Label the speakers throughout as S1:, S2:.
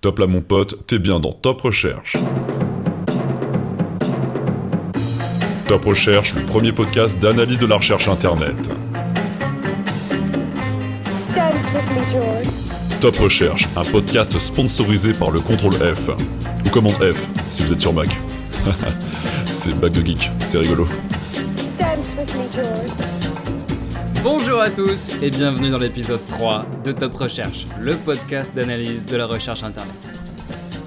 S1: Top là mon pote, t'es bien dans Top Recherche. Top Recherche, le premier podcast d'analyse de la recherche internet.
S2: Dance with me, George.
S1: Top Recherche, un podcast sponsorisé par le contrôle F. Ou commande F, si vous êtes sur Mac. c'est Mac de Geek, c'est rigolo.
S2: Dance with me, George.
S3: Bonjour à tous et bienvenue dans l'épisode 3 de Top Recherche, le podcast d'analyse de la recherche internet.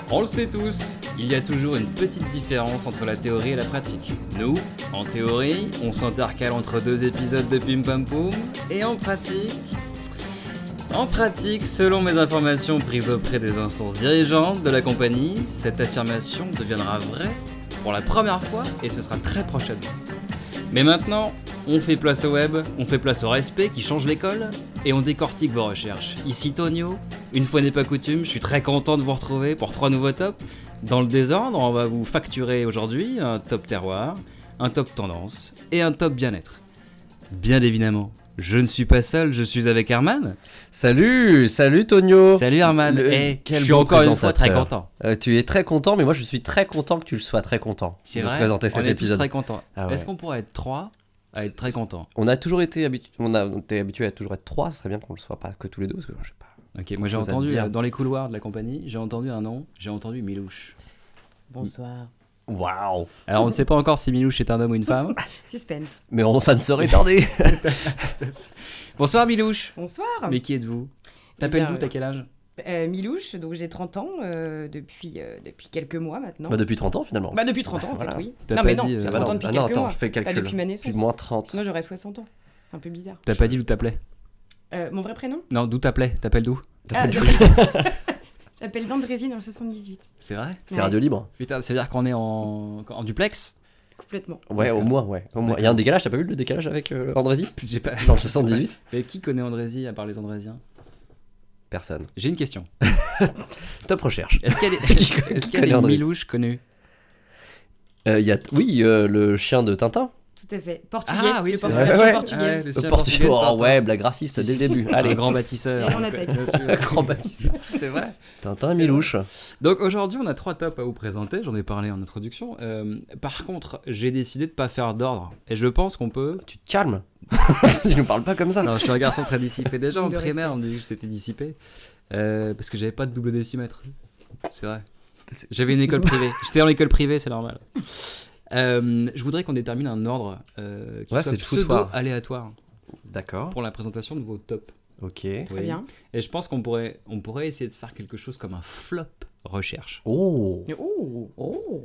S3: On le sait tous, il y a toujours une petite différence entre la théorie et la pratique. Nous, en théorie, on s'intercale entre deux épisodes de Pim Pam Poum, et en pratique... En pratique, selon mes informations prises auprès des instances dirigeantes de la compagnie, cette affirmation deviendra vraie pour la première fois et ce sera très prochainement. Mais maintenant, on fait place au web, on fait place au respect qui change l'école, et on décortique vos recherches. Ici Tonio, une fois n'est pas coutume, je suis très content de vous retrouver pour trois nouveaux tops. Dans le désordre, on va vous facturer aujourd'hui un top terroir, un top tendance et un top bien-être. Bien évidemment, je ne suis pas seul, je suis avec Herman.
S4: Salut, salut Tonio.
S3: Salut Herman,
S4: Le-
S3: Eh,
S4: Oh. Euh, quel
S3: je suis
S4: beau
S3: encore une fois très
S4: présentateur.
S3: content.
S4: Euh, tu es très content, mais moi je suis très content que tu le sois très content.
S3: C'est
S4: de
S3: vrai,
S4: Présenter
S3: on
S4: cet
S3: est
S4: épisode.
S3: tous très contents.
S4: Ah ouais.
S3: Est-ce qu'on pourrait être trois à être très contents
S4: On a toujours été habitué, on a on était habitué à toujours être trois. Ce serait bien qu'on le soit pas que tous les deux, parce que je sais pas.
S3: Ok, moi j'ai
S4: Chose à
S3: entendu
S4: dire.
S3: euh, dans les couloirs de la compagnie, j'ai entendu un nom, j'ai entendu Milouche.
S5: Bonsoir.
S4: Waouh.
S3: Alors on ne sait pas encore si Milouche est un homme ou une femme.
S5: Suspense.
S4: Mais on, ça ne serait tardé.
S3: Bonsoir Milouche.
S5: Bonsoir.
S3: Mais qui êtes-vous T'appelles
S5: Ah. bien,
S3: d'où
S5: euh,
S3: T'as quel âge
S5: Euh, Milouche, donc j'ai 30 ans euh, depuis, euh, depuis quelques mois maintenant.
S4: Bah, depuis 30 ans finalement.
S5: Bah, depuis 30 ans en
S4: voilà.
S5: fait, oui.
S3: T'as
S5: Non
S3: pas
S5: mais non,
S3: dit, euh,
S5: j'ai
S4: Ah
S5: 30
S4: bah
S5: ans
S4: non,
S5: depuis
S4: ah non,
S5: quelques
S4: attends,
S5: mois.
S4: je fais
S5: Pas
S4: calcul.
S5: depuis ma
S4: Depuis
S5: naissance.
S4: moins 30.
S5: Sinon j'aurais 60 ans. C'est un peu bizarre.
S3: T'as pas dit d'où t'appelais
S5: Euh, mon vrai prénom
S3: Non, d'où t'appelais T'appelles d'où
S4: T'as pas
S5: Ah,
S4: dit-
S5: J'appelle Dandrésie dans le 78.
S3: C'est vrai
S4: C'est
S5: Ouais.
S4: radio libre.
S3: Putain, ça veut dire qu'on est en, en duplex
S5: Complètement.
S4: hein. Ouais, au
S3: D'accord.
S4: moins, ouais. Au moins. Il y a un décalage. T'as pas vu le décalage avec euh, Andrézy
S3: J'ai pas.
S4: Dans le 78
S3: Mais qui connaît Andrézy à part les Andrésiens
S4: Personne.
S3: J'ai une question.
S4: Top recherche.
S3: Est-ce qu'il y a des,
S4: Qui-
S3: est-ce
S4: qui
S3: qu'il y a des
S4: connaît Andrézy
S3: Milouches connus
S4: Euh, il y a oui, euh, le chien de Tintin.
S5: Tout à fait. Portugais.
S3: Ah oui,
S5: le
S3: c'est
S5: portugais,
S4: vrai. Ouais.
S5: portugaise.
S3: le
S4: Au
S3: chien
S4: Portugal.
S3: portugais,
S4: Oh,
S3: Tintin.
S4: ouais, blague raciste dès
S3: Si,
S4: le
S3: si,
S4: début.
S3: si.
S4: Allez.
S3: Un grand bâtisseur.
S5: Et on attaque.
S3: Bien sûr. Un
S4: grand bâtisseur.
S3: C'est vrai.
S4: Tintin
S3: C'est
S4: Milouche.
S3: Donc aujourd'hui, on a trois tops à vous présenter. J'en ai parlé en introduction. Euh, par contre, j'ai décidé de pas faire d'ordre. Et je pense qu'on peut.
S4: Tu te calmes. Je ne parle pas comme ça.
S3: Alors, je suis un garçon très dissipé. Déjà en
S5: De
S3: primaire, on me disait que j'étais dissipé. Euh, parce que j'avais pas de double décimètre. C'est vrai. J'avais une école privée. J'étais dans l'école privée, c'est normal. Euh, je voudrais qu'on détermine un ordre euh, qui
S4: Ouais,
S3: soit
S4: c'est le foutoir.
S3: pseudo-aléatoire
S4: D'accord.
S3: pour la présentation de vos tops.
S4: Ok.
S5: Très bien.
S3: Et je pense qu'on pourrait, on pourrait essayer de faire quelque chose comme un flop recherche.
S4: Oh.
S5: Oh, oh.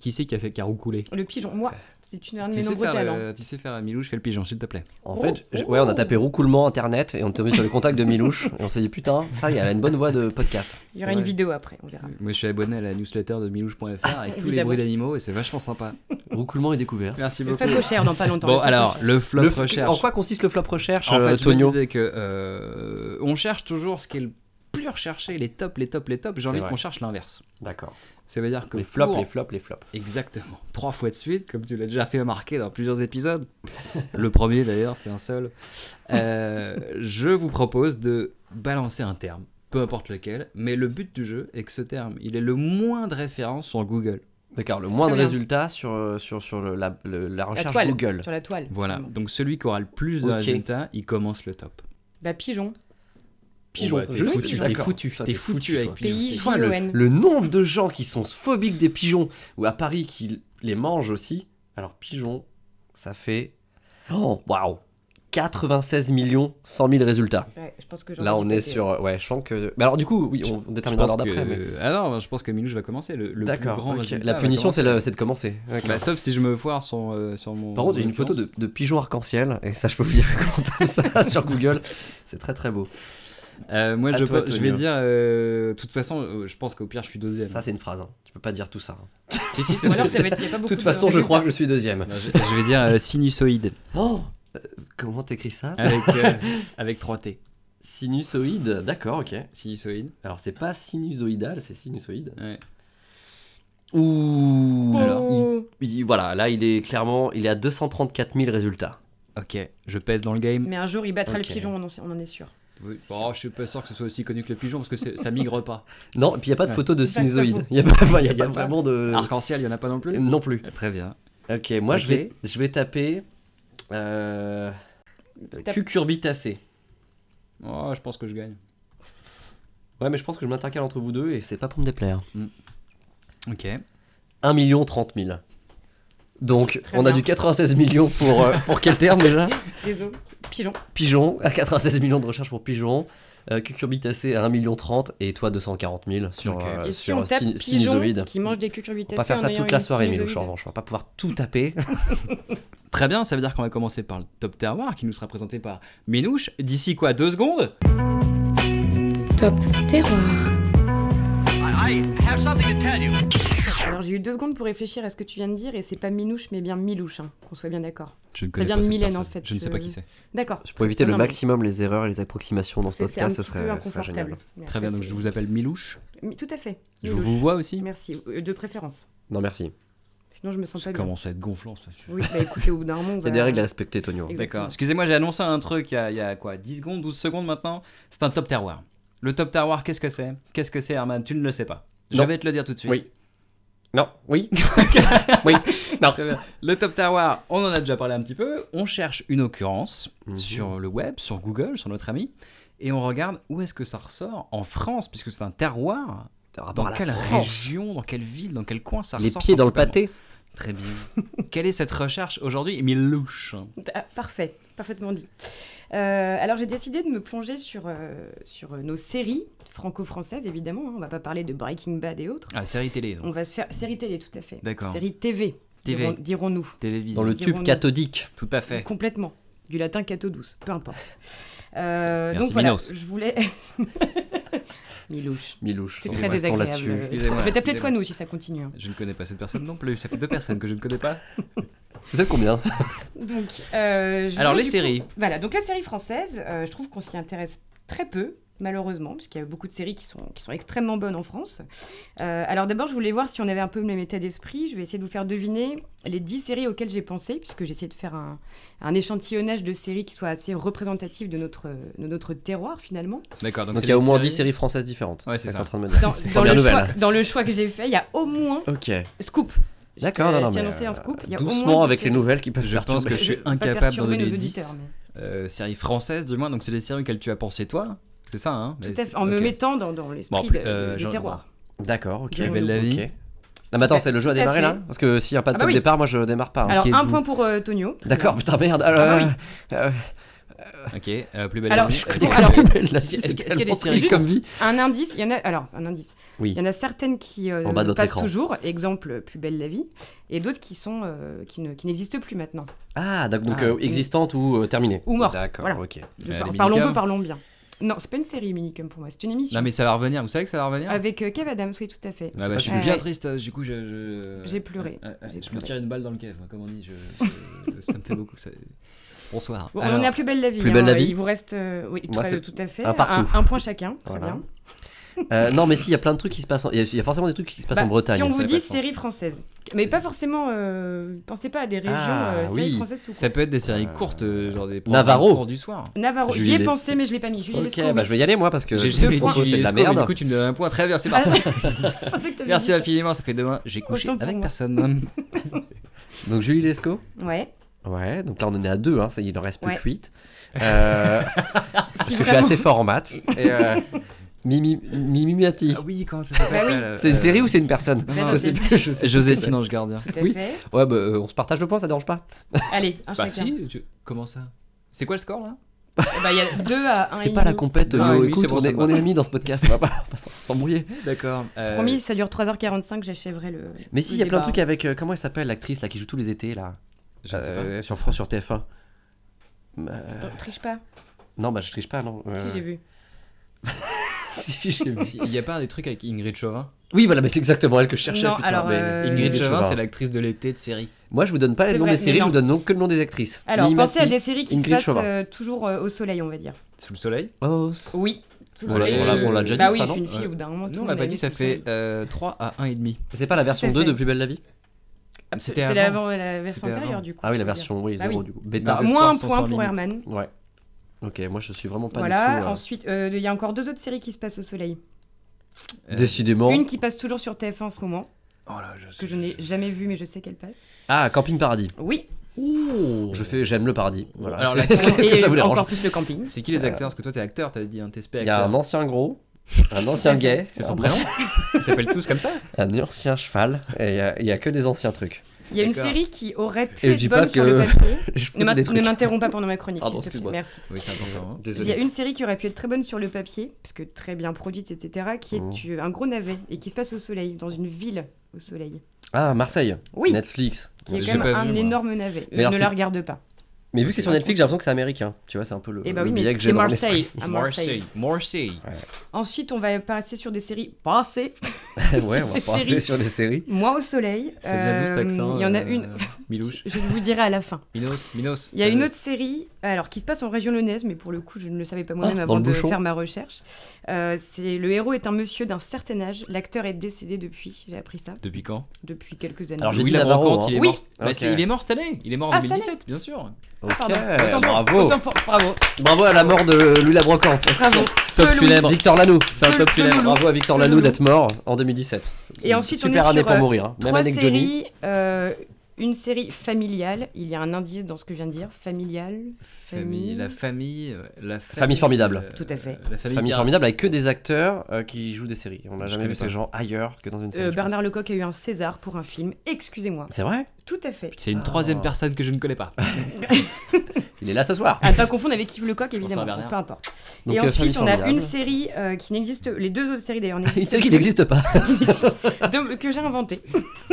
S3: Qui c'est qui a fait qui a roucoulé
S5: Le pigeon. Moi, c'est une un de
S3: tu
S5: mes
S3: sais,
S5: nombreux
S3: faire,
S5: talents.
S3: euh, tu sais faire euh, Milou, je fais le pigeon, s'il te plaît.
S4: En fait, je- ouais, on a tapé roucoulement internet et on est tombé sur le contact de Milouche et on s'est dit putain, ça, il y a une bonne voie de podcast.
S5: Il y aura
S3: c'est
S5: une
S3: vrai.
S5: vidéo après, on verra.
S3: Moi, je suis abonné à la newsletter de milouche.fr avec tous les
S5: Ah. Évidemment.
S3: bruits d'animaux et c'est vachement sympa.
S4: Roucoulement et découvert.
S3: Merci
S5: Le
S3: beaucoup.
S5: Fab Gauchère hein, dans pas longtemps.
S3: Bon,
S5: le Fab
S3: alors,
S5: Gauchère.
S3: le flop
S4: Le f-
S3: recherche.
S4: En quoi consiste le flop recherche,
S3: En fait,
S4: euh,
S3: je me
S4: Tonio
S3: disais que euh, on cherche toujours ce qui est le plus recherché, les tops, les tops, les tops. J'ai
S4: C'est
S3: envie
S4: vrai.
S3: qu'on cherche l'inverse.
S4: D'accord.
S3: Ça veut dire que
S4: Les flops,
S3: pour-
S4: les flops, les flops.
S3: exactement trois fois de suite, comme tu l'as déjà fait remarquer dans plusieurs épisodes. le premier d'ailleurs, c'était un seul. Euh, je vous propose de balancer un terme, peu importe lequel, mais le but du jeu est que ce terme, il est le moins de référence sur Google.
S4: D'accord. Le moins de
S5: Très bien.
S4: résultats sur euh, sur sur le- la, le- la
S5: la
S4: recherche
S5: toile.
S4: Google.
S5: Sur la toile.
S3: Voilà. Donc celui qui aura le plus de
S4: Ok.
S3: résultats, il commence le top.
S5: Bah, pigeon.
S4: Pigeon.
S3: Oh, bah, t'es
S4: Je-
S3: foutu,
S4: d'accord.
S3: t'es foutu,
S4: Putain,
S3: t'es foutu avec hein.
S4: toi.
S3: Pigeon.
S5: Pays,
S4: Toi, le,
S5: J-O-N.
S4: le nombre de gens qui sont phobiques des pigeons, ou à Paris qui les mangent aussi. Alors, pigeons, ça fait. Oh, waouh! 96 millions 100 000 résultats.
S5: Ouais, je pense que j'en ai
S4: Là,
S5: dû
S4: on est
S5: taper, ouais.
S4: sur. Ouais, je sens que. Mais alors, du coup, oui, on
S3: Je
S4: déterminera
S3: pense
S4: l'heure d'après.
S3: que-
S4: mais-
S3: Ah non, je pense que Milouche va commencer. Le, le plus
S4: D'accord.
S3: grand
S4: ok.
S3: résultat
S4: La
S3: va
S4: punition, c'est
S3: commencer.
S4: le- c'est de commencer. Ok.
S3: Bah, sauf si je me foire sur, euh, sur mon.
S4: Par contre, j'ai une photo de, de pigeon arc-en-ciel, et ça, je peux vous dire comment tape ça sur Google. C'est très très beau.
S3: Euh, moi,
S4: À
S3: je,
S4: toi,
S3: pense- je
S4: Tonio.
S3: vais dire. euh, De toute façon, euh, je pense qu'au pire, je suis deuxième.
S4: Ça, c'est une phrase. hein. Tu peux pas dire tout ça. hein.
S3: si, si,
S5: Ou
S3: c'est
S5: alors,
S3: ce que-
S5: ça va être- il y a pas
S4: De
S5: beaucoup
S4: toute façon, je
S5: résultats.
S4: crois que je suis deuxième.
S3: Non, je, je vais dire euh, sinusoïde
S4: Oh Euh, Comment t'écris ça
S3: avec, euh, avec 3T.
S4: Sinusoïde, d'accord, ok.
S3: Sinusoïde.
S4: Alors c'est pas sinusoïdal, c'est sinusoïde.
S3: Ouais.
S4: Ouh
S5: Alors,
S4: il- il- Voilà, là il est clairement, il est à 234 000 résultats.
S3: Ok, je pèse dans le game.
S5: Mais un jour, il battra
S4: Ok.
S5: le pigeon, on en, on en est sûr.
S3: Oui. Bon, je suis pas sûr que ce soit aussi connu que le pigeon parce que c'est- ça migre pas.
S4: Non, et puis il n'y a pas de
S3: Ouais.
S4: photo de
S5: C'est pas que ça
S4: sinusoïde.
S5: vaut.
S4: Il n'y a pas, enfin, y a
S5: C'est
S4: pas
S5: pas ça.
S4: vraiment de.
S5: Ah.
S3: Arc-en-ciel, il y en a pas Euh, non plus.
S4: Non plus.
S3: Très bien.
S4: Ok, moi
S3: Ok.
S4: Je, vais, je vais taper. Euh,
S5: Tape-
S4: cucurbitacée.
S3: Oh, je pense que je gagne.
S4: Ouais, mais je pense que je m'intercale entre vous deux et c'est pas pour me déplaire.
S3: Ok.
S4: 1 million 30 000. Donc,
S5: Très
S4: on a
S5: bien.
S4: du 96 millions pour, euh, pour quel terme déjà
S5: Désolé. Pigeon.
S4: Pigeon, à 96 millions de recherches pour Pigeon, euh, Cucurbitacée à 1 million 30 et toi 240 000 sur,
S3: Ok.
S4: euh,
S5: Et si
S4: sur
S5: on tape
S4: sin-
S5: pigeon
S4: sinusoïde.
S5: qui mange des cucurbitacées.
S4: On va faire
S5: en
S4: ça
S5: ayant
S4: toute la
S5: une
S4: soirée, Milouche, en
S5: sinusoïde.
S4: revanche. On va pas pouvoir tout taper.
S3: Très bien, ça veut dire qu'on va commencer par le top terroir qui nous sera présenté par Minouche d'ici quoi deux secondes
S6: Top Terroir.
S5: Alors j'ai eu deux secondes pour réfléchir à ce que tu viens de dire et c'est pas Minouche mais bien Milouche, hein, qu'on soit bien d'accord.
S3: Je ne
S5: connais vient pas de cette Mylène, personne. en fait, euh.
S3: Je ne sais
S5: je-
S3: pas qui c'est.
S5: D'accord.
S4: Je pourrais éviter
S5: Non,
S4: le
S5: mais
S4: maximum les erreurs et les approximations dans ce
S5: C'est c'est un
S4: podcast, ce
S5: petit peu
S4: serait, ce serait génial.
S5: inconfortable. Mais
S3: Très
S5: après,
S3: bien, donc
S5: c'est-
S3: je vous appelle Milouche.
S5: Mais Tout à fait.
S3: Je
S5: Milouche.
S3: vous vois aussi.
S5: Merci, euh, de préférence.
S4: Non, merci.
S5: Sinon je me sens
S3: Ça
S5: pas bien.
S3: commence à être gonflant ça.
S5: Oui, bah écoutez, au bout d'un moment,
S4: Il
S5: on
S4: y a
S5: va-
S4: des règles à respecter, Tonio.
S5: Exact.
S3: D'accord.
S5: Exactement.
S3: Excusez-moi, j'ai annoncé un truc il y, a, il y a quoi 10 secondes, 12 secondes maintenant C'est un top terroir. Le top terroir, qu'est-ce que c'est Qu'est-ce que c'est, Herman Tu ne le sais pas. Je
S4: Non.
S3: vais te le dire tout de suite.
S4: Oui. Non, oui.
S3: Très bien. Le top terroir, on en a déjà parlé un petit peu. On cherche une occurrence
S4: Mhm.
S3: sur le web, sur Google, sur notre ami, et on regarde où est-ce que ça ressort en France, puisque c'est un terroir.
S4: Par
S3: Dans
S4: rapport à la
S3: quelle
S4: France.
S3: région, dans quelle ville, dans quel coin ça
S4: Les
S3: ressort
S4: pieds dans le
S3: principalement
S4: pâté.
S3: Très bien. Quelle est cette recherche aujourd'hui Milouche.
S5: Ah, parfait, parfaitement dit. Euh, alors j'ai décidé de me plonger sur, euh, sur euh, nos séries franco-françaises, évidemment. hein. On va pas parler de Breaking Bad et autres.
S3: Ah, série télé,
S5: On
S3: donc.
S5: va se faire série télé, tout à fait.
S3: D'accord.
S5: Série TV,
S3: TV.
S5: dirons- dirons-nous.
S3: Télévision.
S4: Dans le
S5: Dirons-nous.
S4: tube cathodique.
S3: Tout à fait.
S5: Complètement. Du latin catho douce, peu importe. Euh,
S3: Merci,
S5: donc voilà,
S3: Minos.
S5: je voulais. Milouche.
S4: Milouche.
S5: C'est
S4: on
S5: très
S4: restons
S5: désagréable. Euh,
S4: là-dessus.
S3: Excusez-moi,
S5: Je vais t'appeler
S3: excusez-moi.
S5: toi nous si ça continue. hein.
S3: Je ne connais pas cette personne non plus. Ça fait deux personnes que je ne connais pas.
S4: Vous êtes combien
S5: Donc, euh, je
S3: Alors, les
S5: voulais du
S3: séries.
S5: Voilà, donc la série française, euh, je trouve qu'on s'y intéresse très peu, malheureusement, puisqu'il y a beaucoup de séries qui sont, qui sont extrêmement bonnes en France. Euh, alors d'abord, je voulais voir si on avait un peu le même état d'esprit. Je vais essayer de vous faire deviner les 10 séries auxquelles j'ai pensé, puisque j'ai essayé de faire un, un échantillonnage de séries qui soit assez représentatif de notre, de notre terroir, finalement.
S3: D'accord.
S4: Donc
S3: c'est
S4: il y a au
S3: des
S4: moins 10 séries françaises différentes.
S3: Ouais, c'est
S4: T'es
S3: ça.
S4: en train de me dire.
S5: Dans,
S4: C'est
S5: dans
S4: la
S5: le,
S4: nouvelle.
S5: choix, dans le choix que j'ai fait, il y a au moins...
S4: Ok.
S5: Scoop Je
S4: D'accord,
S5: t'ai-
S4: non, non,
S5: je t'ai
S4: mais, euh,
S5: annoncé un scoop. Il y a au moins
S4: Doucement
S5: 10
S4: avec les
S5: séries.
S4: nouvelles qui peuvent
S3: Je pense que
S4: perturber.
S3: je suis
S5: vais pas
S3: incapable d'en
S5: perturber
S3: donner
S5: nos
S3: 10.
S5: auditeurs, mais-
S3: Euh, séries françaises, du moins. Donc, c'est les séries auxquelles tu as pensé, toi. C'est ça, hein
S5: Tout à fait, en me mettant dans, dans l'esprit
S3: Bon,
S5: de-
S3: euh,
S5: des
S3: genre-
S5: terroirs.
S4: D'accord, ok.
S5: Belle
S3: la
S4: Ok.
S3: vie.
S4: Non, mais attends, c'est le jeu à
S5: Tout à
S4: démarrer
S5: fait.
S4: là Parce que s'il n'y a pas de
S5: Ah bah
S4: top
S5: oui.
S4: départ, moi je démarre pas. hein.
S5: Alors,
S4: Ok,
S5: un
S4: vous-
S5: point pour euh, Tonio. Très
S4: D'accord,
S5: bien.
S4: putain, merde. Alors,
S5: Ah bah
S4: euh,
S3: Ok. euh, plus belle
S5: Alors,
S3: la vie.
S5: je-
S3: Euh,
S5: bon,
S3: plus
S5: alors-
S3: belle-
S4: euh, la
S3: Si, si,
S4: vie,
S3: est-ce
S4: c'est
S3: qu'il y a des
S4: tellement
S3: séries
S4: triste comme vie
S5: Un indice, il y en a. Alors, un indice.
S4: Oui.
S5: Il y en a certaines qui euh,
S4: En bas de votre
S5: passent
S4: écran.
S5: toujours, exemple euh, Plus belle la vie, et d'autres qui sont euh, qui ne- qui n'existent plus maintenant.
S4: Ah, donc, donc
S3: Ah.
S4: euh, existante ou euh, terminée
S5: Ou morte,
S4: D'accord,
S5: voilà.
S4: ok.
S5: De
S3: Euh,
S5: par-
S3: les
S5: parlons
S3: minicums.
S5: peu, parlons bien. Non, c'est pas une série Minicum pour moi, c'est une émission.
S3: Non, mais ça va revenir. Vous savez que ça va revenir
S5: Avec euh, Kev Adams, oui, tout à fait.
S3: Ah bah, je suis
S5: Ouais.
S3: bien triste, euh, du coup je- je.
S5: J'ai pleuré,
S3: Ouais, ouais,
S5: j'ai
S3: je me
S5: pleuré.
S3: tire une balle dans le cave, hein, comme on dit. je- je- ça me fait beaucoup. ça- Bonsoir.
S5: Bon, on
S3: Alors,
S5: en est à Plus belle la vie. hein.
S4: Plus belle la vie.
S5: Il vous reste, euh, oui,
S4: Moi,
S5: tout à-
S4: c'est
S5: tout à fait.
S4: un partout.
S5: Un, point chacun, très
S4: Voilà.
S5: bien.
S4: Euh, non, mais si, il y a plein de trucs qui se passent. en- Il y, a- il y a forcément des trucs qui se passent
S5: Bah,
S4: en Bretagne.
S5: Si on
S3: ça
S5: vous
S3: n'a
S5: dit
S3: pas de sens.
S5: série française, mais pas forcément. euh, pensez pas à des régions
S4: Ah,
S5: euh, séries
S4: oui.
S5: françaises tout court.
S3: Ça peut être des séries
S4: Euh,
S3: courtes, euh, genre des.
S4: Navarro.
S3: cours du soir.
S5: Navarro,
S4: Julie
S5: j'y ai
S4: Les-
S5: pensé, mais je l'ai pas mis. Julie
S4: Ok,
S5: Lescaut,
S4: bah
S5: oui.
S4: je vais y aller moi parce que
S3: J'ai
S4: ce que
S3: jamais
S4: je
S3: dit
S4: propose, c'est de la
S3: Juliesco, mais Du
S4: merde.
S3: coup, tu me donnes un point. Très bien, c'est
S5: Ah,
S3: parti.
S5: je pensais que t'avais dit
S3: Merci
S5: ça.
S3: infiniment, ça fait demain. J'ai couché
S5: Autant pour
S3: avec
S5: moi.
S3: personne.
S4: Donc Julie Lescaut
S5: Ouais.
S4: Ouais, donc là on en est à deux, hein, ça, il en reste plus
S5: Ouais.
S4: que 8. Euh, parce que je suis assez fort en maths. Et, euh, Mimi, Mimi Miati.
S3: Ah oui, comment ça s'appelle
S5: Bah oui.
S3: ça, là,
S4: C'est une
S3: euh,
S4: série ou c'est une personne
S3: non,
S5: Bah
S3: non,
S5: non,
S3: c'est-
S5: c'est-
S4: Je sais.
S3: Joséphine Ange Gardien.
S5: Tout à
S4: Oui.
S5: fait.
S4: Ouais, bah euh, on se partage le point, ça dérange pas.
S5: Allez, un
S3: Bah
S5: chacun.
S3: si, tu- comment ça C'est quoi le score là
S5: Eh ben, Il y a deux à un.
S4: C'est
S5: et
S4: pas la
S5: demi.
S4: compète,
S3: Ah,
S4: Léo,
S3: oui,
S4: écoute,
S3: c'est bon,
S4: on,
S3: ça
S4: est,
S3: me
S4: on
S3: va.
S4: est amis dans ce podcast, on va pas, on va s'en- s'embrouiller.
S5: Eh,
S3: D'accord. euh,
S5: Promis, ça dure 3h45, j'achèverai le.
S4: Mais si,
S5: le
S4: il y a plein de
S5: débat.
S4: trucs avec, euh, comment elle s'appelle l'actrice là qui joue tous les étés là
S3: je ne sais pas.
S4: Euh, Sur France, sur TF1. Euh,
S5: Oh, triche pas.
S4: non, bah je triche pas, non. Euh,
S5: Si, j'ai vu.
S4: si, j'ai vu.
S3: Si, Il n'y a pas des trucs avec Ingrid Chauvin
S4: Oui, voilà, mais c'est exactement elle que je cherchais.
S5: Non,
S4: putain,
S5: alors,
S4: mais-
S5: euh,
S3: Ingrid
S5: Ingrid
S3: Chauvin, c'est l'actrice de l'été de série.
S4: Moi, je vous donne pas
S5: C'est
S4: le nom
S5: vrai,
S4: des
S5: mais
S4: séries, je
S5: non.
S4: vous donne non- que le nom des actrices.
S5: Alors,
S4: Mimi
S5: pensez à
S4: Mati.
S5: des séries qui
S4: Ingrid
S5: se passent
S4: Chauvin.
S5: euh, toujours euh, au soleil, on va dire.
S3: Sous le soleil
S4: Oh, s-
S5: Oui. Sous le
S4: On l'a-
S5: soleil.
S4: on l'a- on l'a déjà
S5: Bah
S4: dit,
S5: oui,
S4: ça,
S5: je suis
S4: non
S5: une fille,
S3: Ouais.
S5: au bout d'un moment. Oh, tout
S3: Non, on
S5: le
S3: l'a
S5: monde
S3: pas
S5: l'a
S3: dit,
S5: mis
S3: ça
S5: sous le
S3: fait
S5: soleil.
S3: euh, 3 à 1,5.
S4: C'est pas la version
S5: fait.
S4: 2 de Plus belle la vie
S5: Ah,
S3: c'était
S5: C'est la
S3: avant.
S5: la version
S3: C'était
S5: antérieure,
S3: avant.
S5: du coup.
S4: Ah oui, la
S5: faut dire.
S4: version, oui,
S5: Bah
S4: 0
S5: oui.
S4: du coup.
S5: Ah,
S4: Bêta.
S3: Dans
S5: Moins un
S3: Espoirs sans
S5: point pour
S3: limites.
S5: Herman.
S4: Ouais. Ok, moi je suis vraiment pas
S5: voilà.
S4: du tout. euh,
S5: Ensuite, euh, il y a encore deux autres séries qui se passent au soleil.
S3: Euh,
S4: Décidément.
S5: Une qui passe toujours sur TF1 en ce moment,
S3: Oh là, je sais.
S5: que je n'ai jamais vue, mais je sais qu'elle passe.
S4: Ah, Camping Paradis.
S5: Oui.
S4: Je fais, j'aime le paradis. Voilà.
S3: Alors, la-
S4: Est-ce que, est-ce que
S5: Et
S4: ça vous dérange
S5: encore plus le camping.
S3: C'est qui les acteurs Parce que toi, t'es acteur, t'avais dit un TSP
S4: Euh, Il y
S3: acteur.
S4: a un ancien gros, un ancien gay,
S3: C'est son
S4: un
S5: Ah,
S3: prénom
S4: ancien-
S3: Ils s'appellent tous comme ça
S4: un ancien cheval, et il y a- il y, a que des anciens trucs.
S5: Il y a une
S3: D'accord.
S5: série qui aurait pu
S4: Et je
S5: être
S4: dis
S5: bonne
S4: pas
S5: sur
S4: que-
S5: le papier.
S4: Je pose
S5: Ne
S4: des
S5: m'in- ne
S4: trucs.
S5: m'interromps pas pendant ma chronique,
S4: Pardon,
S5: s'il te
S4: excuse-moi.
S5: plaît. Merci.
S3: Oui, c'est important. hein.
S5: Il y a une série qui aurait pu être très bonne sur le papier, parce que très bien produite, etc., qui est
S4: Mhm.
S5: tu- un gros navet et qui se passe au soleil, dans une ville au soleil.
S4: Ah, Marseille.
S5: Oui,
S4: Netflix.
S5: qui est
S3: j'ai
S5: quand même
S3: pas
S5: un
S3: vu, moi.
S5: énorme navet.
S4: Mais alors,
S5: ne
S4: c'est-
S5: la regarde pas.
S4: Mais vu que c'est sur Netflix, j'ai l'impression que c'est américain. Tu vois, c'est un peu le,
S5: Ah, Eh bah
S4: le
S5: oui,
S4: biais
S5: mais
S4: que j'ai
S5: c'est
S4: dans mon
S5: Marseille, à Marseille.
S3: Marseille. Marseille.
S5: Ensuite, on va passer sur des séries passées.
S4: esprit. ouais, on va
S5: les
S4: passer
S5: séries.
S4: sur les séries.
S5: Moi au soleil.
S3: C'est bien d'où cet
S5: euh,
S4: hein,
S3: accent
S5: Il y en a
S3: euh,
S5: une.
S3: Milouche.
S5: Je vous dirai à la fin.
S3: Minos. Minos.
S4: Euh,
S5: Il y a une autre série, alors qui se passe en région lyonnaise, mais pour le coup, je ne le savais pas moi-même
S4: Ah, dans
S5: avant
S4: le
S5: de
S4: bouchon.
S5: faire ma recherche. Euh, c'est le héros est un monsieur d'un certain âge. L'acteur est décédé depuis. J'ai appris ça
S3: Depuis quand
S5: depuis quelques années.
S4: Alors, j'ai
S3: Louis
S4: dit Navarro,
S3: Labrocante,
S4: hein.
S3: il est
S5: Oui.
S3: mort. Bah,
S4: Ok.
S3: c'est- il est mort cette année. Il est mort en
S5: Ah, cette
S3: 2017, bien sûr.
S4: Ok,
S5: Ah, Pardon.
S3: Autant pour-
S4: bravo.
S3: autant pour- Bravo.
S4: Bravo à la mort de Louis Labrocante.
S5: Bravo.
S3: Top
S5: Feu
S3: funèbre.
S4: Victor Lanoux.
S3: C'est un
S5: Feu-
S3: top
S5: feu
S3: funèbre.
S5: loulou.
S4: Bravo à Victor
S5: Feu
S4: Lanoux
S5: loulou.
S4: d'être mort en 2017.
S5: Et ensuite, on
S4: Super
S5: est
S4: année
S5: sur,
S4: pour
S5: euh,
S4: mourir. hein. Même
S5: Trois
S4: année que Johnny.
S5: séries, euh, une série familiale. Il y a un indice dans ce que je viens de dire. Familiale.
S3: Famille, la famille, euh, la famille,
S4: formidable.
S3: euh,
S5: Tout à fait.
S3: La famille,
S4: Famille
S3: Pirate.
S4: formidable avec que des acteurs euh, qui jouent des séries. On n'a
S3: Je
S4: jamais vu
S3: connais
S4: ces
S3: pas.
S4: gens ailleurs que dans une série.
S5: Euh,
S4: je
S5: Bernard Lecoq a eu un César pour un film. Excusez-moi.
S4: pense. C'est vrai
S5: Tout à fait.
S3: C'est une
S4: Ah.
S3: troisième personne que je ne connais pas.
S4: Il est là ce soir.
S5: À ne pas confondre avec Yves Lecoq, évidemment.
S3: Bernard.
S5: donc Peu importe.
S4: Donc,
S5: et
S4: euh,
S5: ensuite,
S4: Famille
S5: on a
S4: formidable.
S5: une série euh, qui n'existe. Les deux autres séries d'ailleurs
S4: Une
S5: n'existent
S4: série qui n'existe pas.
S5: pas, de- que j'ai inventée.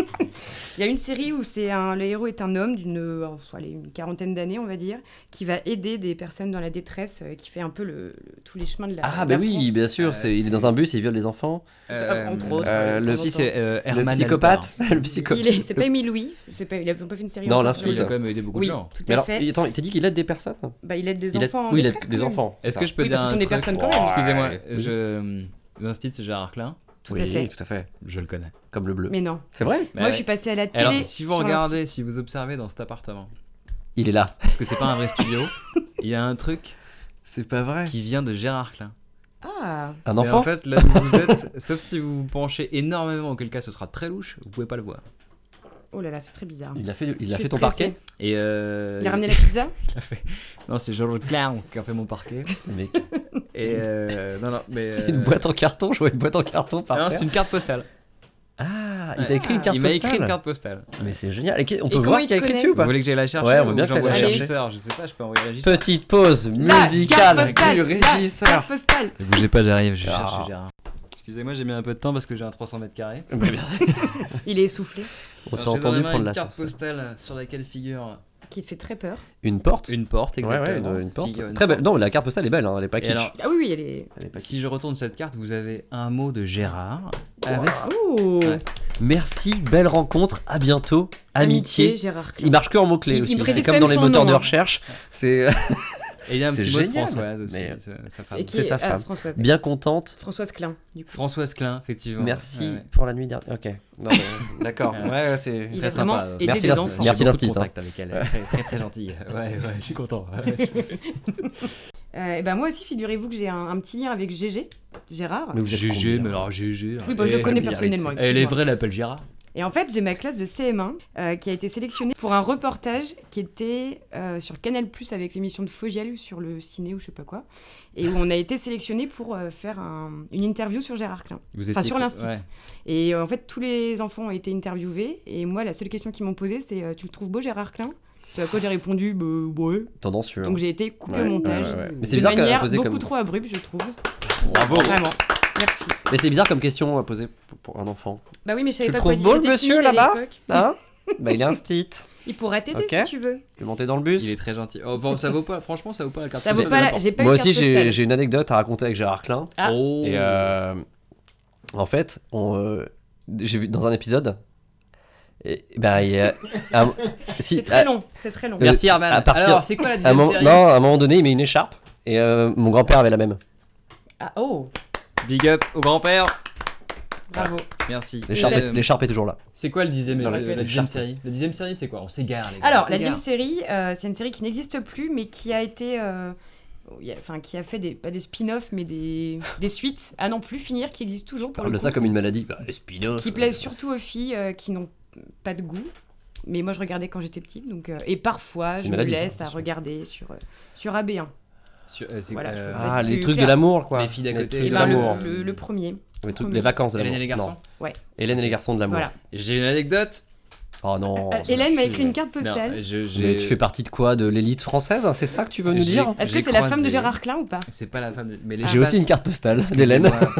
S5: Il y a une série où c'est un, le héros est un homme d'une euh, allez, une quarantaine d'années, on va dire, qui va aider des personnes dans la détresse, euh, qui fait un peu le, le- tous les chemins de la.
S4: Ah,
S5: de
S4: bah
S5: la
S4: oui,
S5: France.
S4: bien sûr.
S3: Euh,
S4: c'est- Il est
S3: c'est-
S4: dans un bus, il viole les enfants.
S5: Euh, entre autres,
S4: euh, le-
S3: si c'est euh,
S4: Le
S3: Herman
S4: psychopathe.
S3: Albert.
S4: Le psychopathe.
S5: Il est- C'est pas Émile Louis, c'est pas, il a pas fait une série.
S4: Non,
S5: en-
S4: l'instit.
S3: Il a quand même aidé beaucoup
S5: Oui,
S3: de gens.
S5: tout à
S4: Mais alors,
S5: fait.
S4: attends, il t'a dit qu'il aide des personnes
S5: Bah, il aide des
S4: Il aide-
S5: enfants. en
S4: Oui, il aide
S5: détresse, quand
S4: des
S5: même.
S4: enfants.
S3: Est-ce que je peux
S5: Oui,
S3: dire
S5: parce
S3: un
S5: que ce sont des
S3: truc
S5: personnes quand même.
S4: Ah.
S3: Excusez-moi,
S4: Ouais.
S3: je. euh, L'instit, c'est Gérard Klein.
S5: Tout à
S4: Oui,
S5: fait.
S4: tout à Bah fait.
S3: Je le connais.
S4: Comme le bleu.
S5: Mais non.
S4: C'est vrai
S5: Moi, je suis passée à la télé.
S3: Alors, si vous
S5: sur l'Insta.
S3: regardez, si vous observez dans cet appartement,
S4: Il est là.
S3: parce que c'est pas un vrai studio, il y a un truc
S4: C'est pas vrai.
S3: qui vient de Gérard Klein.
S5: Ah,
S4: Un
S3: Mais en
S4: enfant
S3: fait, là où vous êtes, sauf si vous vous penchez énormément, auquel cas ce sera très louche, vous pouvez pas le voir.
S5: oh là là, c'est très bizarre.
S4: Il a fait, il
S5: Je
S4: a
S5: suis
S4: fait ton
S5: stressée.
S4: parquet
S3: Et euh,
S5: Il a ramené la pizza
S3: il a fait- Non, c'est Gérard Klein qui a fait mon parquet.
S4: Mais
S3: Et euh, non, non, mais euh,
S4: une boîte en carton, je vois une boîte en carton par
S3: Non,
S4: terre.
S3: c'est une carte postale.
S4: Ah, il
S3: Ouais.
S4: t'a écrit une carte
S3: il m'a écrit
S4: postale.
S3: une carte postale.
S4: Mais c'est génial. Et qui- on
S5: Et
S4: peut
S5: comment
S4: voir
S5: il
S4: qui a
S5: te
S4: écrit
S5: connaît
S4: dessus ou pas
S3: Vous voulez que j'aille la chercher
S4: Ouais, on veut
S3: ou
S4: bien que
S3: j'envoie
S4: t'ailles la
S3: au
S4: chercher.
S3: régisseur Je sais pas, je peux envoyer le régisseur.
S4: Petite pause
S5: La
S4: musicale
S5: carte postale,
S4: du
S5: la
S4: régisseur.
S5: carte postale.
S3: Ne bougez pas, j'arrive, je
S4: Ah.
S3: cherche Gérard. Excusez-moi, j'ai mis un peu de temps parce que j'ai un 300 mètres carrés.
S4: Mais bien,
S5: Il est essoufflé,
S4: On
S3: Alors,
S4: t'a
S3: j'ai dans
S4: entendu
S3: main
S4: prendre
S3: une
S4: la
S3: carte
S4: sauce.
S3: postale sur laquelle figure
S5: qui fait très peur.
S4: Une porte
S3: une porte,
S4: Ouais, ouais,
S3: exactement.
S4: une, une porte.
S3: Figure une
S4: Très belle.
S3: porte.
S4: Non, la carte postale est belle, hein, elle est pas kitsch.
S3: alors-
S5: Ah oui, oui, elle est.
S4: Elle est pas kitsch.
S3: Si je retourne cette carte, vous avez un mot de Gérard avec
S4: Ah.
S5: Oh
S3: Ouais.
S4: Merci, belle rencontre, à bientôt, amitié.
S5: Gérard. Klein.
S4: Il marche que en mots-clés
S5: Il- il
S4: aussi.
S5: précise
S4: C'est
S5: quand
S4: comme dans
S5: même
S4: les
S5: son
S4: moteurs
S5: nom,
S4: de
S5: hein.
S4: recherche. C'est euh,
S3: Et il y a un
S4: C'est
S3: petit mot de
S4: génial,
S3: Françoise aussi,
S4: mais-
S3: sa- sa femme.
S5: Et qui
S4: C'est
S5: est
S4: sa
S5: ah,
S4: femme.
S5: Françoise.
S4: bien contente.
S5: Françoise Klein, du coup.
S3: Françoise Klein, effectivement.
S4: Merci
S3: Ouais, ouais.
S4: pour la nuit dernière. Ok. Non, mais- D'accord.
S3: Voilà.
S4: Ouais, ouais, c'est.
S5: Il
S3: Très
S5: a vraiment
S3: sympa, euh,
S5: aidé
S4: merci
S5: des
S4: l'artiste.
S5: enfants.
S4: Merci hein.
S3: J'ai beaucoup de
S4: l'artiste,
S3: contact avec elle, elle est très, très très gentille. Ouais, ouais, je suis content.
S5: Euh, et ben moi aussi, figurez-vous que j'ai un, un petit lien avec GG, Gérard.
S4: Mais vous êtes
S3: GG,
S4: combien
S3: mais alors GG.
S5: Oui, bah, je
S3: eh,
S5: le connais
S4: Familiarité.
S5: personnellement.
S3: Elle est
S5: excuse-moi.
S3: vraie, l'appelle Gérard.
S5: Et en fait, j'ai ma classe de CM1 euh, qui a été sélectionnée pour un reportage qui était euh, sur Canal Plus avec l'émission de Fogiel ou sur le ciné ou je sais pas quoi, et où on a été sélectionné pour euh, faire un- une interview sur Gérard Klein.
S3: Vous
S5: Enfin,
S3: étiez-
S5: sur l'instit.
S3: ouais.
S5: Et euh, en fait, tous les enfants ont été interviewés. Et moi, la seule question qu'ils m'ont posée, c'est euh, Tu le trouves beau, Gérard Klein Ce à quoi j'ai répondu Bah, ouais.
S4: Tendancieux. hein.
S5: Donc j'ai été coupé
S4: Ouais,
S5: au montage.
S4: ouais, ouais, ouais. Mais c'est
S5: de
S4: bizarre qu'elle a
S5: manière
S4: posé
S5: beaucoup
S4: comme-
S5: trop abrupte, je trouve.
S4: Bravo.
S5: Vraiment. Merci.
S4: Mais c'est bizarre comme question à poser pour- pour un enfant.
S5: Bah oui, mais je savais
S4: Tu
S5: pas
S4: le
S5: quoi
S4: trouves
S5: dire.
S4: beau, le
S5: J'étais
S4: monsieur,
S5: timide à
S4: là-bas
S5: l'époque.
S4: Hein Bah, il est un stit.
S5: Il pourra t'aider
S4: Ok.
S5: si tu veux.
S4: Tu peux monter dans le bus
S3: Il est très gentil. Oh, bon, ça vaut pas, franchement, ça vaut pas la carte.
S5: Ça vaut
S3: postale
S5: pas
S3: de
S5: la...
S3: porte.
S5: J'ai pas
S4: Moi
S5: eu de
S4: aussi,
S5: carte
S4: j'ai
S5: postale.
S4: j'ai une anecdote à raconter avec Gérard Klein.
S5: Ah.
S3: Oh.
S4: Et euh, en fait, on, euh, j'ai vu dans un épisode. Et, bah, il y a- à- si,
S5: C'est très
S4: à-
S5: long. C'est très long.
S4: Euh,
S3: Merci Herman.
S4: à partir-
S3: Alors, c'est quoi la
S4: à un
S3: deuxième
S4: moment-
S3: série
S4: non, à un moment donné, il met une écharpe. Et euh, mon grand-père avait la même.
S5: Ah, oh,
S3: Big up au grand-père.
S5: bravo.
S3: Merci.
S4: L'écharpe
S3: Euh,
S4: est, l'écharpe est toujours là.
S3: C'est quoi le dixième,
S4: Dans
S3: euh,
S4: la-
S3: la,
S4: la
S3: dixième
S4: charte.
S3: série La dixième série, c'est quoi On s'égare, les gars.
S5: Alors,
S3: on
S5: la
S3: s'égare.
S5: deuxième série, euh, c'est une série qui n'existe plus, mais qui a été euh, il y a- enfin, qui a fait des, pas des spin-offs, mais des, des suites à non plus finir, qui existent toujours pour
S4: Parle
S5: le
S4: de
S5: coup,
S4: ça comme une maladie. Bah, Espino.
S5: qui plaisent surtout aux filles euh, qui n'ont pas de goût. Mais moi, je regardais quand j'étais petite, donc euh, et parfois,
S4: C'est
S5: je
S4: une
S5: me
S4: maladie, ça,
S5: laisse
S4: c'est
S5: à
S4: sûr.
S5: regarder sur euh, sur AB1.
S3: Sur- euh, c'est-
S5: Voilà, je peux
S3: euh,
S5: pas-
S4: Ah, les
S5: plus
S4: trucs de
S5: clair.
S4: l'amour, quoi.
S3: Les filles d'à côté,
S4: trucs
S5: Et
S4: de
S5: ben,
S4: l'amour.
S5: le, le- le premier.
S4: Les, trucs-
S5: premier.
S4: les vacances de l'amour.
S3: Hélène et les garçons.
S4: Non.
S5: Ouais.
S4: Hélène et les garçons de l'amour.
S5: Voilà.
S3: J'ai une anecdote.
S4: Oh non.
S5: Euh,
S4: ça
S5: Hélène m'a
S4: suffit.
S5: écrit une carte
S3: Non, euh,
S5: postale.
S3: je- j'ai-
S4: Mais tu fais partie de quoi De l'élite française hein C'est ça que tu veux nous
S3: J'ai-
S4: dire
S5: Est-ce
S3: j'ai
S5: que c'est la femme
S3: croisé-
S5: de Gérard Klein ou pas
S3: C'est pas la femme de- Mais
S4: J'ai aussi une carte postale d'Hélène.
S3: Excusez-moi.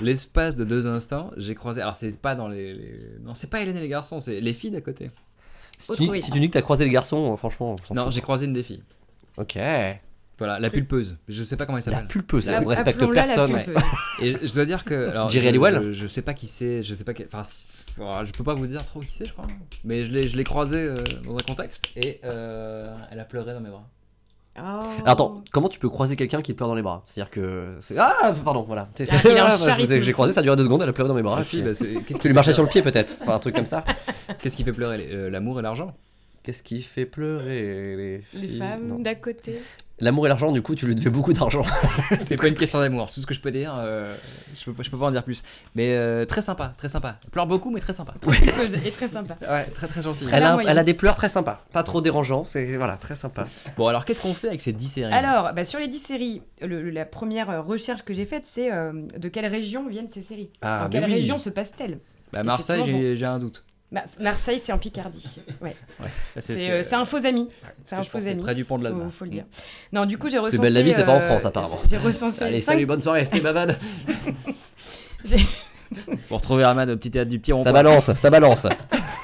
S3: L'espace de deux instants, j'ai croisé. Alors, c'est pas dans les. les- Non, c'est pas Hélène et les garçons, c'est les filles d'à côté.
S4: Si tu,
S5: Autre
S4: si tu dis que t'as croisé les garçons, euh, franchement. on s'en
S3: Non,
S4: fout.
S3: j'ai croisé une des filles.
S4: Ok. La
S3: Voilà, la pulpeuse. Je sais pas comment elle s'appelle.
S4: pulpeuse, ça
S5: App-
S4: ne respecte
S5: appelons-la la
S4: personne.
S5: pulpeuse.
S3: Et je dois dire que. Alors,
S4: Jerry
S3: je,
S4: Halliwell
S3: je, je sais pas qui c'est, je sais pas. quel- Enfin, si- alors, je peux pas vous dire trop qui c'est, je crois. Mais je l'ai, je l'ai croisée euh, dans un contexte et euh, elle a pleuré dans mes bras.
S5: Oh.
S4: Alors, Attends, comment tu peux croiser quelqu'un qui te pleure dans les bras C'est-à-dire que. c'est- Ah, pardon, voilà. C'est- c'est-
S5: Il a un
S4: Ah, bah, je
S5: charisme
S4: vous ai- J'ai
S5: fou.
S4: croisé, ça a duré deux secondes, elle a pleuré dans mes bras.
S3: Ah, si,
S4: puis-
S3: bah, c'est- qu'est-ce,
S4: Tu
S3: qui
S4: lui
S3: fait
S4: marchais sur
S3: pleurer-
S4: le pied peut-être, enfin un truc comme ça.
S3: qu'est-ce qui fait pleurer les- euh, L'amour et l'argent
S4: Qu'est-ce qui fait pleurer les,
S5: Les
S4: filles Non.
S5: femmes d'à côté.
S4: L'amour et l'argent, du coup, tu lui devais beaucoup d'argent.
S3: C'était pas une question d'amour, tout ce que je peux dire, euh, je, peux, pas- je peux pas en dire plus. Mais euh, très sympa, très sympa. Elle pleure beaucoup, mais très sympa.
S5: Pulpeuse est très sympa.
S3: Ouais, très très gentil.
S4: Elle a,
S5: Larmoyante.
S4: elle a des pleurs très sympas, pas trop dérangeants, c'est voilà, très sympa.
S3: Bon, alors qu'est-ce qu'on fait avec ces 10 séries
S5: Alors, bah, sur les 10 séries, le- le- la première euh, recherche que j'ai faite, c'est euh, de quelle région viennent ces séries
S4: Ah,
S5: Dans
S4: mais
S5: quelle
S4: oui.
S5: région se passe-t-elle
S3: bah, Marseille,
S5: effectivement,
S3: j'ai, j'ai un doute.
S5: Bah, Marseille, c'est en Picardie. Ouais.
S3: Ça,
S5: C'est
S3: ce que-
S5: euh, c'est un faux ami. C'est
S3: ce que
S5: un
S3: je pense,
S5: faux
S3: c'est
S5: ami.
S3: près du Mm. pont de l'Alma.
S5: Faut, faut le dire. Non, du coup, j'ai recensé.
S4: belle la vie, c'est pas en France, apparemment.
S5: J'ai recensé.
S4: Allez,
S5: cinq-
S4: salut, bonne soirée, c'était ma vanne.
S3: Vous retrouvez Herman au petit théâtre du petit
S4: Ça
S3: rond-point.
S4: balance, ça balance.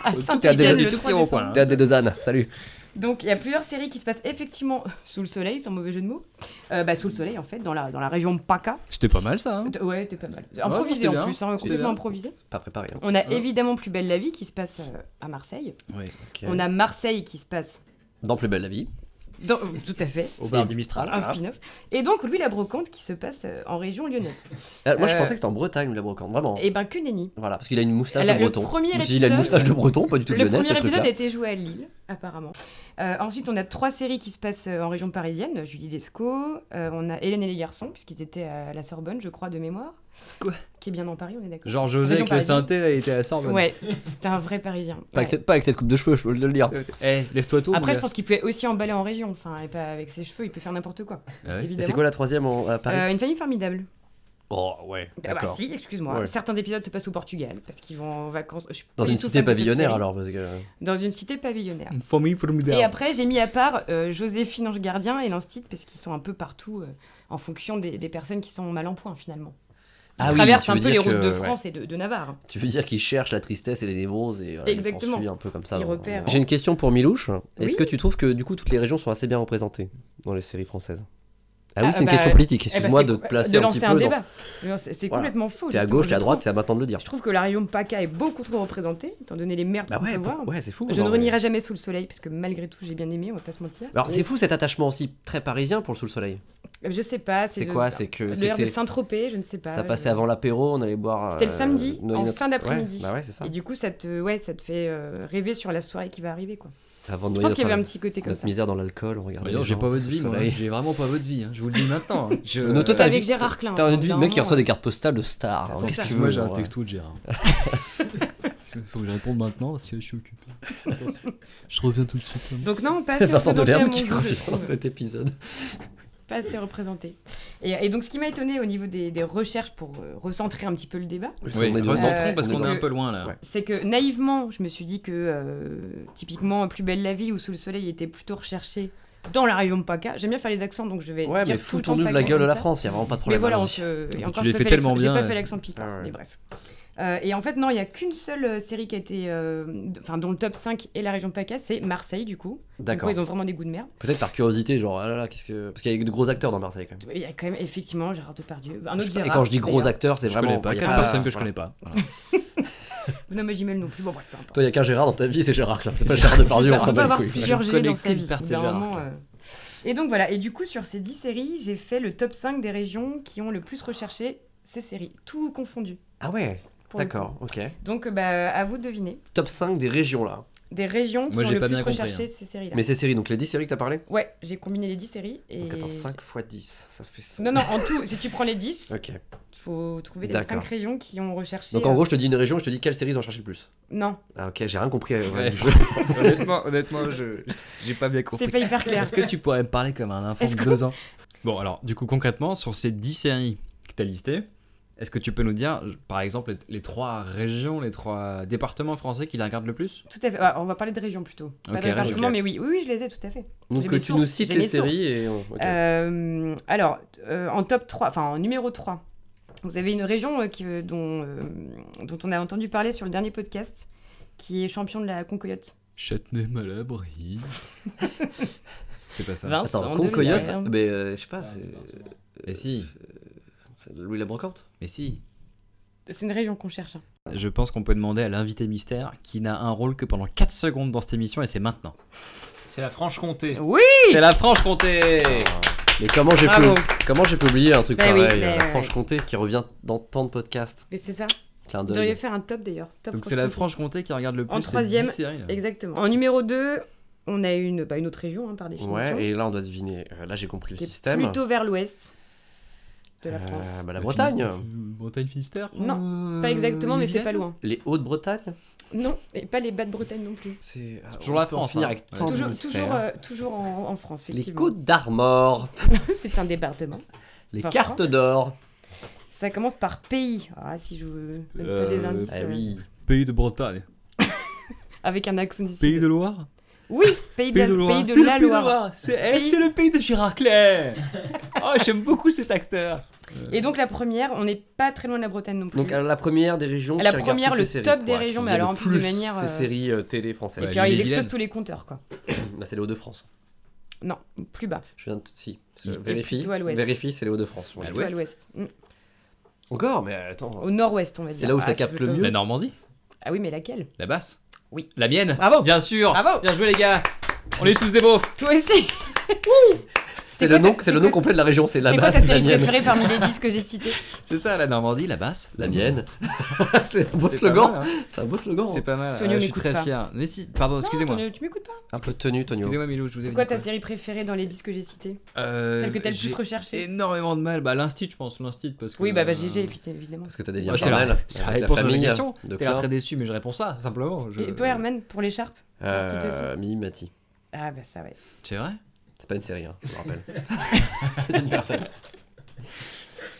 S5: à
S4: tout
S5: cinq
S4: est à
S5: Picardie
S4: zéro,
S5: le
S3: du tout
S5: 3
S3: est au hein. point,
S5: décembre.
S4: Théâtre des deux ânes, salut.
S5: Donc, il y a plusieurs séries qui se passent effectivement sous le soleil, sans mauvais jeu de mots. Euh, bah, sous le soleil, en fait, dans la, dans la région PACA.
S3: C'était pas mal ça. Hein
S5: Ouais, t'es pas mal.
S3: c'était
S5: Improvisé
S3: bien,
S5: en plus, hein,
S3: c'était
S5: complètement
S3: bien.
S5: improvisé.
S4: Pas préparé. hein.
S5: On a
S3: Ouais.
S5: évidemment Plus belle la vie qui se passe euh, à Marseille.
S3: Ouais.
S5: On a Marseille qui se passe
S4: Dans Plus belle la vie.
S5: dans... euh, tout à fait.
S3: Au bar du Mistral.
S5: Un spin-off. Et donc Louis la brocante qui se passe euh, en région lyonnaise.
S4: Euh, moi, je
S5: Euh,
S4: pensais que c'était en Bretagne la brocante, vraiment.
S5: Et ben que nenni.
S4: Voilà, parce qu'il a une moustache
S5: Elle a-
S4: de
S5: le
S4: breton.
S5: premier
S4: Je me suis dit, il a une
S5: épisode-
S4: moustache de breton, pas du tout
S5: Le
S4: lyonnaise,
S5: premier
S4: ce truc-là.
S5: épisode a été joué à Lille, apparemment. Euh, ensuite, on a trois séries qui se passent euh, en région parisienne. Julie Lescaut, euh, on a Hélène et les garçons, puisqu'ils étaient à la Sorbonne, je crois, de mémoire.
S3: Quoi
S5: Qui est bien en Paris, on est d'accord.
S3: Genre José
S5: Région
S3: avec le
S5: parisienne.
S3: synthé, là, il était à la Sorbonne.
S5: Ouais, c'était un vrai Parisien.
S4: Pas,
S5: Ouais.
S4: avec cette, euh, pas avec cette coupe de cheveux, je peux le
S5: Euh,
S4: dire.
S3: Eh, lève-toi tôt.
S5: Après, je pense qu'il pouvait aussi emballer en région, enfin, et pas avec ses cheveux, il peut faire n'importe quoi.
S4: Et
S5: évidemment.
S4: c'est quoi la troisième en- à Paris
S5: Euh, une famille formidable.
S4: Oh, ouais.
S5: Ah bah
S4: D'accord.
S5: si, excuse-moi.
S4: Ouais.
S5: Certains épisodes se passent au Portugal parce qu'ils vont en vacances. Je suis
S4: Dans
S5: pas
S4: une
S5: du tout
S4: cité
S5: fan de cette
S4: pavillonnaire,
S5: série.
S4: alors, parce
S5: Ah
S4: que.
S5: Dans une cité pavillonnaire.
S3: Une famille formidable.
S5: Et après, j'ai mis à part euh, Joséphine Ange Gardien et l'Instit parce qu'ils sont un peu partout euh, en fonction des, des personnes qui sont mal en point finalement. Ils
S4: Ah oui,
S5: traversent
S4: tu veux
S5: un peu les
S4: dire
S5: routes
S4: que-
S5: de
S4: ouais.
S5: France et de, de Navarre.
S4: Tu veux dire qu'il cherche la tristesse et les névroses et voilà, il
S5: Exactement.
S4: poursuit un peu comme ça.
S5: Il
S4: dans-
S5: repère.
S4: J'ai une question pour Milouche. Est-ce
S5: Oui.
S4: que tu trouves que du coup toutes les régions sont assez bien représentées dans les séries françaises Ah oui,
S5: Ah,
S4: c'est une
S5: bah,
S4: question politique.
S5: Eh ben,
S4: Excuse-moi
S5: c'est-
S4: de te placer
S5: de
S4: un
S5: lancer
S4: petit peu.
S5: un
S4: dans-
S5: débat. Non, C'est c'est
S4: Voilà.
S5: complètement faux.
S4: T'es à
S5: justement,
S4: gauche,
S5: je
S4: t'es à droite,
S5: trouve.
S4: c'est à maintenant de le dire.
S5: Je trouve que la région PACA est beaucoup trop représentée, étant donné les merdes
S4: Bah
S5: qu'on
S4: ouais,
S5: peut voir.
S4: pour- ouais, c'est fou.
S5: Je
S4: genre,
S5: ne
S4: mais- Bah.
S5: renierai jamais sous le soleil parce que malgré tout, j'ai bien aimé, on va pas se mentir.
S4: Alors c'est
S5: Et-
S4: fou cet attachement aussi très parisien pour le sous le soleil.
S5: Je sais pas.
S4: C'est
S5: de-
S4: quoi C'est que
S5: L'air de
S4: Euh, c'était
S5: Saint-Tropez, je ne sais pas.
S4: ça passait
S5: Euh,
S4: avant l'apéro, on allait boire.
S5: C'était le samedi,
S4: Noël
S5: en
S4: Notre-
S5: fin d'après-midi.
S4: Ouais, Bah ouais, c'est ça.
S5: Et du coup, ça te, ouais, ça te fait euh, rêver sur la soirée qui va arriver. Quoi.
S4: Avant de
S5: Je
S4: noyer
S5: pense qu'il y
S4: notre-
S5: avait un petit côté comme
S4: notre
S5: ça.
S4: misère dans l'alcool, on regardait.
S3: Bah non,
S4: les
S3: j'ai
S4: gens
S3: pas votre
S4: sous
S3: vie,
S4: le
S3: moi.
S4: soleil.
S3: J'ai vraiment pas votre vie. hein. Je vous le dis maintenant. hein. Je...
S4: Non, toi, t'as-
S5: Avec Gérard Klein.
S4: T'as une vie de
S5: enfin,
S4: mec qui
S5: vraiment,
S4: reçoit des cartes postales de stars. hein,
S5: C'est
S4: qu'est-ce
S5: ça.
S4: que tu
S3: Moi,
S4: veux,
S3: j'ai un
S4: genre, ouais.
S3: texto de Gérard. Faut que je réponde maintenant parce que je suis occupé. Je reviens tout de suite.
S5: euh, Donc non, pas assez
S4: Vincent
S5: représenté à
S4: Delerme
S5: mon
S4: qui
S5: goût, je
S4: revient dans
S5: trouve.
S4: cet épisode.
S5: Pas assez représenté. Et, et donc, ce qui m'a étonné au niveau des, des recherches pour euh, recentrer un petit peu le débat,
S3: Oui,
S4: On est dans-
S3: recentrons
S5: Euh,
S3: parce qu'on est
S5: donc,
S3: un peu loin là.
S4: Ouais.
S5: c'est que naïvement, je me suis dit que euh, typiquement Plus belle la vie ou Sous le soleil était plutôt recherché dans la région PACA. J'aime bien faire les accents, donc je vais
S4: Ouais,
S5: dire
S4: mais
S5: tout le
S4: foutons-nous
S5: temps
S4: de la
S5: PACA
S4: gueule à
S5: comme
S4: la Ah,
S5: ça.
S4: France, il y a vraiment pas de
S5: Mais
S4: problème.
S5: voilà, on
S4: allons-y.
S5: se... et
S3: tu
S5: encore,
S3: les
S5: je te
S3: fais
S5: fais
S3: tellement
S5: l'accent- J'ai
S3: bien,
S5: pas
S3: ouais.
S5: fait l'accent pipard,
S4: Ah ouais.
S5: mais bref. Euh, et en fait, non, il n'y a qu'une seule euh, série qui a été. euh, d- Enfin, dont le top 5 est la région PACA, c'est Marseille, du coup. Donc,
S4: D'accord.
S5: ouais, ils ont vraiment des goûts de merde.
S4: Peut-être par curiosité, genre, ah là là, qu'est-ce que. Parce qu'il y a de gros acteurs dans Marseille quand même.
S5: Il y a quand même, effectivement, Gérard Depardieu. Un autre
S4: Je- Et
S5: Gérard,
S4: quand je dis gros
S5: d'ailleurs.
S4: acteurs, c'est
S3: Je
S4: vraiment.
S3: connais pas.
S4: il y a
S3: Quelle
S4: pas-
S3: personne que je connais pas. Voilà.
S5: Non, mais Jimel non plus. Bon, bref, peu importe.
S4: Toi, il y a qu'un Gérard dans ta vie, c'est Gérard là. C'est pas Gérard Depardieu,
S5: C'est
S4: on
S5: ça,
S4: s'en
S5: on peut
S4: bat
S5: avoir
S4: les couilles.
S5: plusieurs
S3: Je
S5: G
S3: connais
S5: dans sa
S3: qu'une
S5: vie.
S3: partie de
S5: D'un
S3: Gérard,
S5: moment,
S3: quoi.
S5: euh, Et donc voilà, et du coup sur ces 10 séries, j'ai fait le top 5 des régions qui ont le plus recherché ces séries, tout confondu.
S4: Ah ouais,
S5: pour le
S4: d'accord, ok.
S5: coup. Donc bah, à vous de deviner.
S4: Top 5 des régions là.
S5: des régions qui
S3: Moi,
S5: ont
S3: j'ai
S5: le
S3: pas
S5: plus
S3: bien compris,
S5: recherché
S3: hein.
S5: ces séries-là.
S4: Mais ces séries, donc les 10 séries que t'as parlé
S5: Ouais, j'ai combiné les 10 séries. Et...
S4: Donc attends, 5 x 10, ça fait 5.
S5: Non, non, en tout, si tu prends les 10,
S4: Ok.
S5: faut trouver les
S4: D'accord.
S5: 5 régions qui ont recherché.
S4: Donc en
S5: euh,
S4: gros, je te dis une région et je te dis quelle série ils ont cherché le plus.
S5: Non,
S4: Ah ok, j'ai rien compris. euh,
S3: Ouais.
S4: du jeu.
S3: honnêtement, honnêtement, je j'ai pas bien compris.
S5: c'est pas hyper clair.
S7: Est-ce que tu pourrais me parler comme un enfant
S5: Est-ce
S7: de
S5: que-
S7: 2 ans
S3: Bon, alors, du coup, concrètement, sur ces 10 séries que tu as listées, est-ce que tu peux nous dire, par exemple, les, les trois régions, les trois départements français qui la regardent le plus
S5: Tout à fait. Ouais, on va parler de régions plutôt. Pas
S3: Ok,
S5: de départements,
S3: ok.
S5: mais oui, oui, oui, je les ai tout à fait.
S4: Donc
S5: J'ai
S4: euh,
S5: mes
S4: tu
S5: sources,
S4: nous cites
S5: j'ai
S4: les
S5: mes sources.
S4: séries et on... ok.
S5: Euh, alors, euh, en top 3, enfin en numéro 3, vous avez une région euh, qui, euh, dont, euh, dont on a entendu parler sur le dernier podcast, qui est champion de la Concoyote.
S3: Châtenay-Malabry. C'était pas ça.
S5: Vince,
S4: Attends,
S5: en
S4: Con
S5: 2000,
S4: Coyote,
S5: hein.
S4: mais euh, je sais pas, c'est... euh,
S3: Mais si,
S4: c'est Louis la Brocante
S3: mais si.
S5: C'est une région qu'on cherche. hein.
S3: Je pense qu'on peut demander à l'invité mystère qui n'a un rôle que pendant 4 secondes dans cette émission et c'est maintenant.
S8: C'est la Franche-Comté.
S5: Oui, Ah,
S3: C'est la Franche-Comté
S4: Mais comment j'ai pu,
S5: Bravo.
S4: comment j'ai pu oublier un truc
S5: Bah oui,
S4: pareil
S5: mais
S4: euh, La
S5: ouais.
S4: Franche-Comté qui revient dans tant de podcasts.
S5: mais c'est ça.
S4: Clin
S5: Vous devriez
S4: d'œil.
S5: faire un top d'ailleurs. Top
S3: Donc c'est la
S5: Franche-Comté.
S3: Franche-Comté qui regarde le plus
S5: En
S3: ces
S5: troisième,
S3: 10 séries, là.
S5: Exactement. En numéro 2, on a une, bah, une autre région hein, par définition.
S4: Ouais, et là on doit deviner. Euh, là j'ai compris le
S5: qui est
S4: système.
S5: plutôt vers l'ouest de la
S4: Euh,
S5: France.
S4: bah, la
S3: Le
S4: Bretagne.
S3: Finistère- Bretagne Finistère
S5: Non, Pas exactement, mais c'est pas loin.
S4: Les Hauts-de-Bretagne
S5: Non, et pas les bas de Bretagne non plus.
S4: C'est ah,
S3: Toujours
S4: on
S3: la
S4: peut en
S3: France,
S4: finir
S3: hein.
S4: avec
S3: Ouais.
S4: tant de
S5: Toujours,
S4: mystères.
S5: toujours, euh, toujours en, en France,
S4: Les
S5: effectivement.
S4: Côtes d'Armor,
S5: C'est un département.
S4: les
S5: Enfin,
S4: cartes d'or.
S5: Ça commence par pays. Ah, si je vous donne pas des
S3: Euh,
S5: indices.
S4: Ah
S5: euh,
S4: oui.
S3: Pays de Bretagne.
S5: Avec un accent du sud.
S3: Pays de Loire
S5: Oui, pays de, la- pays de la Loire. eh, Pays- c'est
S3: le pays de Giraclet Oh, j'aime beaucoup cet acteur
S5: Et donc la première, on n'est pas très loin de la Bretagne non plus.
S4: Donc ah, à la première des régions.
S5: À la
S4: qui regarde
S5: première,
S4: toutes
S5: le
S4: ces séries,
S5: top des
S4: quoi,
S5: régions,
S4: qui
S5: mais
S4: aime
S5: alors
S4: le
S5: en plus de
S4: plus
S5: manière,
S4: Ces
S5: euh,
S4: séries euh, télé
S5: Et
S4: françaises.
S5: puis
S3: Ouais,
S5: alors, ils
S3: Ille-et-Vilaine.
S5: explosent tous les compteurs, quoi.
S4: Bah, c'est les Hauts-de-France.
S5: Non, plus bas,
S4: Je viens de... Si.
S3: Il est
S4: Vérifie.
S5: plutôt à l'ouest.
S4: Vérifie, c'est les Hauts-de-France.
S3: À
S5: plutôt à l'ouest. Mm.
S4: Encore, mais attends.
S5: Au nord-ouest, on va dire.
S4: C'est là où
S5: Ah,
S4: ça
S5: si
S4: capte
S5: je peux
S4: le
S5: pas-
S4: mieux.
S3: La Normandie
S5: Ah oui, mais laquelle
S3: La basse
S5: Oui.
S3: La mienne
S5: Bravo.
S3: Bien sûr
S5: Bravo.
S3: Bien joué les gars On est tous des beaufs
S5: Toi aussi
S4: C'est le
S5: quoi ta-
S4: nom, c'est le
S5: quoi-
S4: nom complet de la région. C'est la
S5: C'est quoi
S4: base,
S5: ta
S4: c'est la
S5: série
S4: mienne.
S5: préférée parmi les 10 que j'ai citées
S3: C'est ça la Normandie, la basse
S8: Mmh.
S4: La mienne. c'est un beau
S3: C'est pas
S4: slogan.
S3: mal, hein.
S4: C'est un beau slogan.
S3: C'est pas mal,
S5: Tonio
S3: Ah, je suis
S5: n'écoute
S3: très
S5: pas.
S3: fier. Mais si, pardon, excusez-moi.
S5: Antonio, Tu m'écoutes pas
S4: Un peu tenu, Tonio.
S3: Excusez-moi Milo, je vous ai Euh,
S5: C'est quoi ta série préférée dans les 10 que j'ai citées
S4: Euh,
S5: Celle que t'as le plus recherchée
S3: Énormément de mal, bah l'instit je pense, l'instit parce que...
S5: Oui, bah, bah
S3: euh,
S5: GG, évité, évidemment.
S4: Parce que t'as des liens
S3: Ouais, c'est la,
S4: charnels
S3: c'est la
S4: avec la
S3: réponse à la
S4: famille,
S3: question.
S4: de
S3: T'es là
S4: Claire.
S3: très déçu, mais je réponds ça, simplement. Je-
S5: Et toi, Herman, pour l'écharpe
S4: Euh, Mimi Mati.
S5: Ah bah ça, ouais.
S3: C'est vrai
S4: C'est pas une série, hein, je me rappelle. c'est une personne.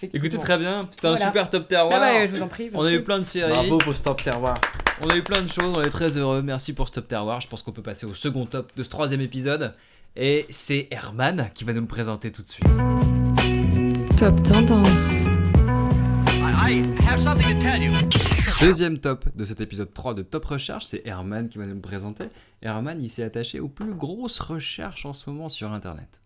S3: Écoutez
S5: Effectivement.
S3: très bien, c'était un
S5: Voilà.
S3: super top terroir.
S5: Ah bah, je vous en prie.
S3: On a eu plein de séries,
S4: Bravo pour ce top terroir.
S3: on a eu plein de choses, on est très heureux. Merci pour ce top terroir. Je pense qu'on peut passer au second top de ce troisième épisode. Et c'est Herman qui va nous le présenter tout de suite.
S9: Top tendance.
S3: Deuxième top de cet épisode 3 de Top Recherche, c'est Herman qui va nous le présenter. Herman, il s'est attaché aux plus grosses recherches en ce moment sur Internet.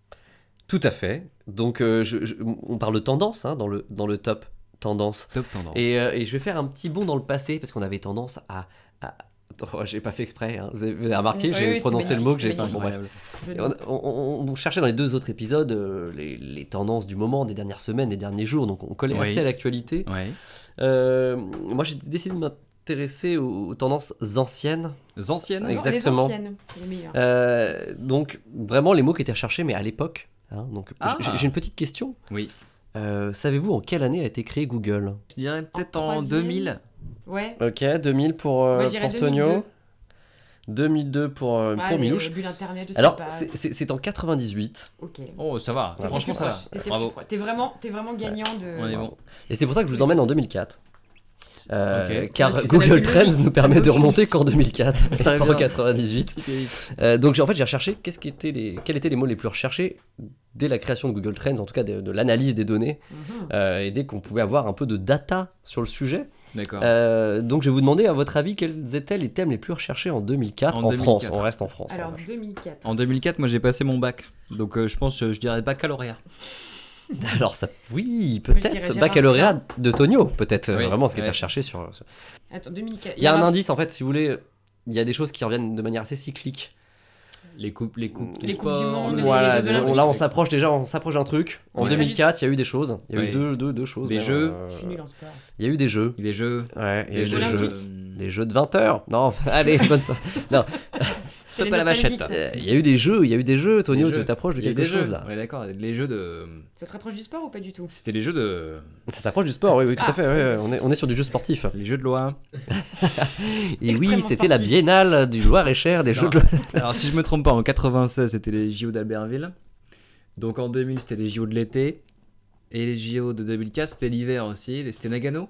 S4: Tout à fait. Donc, euh, je- je- on parle de tendance hein, dans, le, dans le top tendance.
S3: Top tendance.
S4: Et, euh, et je vais faire un petit bond dans le passé parce qu'on avait tendance à. à... Attends, j'ai pas fait exprès. hein. Vous avez vous avez remarqué,
S5: Oui,
S4: j'ai
S5: oui, c'est
S4: prononcé le
S5: magnifique,
S4: mot que
S5: c'est
S4: j'ai fait. Bon, bref.
S3: Incroyable.
S5: Je-
S4: Et On, on- on- on cherchait dans les deux autres épisodes euh, les, les tendances du moment, des dernières semaines, des derniers jours, donc on collait
S3: Oui.
S4: assez à l'actualité.
S3: Ouais.
S4: Euh, moi j'ai décidé de m'intéresser aux, aux tendances anciennes,
S3: Les anciennes
S5: Non,
S4: exactement.
S5: Les anciennes, les meilleures.
S4: Euh, donc vraiment les mots qui étaient recherchés, mais à l'époque. hein. donc
S3: Ah.
S4: j'ai- j'ai une petite question.
S3: Oui.
S4: Euh, Savez-vous en quelle année a été créé Google
S3: Je dirais peut-être
S5: En
S3: en,
S5: troisième.
S3: 2000.
S5: Ouais.
S4: Ok, 2000 pour,
S5: Moi, je dirais pour Tonio. 2002.
S4: 2002 pour,
S5: Ah, les- les bulles internet, je sais
S4: Alors
S5: pas.
S4: c'est- c'est c'est en 98.
S5: Ok.
S3: Oh, ça va.
S5: T'étais
S3: Franchement,
S5: plus
S3: ça
S5: proche,
S3: va.
S5: t'étais
S3: Bravo.
S5: plus proche. T'es vraiment, t'es vraiment gagnant de.
S3: On est bon.
S4: Et c'est pour ça que je vous emmène en 2004. Euh,
S3: Ok.
S4: Car
S5: Tu sais, la
S4: Google
S5: technologie,
S4: Trends nous permet de
S5: technologie.
S4: remonter qu'en 2004,
S3: Très
S4: pas en
S3: bien.
S4: 98. Euh, donc j'ai- en fait j'ai recherché qu'est-ce qui était les, quels étaient les mots les plus recherchés dès la création de Google Trends, en tout cas de, de l'analyse des données,
S5: Mhm.
S4: euh, et dès qu'on pouvait avoir un peu de data sur le sujet.
S3: D'accord.
S4: Euh, donc je vais vous demander à votre avis quels étaient les thèmes les plus recherchés en 2004
S3: En
S4: en,
S3: 2004.
S4: France. On reste en France. hein.
S5: Alors
S4: on reste.
S5: 2004.
S3: En 2004, moi j'ai passé mon bac. Donc euh, je pense, euh, je dirais baccalauréat.
S4: Alors ça, oui,
S5: dirais
S4: peut-être
S5: Gérard
S4: baccalauréat de Tonio, peut-être euh,
S3: Oui,
S4: vraiment ce qui était
S3: ouais.
S4: recherché sur,
S5: Attends 2004.
S4: Il y a un indice en fait, si vous voulez, il y a des choses qui reviennent de manière assez cyclique.
S3: Les coupes, les coupes,
S5: Les coupes du monde, les-
S4: Voilà,
S5: les Jeux Olympiques.
S4: on- là on s'approche déjà, on s'approche d'un truc. En
S3: Ouais.
S4: 2004, il y a eu des choses, il y a
S3: Oui.
S4: eu deux, deux, deux choses.
S3: Des
S4: même,
S3: jeux.
S4: euh,
S5: Je suis nul en sport.
S4: Il y a eu des jeux.
S3: Les jeux.
S4: Ouais, il y a eu
S5: jeux
S4: des jeux.
S5: Olympiques.
S3: euh,
S4: les jeux de 20 heures. Non, allez, bonne soirée. Non,
S5: C'était
S3: Top
S5: les
S3: à la
S5: nostalgiques,
S3: vachette.
S5: ça.
S4: il y a eu des jeux, il y a eu des jeux, Tonio,
S3: Les jeux.
S4: tu t'approches de
S3: Il y a eu
S4: quelque
S3: des
S4: chose
S3: jeux.
S4: là.
S3: Ouais, d'accord. Les jeux de.
S5: Ça se rapproche du sport ou pas du tout
S3: C'était les jeux de.
S4: Ça s'approche du sport, oui, oui, tout
S3: Ah.
S4: à fait. ouais, ouais, on, est, on est sur du jeu sportif.
S3: Les jeux de loi.
S4: Et oui,
S5: Extrêmement
S4: c'était la
S5: sportif.
S4: biennale du Loir-et-Cher des
S3: Non.
S4: jeux de
S3: Alors, si je me trompe pas, en 96, c'était les JO d'Albertville. Donc, en 2000, c'était les JO de l'été. Et les JO de 2004, c'était l'hiver aussi. Et C'était Nagano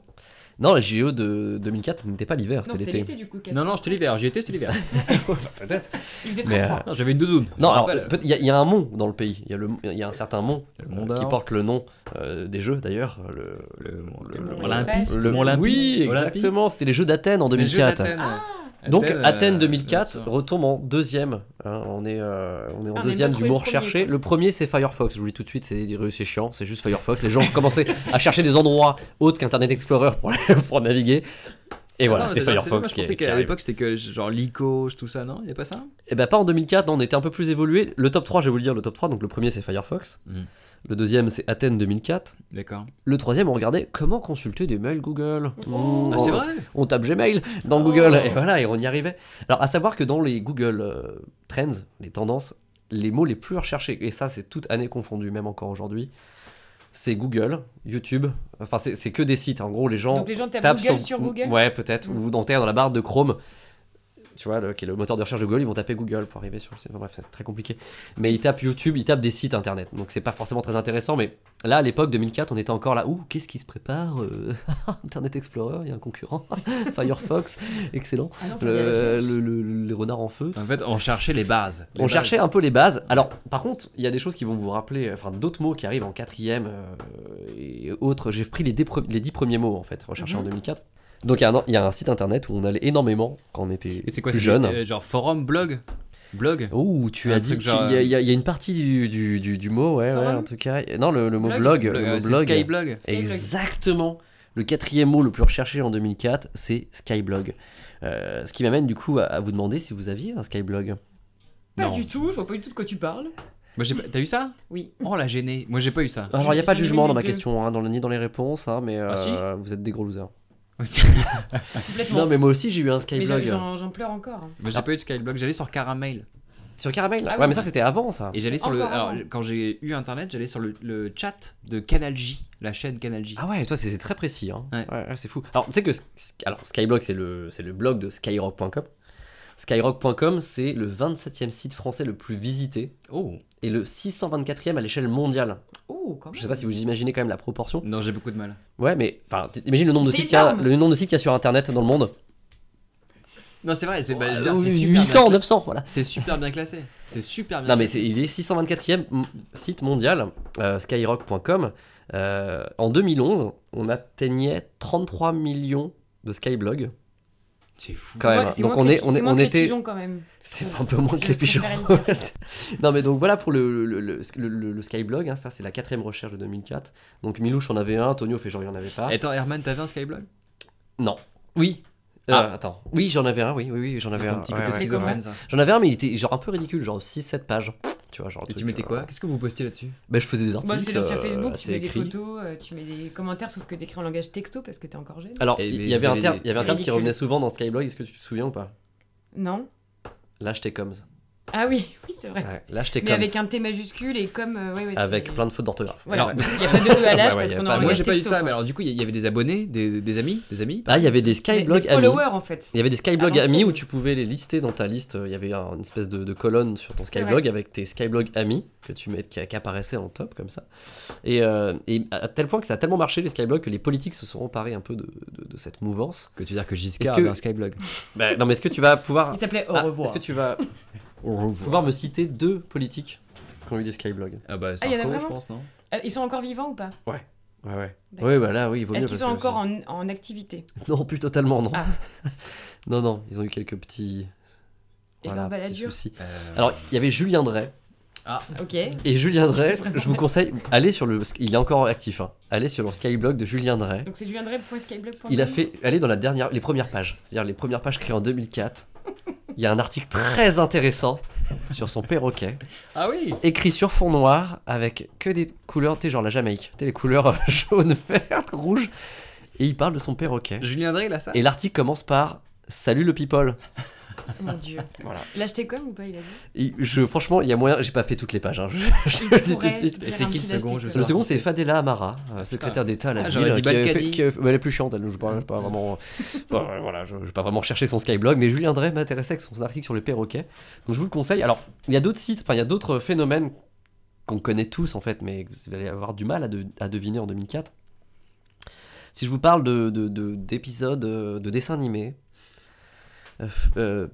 S4: Non, les JO de 2004 n'était pas l'hiver,
S5: Non,
S4: c'était
S5: c'était
S4: l'été.
S5: l'été du coup. quatre-
S3: Non, non, c'était l'hiver. J'y étais, c'était l'hiver.
S5: Il faisait
S4: Mais, euh,
S5: très froid.
S3: Non, J'avais une doudoune.
S4: Non,
S3: Je me
S4: alors,
S3: rappelle.
S4: peut- il y, a- il y a un mont dans le pays. Il y, a le- il y a un certain mont,
S3: Il y a le mont
S4: euh, qui
S3: d'Or.
S4: porte le nom euh, des Jeux d'ailleurs. Le,
S3: le, le,
S5: Le Mont
S3: Olympique.
S5: Everest.
S3: Mont Olympique.
S4: Oui,
S3: Olympique.
S4: exactement. C'était les Jeux d'Athènes en
S3: Les Jeux
S4: 2004.
S3: d'Athènes.
S4: Ah. Donc
S3: Athènes,
S4: Athènes,
S3: euh, bien
S4: 2004
S3: sûr.
S4: retombe en deuxième. hein. on, est, euh, on est en
S5: Ah, mais
S4: deuxième
S5: moi,
S4: du
S5: je
S4: mot
S5: trouvais le premier,
S4: recherché.
S5: quoi.
S4: Le premier, c'est Firefox. Je vous le dis tout de suite, c'est c'est chiant, c'est juste Firefox. Les gens commençaient à chercher des endroits autres qu'Internet Explorer pour, pour naviguer. Et voilà,
S3: Ah non,
S4: c'était
S3: c'est- c'est- moi,
S4: Firefox
S3: Je
S4: qui,
S3: pensais
S4: qui
S3: qu'à
S4: arrive.
S3: l'époque, c'était que genre l'ICO, tout ça, non Il n'y a pas ça
S4: Et bah pas en 2004, non, on était un peu plus évolué. Le top 3, je vais vous le dire, le top 3, donc le premier c'est Firefox,
S3: Mm.
S4: le deuxième c'est Athènes 2004,
S3: D'accord.
S4: le troisième on regardait comment consulter des mails Google. Mm,
S3: Ah, c'est
S4: on-
S3: vrai
S4: On tape Gmail dans
S3: Oh.
S4: Google et voilà, et on y arrivait. Alors à savoir que dans les Google euh, Trends, les tendances, les mots les plus recherchés, et ça c'est toute année confondue, même encore aujourd'hui, c'est Google, YouTube, enfin c'est c'est que des sites, en gros les gens
S5: Donc les gens tapent
S4: euh, tape
S5: Google sur Google
S4: Ouais, peut-être.
S5: Mm.
S4: Ou dans, dans la barre de Chrome. Tu vois, le- qui est le moteur de recherche de Google, ils vont taper Google pour arriver sur le site. Enfin, bref, c'est très compliqué. Mais ils tapent YouTube, ils tapent des sites internet. Donc c'est pas forcément très intéressant. Mais là, à l'époque 2004, on était encore là. Ouh, qu'est-ce qui se prépare Euh, Internet Explorer, il y a un concurrent. Firefox, excellent.
S5: Ah non, faut bien
S4: Le-
S5: chercher.
S4: le- le- le- les renards en feu.
S3: En fait, on cherchait les bases. Les
S4: On
S3: bases.
S4: cherchait un peu les bases. Alors, par contre, il y a des choses qui vont vous rappeler, enfin d'autres mots qui arrivent en quatrième euh, et autres. J'ai pris les, dé- pre- les dix premiers mots en fait, recherchés en
S5: Mhm.
S4: 2004. Donc il y, a un- il y a un site internet où on allait énormément quand on était
S3: Et c'est quoi
S4: plus
S3: c'est-
S4: jeune. Euh,
S3: euh, Genre forum, blog Blog
S4: Ouh, tu
S3: un
S4: as dit
S3: truc
S4: qu'il
S3: genre, euh,
S4: y, a- il y a il y a une partie du, du- du- du mot, ouais,
S5: Forum
S4: ouais, en tout cas. Non, le, le mot
S5: Blog
S4: blog.
S3: Blog,
S4: le mot
S3: euh, c'est
S4: blog.
S3: Skyblog.
S5: Skyblog.
S4: Exactement. Le quatrième mot le plus recherché en 2004, c'est Skyblog. Euh, ce qui m'amène du coup à, à vous demander si vous aviez un Skyblog.
S5: Pas
S3: Non.
S5: du tout, je vois pas du tout de quoi tu parles.
S3: Moi, j'ai pas- T'as eu ça
S5: Oui.
S3: Oh la gênée. Moi j'ai pas eu ça.
S4: Alors, il n'y a pas de
S5: J'ai- j'ai
S4: jugement dans ma
S5: mis les deux.
S4: question, hein, dans le- ni dans les réponses, hein, mais
S3: Ah, si.
S4: euh, vous êtes des gros losers.
S3: Moi
S5: Complètement.
S4: Non, mais moi aussi, j'ai eu un
S5: Mais
S4: Skyblog.
S5: j'en j'en pleure encore.
S3: j'ai pas eu de Skyblog. J'allais sur Caramel.
S4: Sur Caramel
S5: Ah
S4: Ouais,
S5: oui.
S4: mais ça, c'était avant, ça.
S3: Et j'allais sur le.
S5: Encore
S3: Alors
S5: avant.
S3: quand j'ai eu internet, j'allais sur le, le chat de Canal J, la chaîne Canal J.
S4: Ah ouais, toi, c'est c'est très précis. hein.
S3: Ouais.
S4: Ouais, ouais, c'est fou. Alors, tu sais que S- S- alors, Skyblog, c'est le, c'est le blog de skyrock.com. Skyrock.com, c'est le 27e site français le plus visité
S3: Oh
S4: et le 624e à l'échelle mondiale.
S5: Oh, quand même.
S4: Je sais pas si vous imaginez quand même la proportion.
S3: Non, j'ai beaucoup de mal.
S4: Ouais, mais enfin, t- imagine le nombre de
S5: C'est
S4: sites qu'il y a-
S5: énorme.
S4: le nombre de sites qu'il y a sur Internet dans le monde.
S3: Non, c'est
S4: Oh,
S3: vrai, c'est bah, je veux dire, c'est super bien
S4: 800,
S3: cla-
S4: 900, voilà.
S3: C'est super bien classé. C'est super bien
S4: Non mais
S3: classé.
S4: c'est- il est 624e m- site mondial, euh, skyrock.com. Euh, en 2011, on atteignait 33 millions de skyblogs.
S3: C'est fou.
S4: Quand même.
S5: Ouais, c'est
S4: Donc
S5: moins
S4: on
S5: que
S4: est,
S5: les-
S4: on est,
S5: c'est moins
S4: on
S5: que les
S4: était.
S5: pigeons, quand même.
S4: C'est un peu moins que
S5: Je
S4: les pigeons.
S5: préfère le dire.
S4: Ouais, c'est- non mais donc voilà pour le, le, le, le- le skyblog. hein, ça c'est la quatrième recherche de 2004. Donc Milouche en avait un, Tonio fait genre il y en avait pas.
S3: Attends, Herman, t'avais un Skyblog
S4: Non. Oui. Euh,
S3: Ah.
S4: Attends. Oui j'en avais un. Oui oui oui j'en avais
S3: C'est
S4: un.
S3: ton petit
S4: Ouais,
S3: côté
S4: ouais.
S3: schizophrène, ça.
S4: J'en avais un mais il était genre un peu ridicule, genre 6-7 pages. Tu vois genre.
S3: Et
S4: truc,
S3: tu mettais
S4: euh,
S3: quoi Qu'est-ce que vous postiez là-dessus
S4: Bah je faisais des articles.
S5: Moi, je suis sur
S4: euh,
S5: Facebook, tu
S4: assez
S5: mets des
S4: écrits.
S5: photos, euh, tu mets des commentaires, sauf que t'écris en langage texto parce que t'es encore jeune.
S4: Alors,
S3: Et
S4: il
S3: mais
S4: y avait
S3: vous
S4: un
S3: avez
S4: terme,
S3: des-
S4: il y avait un
S5: c'est
S4: terme qui
S5: ridicule.
S4: revenait souvent dans Skyblog, est-ce que tu te souviens ou pas
S5: Non
S4: Lâche tes coms.
S5: Ah oui, oui, c'est vrai.
S4: Ouais, lâche tes
S5: Mais
S4: coms.
S5: avec un T majuscule et comme. euh, ouais, ouais,
S4: Avec
S5: c'est-
S4: plein de fautes d'orthographe.
S5: Voilà.
S4: Ouais.
S5: Donc, Il n'y a pas de E à l'âge
S4: Ouais, ouais,
S5: parce
S4: y a
S5: qu'on
S4: pas-
S5: a
S4: Ah,
S3: Moi,
S5: langage
S3: j'ai pas eu
S5: texto,
S3: ça,
S5: quoi.
S3: mais alors du coup, il y- il y avait des abonnés, des, des amis, des amis.
S4: Ah, il y avait des
S5: Des-
S4: Skyblog
S5: des
S4: amis.
S5: followers, Ah, en fait.
S4: Il y avait des Skyblog
S5: À l'ancienne.
S4: amis où tu pouvais les lister dans ta liste. Il y avait un- une espèce de, de colonne sur ton Skyblog avec tes Skyblog amis que tu mets, qui, qui apparaissaient en top comme ça. Et, euh, et à tel point que ça a tellement marché les Skyblogs que les politiques se sont emparés un peu de, de- de cette mouvance.
S3: Que tu veux dire que Giscard
S4: Est-ce que-
S3: avait un Skyblog
S4: Bah, non, mais est-ce que tu vas pouvoir.
S5: Il s'appelait Au
S4: Ah,
S5: revoir.
S4: Est-ce que tu vas pouvoir me citer deux politiques qui ont eu des Skyblogs
S3: Ah bah,
S5: Ah, il y en a
S3: Sarko, je
S5: vraiment
S3: pense, non
S5: Euh, Ils sont encore vivants ou pas
S4: Ouais, ouais.
S5: D'accord.
S4: Oui, bah là, oui, il vaut mieux.
S5: Est-ce qu'ils
S4: parce
S5: sont
S4: que
S5: encore en, en activité
S4: Non, plus totalement, non.
S5: Ah.
S4: non, non, ils ont eu quelques petits,
S5: Et
S4: voilà,
S5: leur
S4: petits
S5: baladure
S4: soucis.
S3: Euh,
S4: Alors, il y avait Julien Drey.
S5: Ok.
S4: Et Julien Drey, je vous conseille, allez sur le. Il est encore actif, hein. Allez sur le Skyblog de Julien Drey.
S5: Donc c'est juliandrey.skyblog.com.
S4: Il a fait. Allez dans la dernière, les premières pages. C'est-à-dire les premières pages créées en 2004. Il y a un article très intéressant sur son perroquet,
S3: Ah oui
S4: écrit sur fond noir avec que des couleurs, tu sais, genre la Jamaïque, tu sais, les couleurs euh, jaune, vert, rouge. Et il parle de son perroquet.
S3: Julien Drey, là, ça
S4: Et l'article commence par Salut le people.
S5: Mon dieu.
S4: Voilà.
S5: L'acheter comme ou pas, il a dit
S4: Et je, franchement, il y a moyen. J'ai pas fait toutes les pages. hein, Je, je
S5: Il
S4: le dis tout de
S5: pourrait
S4: suite.
S5: dire
S3: Et c'est
S5: un
S3: qui le
S5: petit
S3: second,
S5: acheter
S3: je
S5: comme.
S4: Le second, c'est Fadela Amara, euh, secrétaire d'État à la
S3: Ah,
S4: ville,
S3: j'aurais dit
S4: qui avait
S3: Balkany.
S4: fait- qui avait fait- mais elle est plus chiante, elle, je ne pas vraiment, pas- euh, voilà, je, je vais pas vraiment chercher son Skyblog, mais Julien Drey m'intéressait avec son article sur le perroquet, donc je vous le conseille. Alors, il y a d'autres sites, enfin il y a d'autres phénomènes qu'on connaît tous en fait, mais que vous allez avoir du mal à, de- à deviner en 2004. Si je vous parle de- de- de- d'épisodes de, de, dessins animés, euh, f- euh,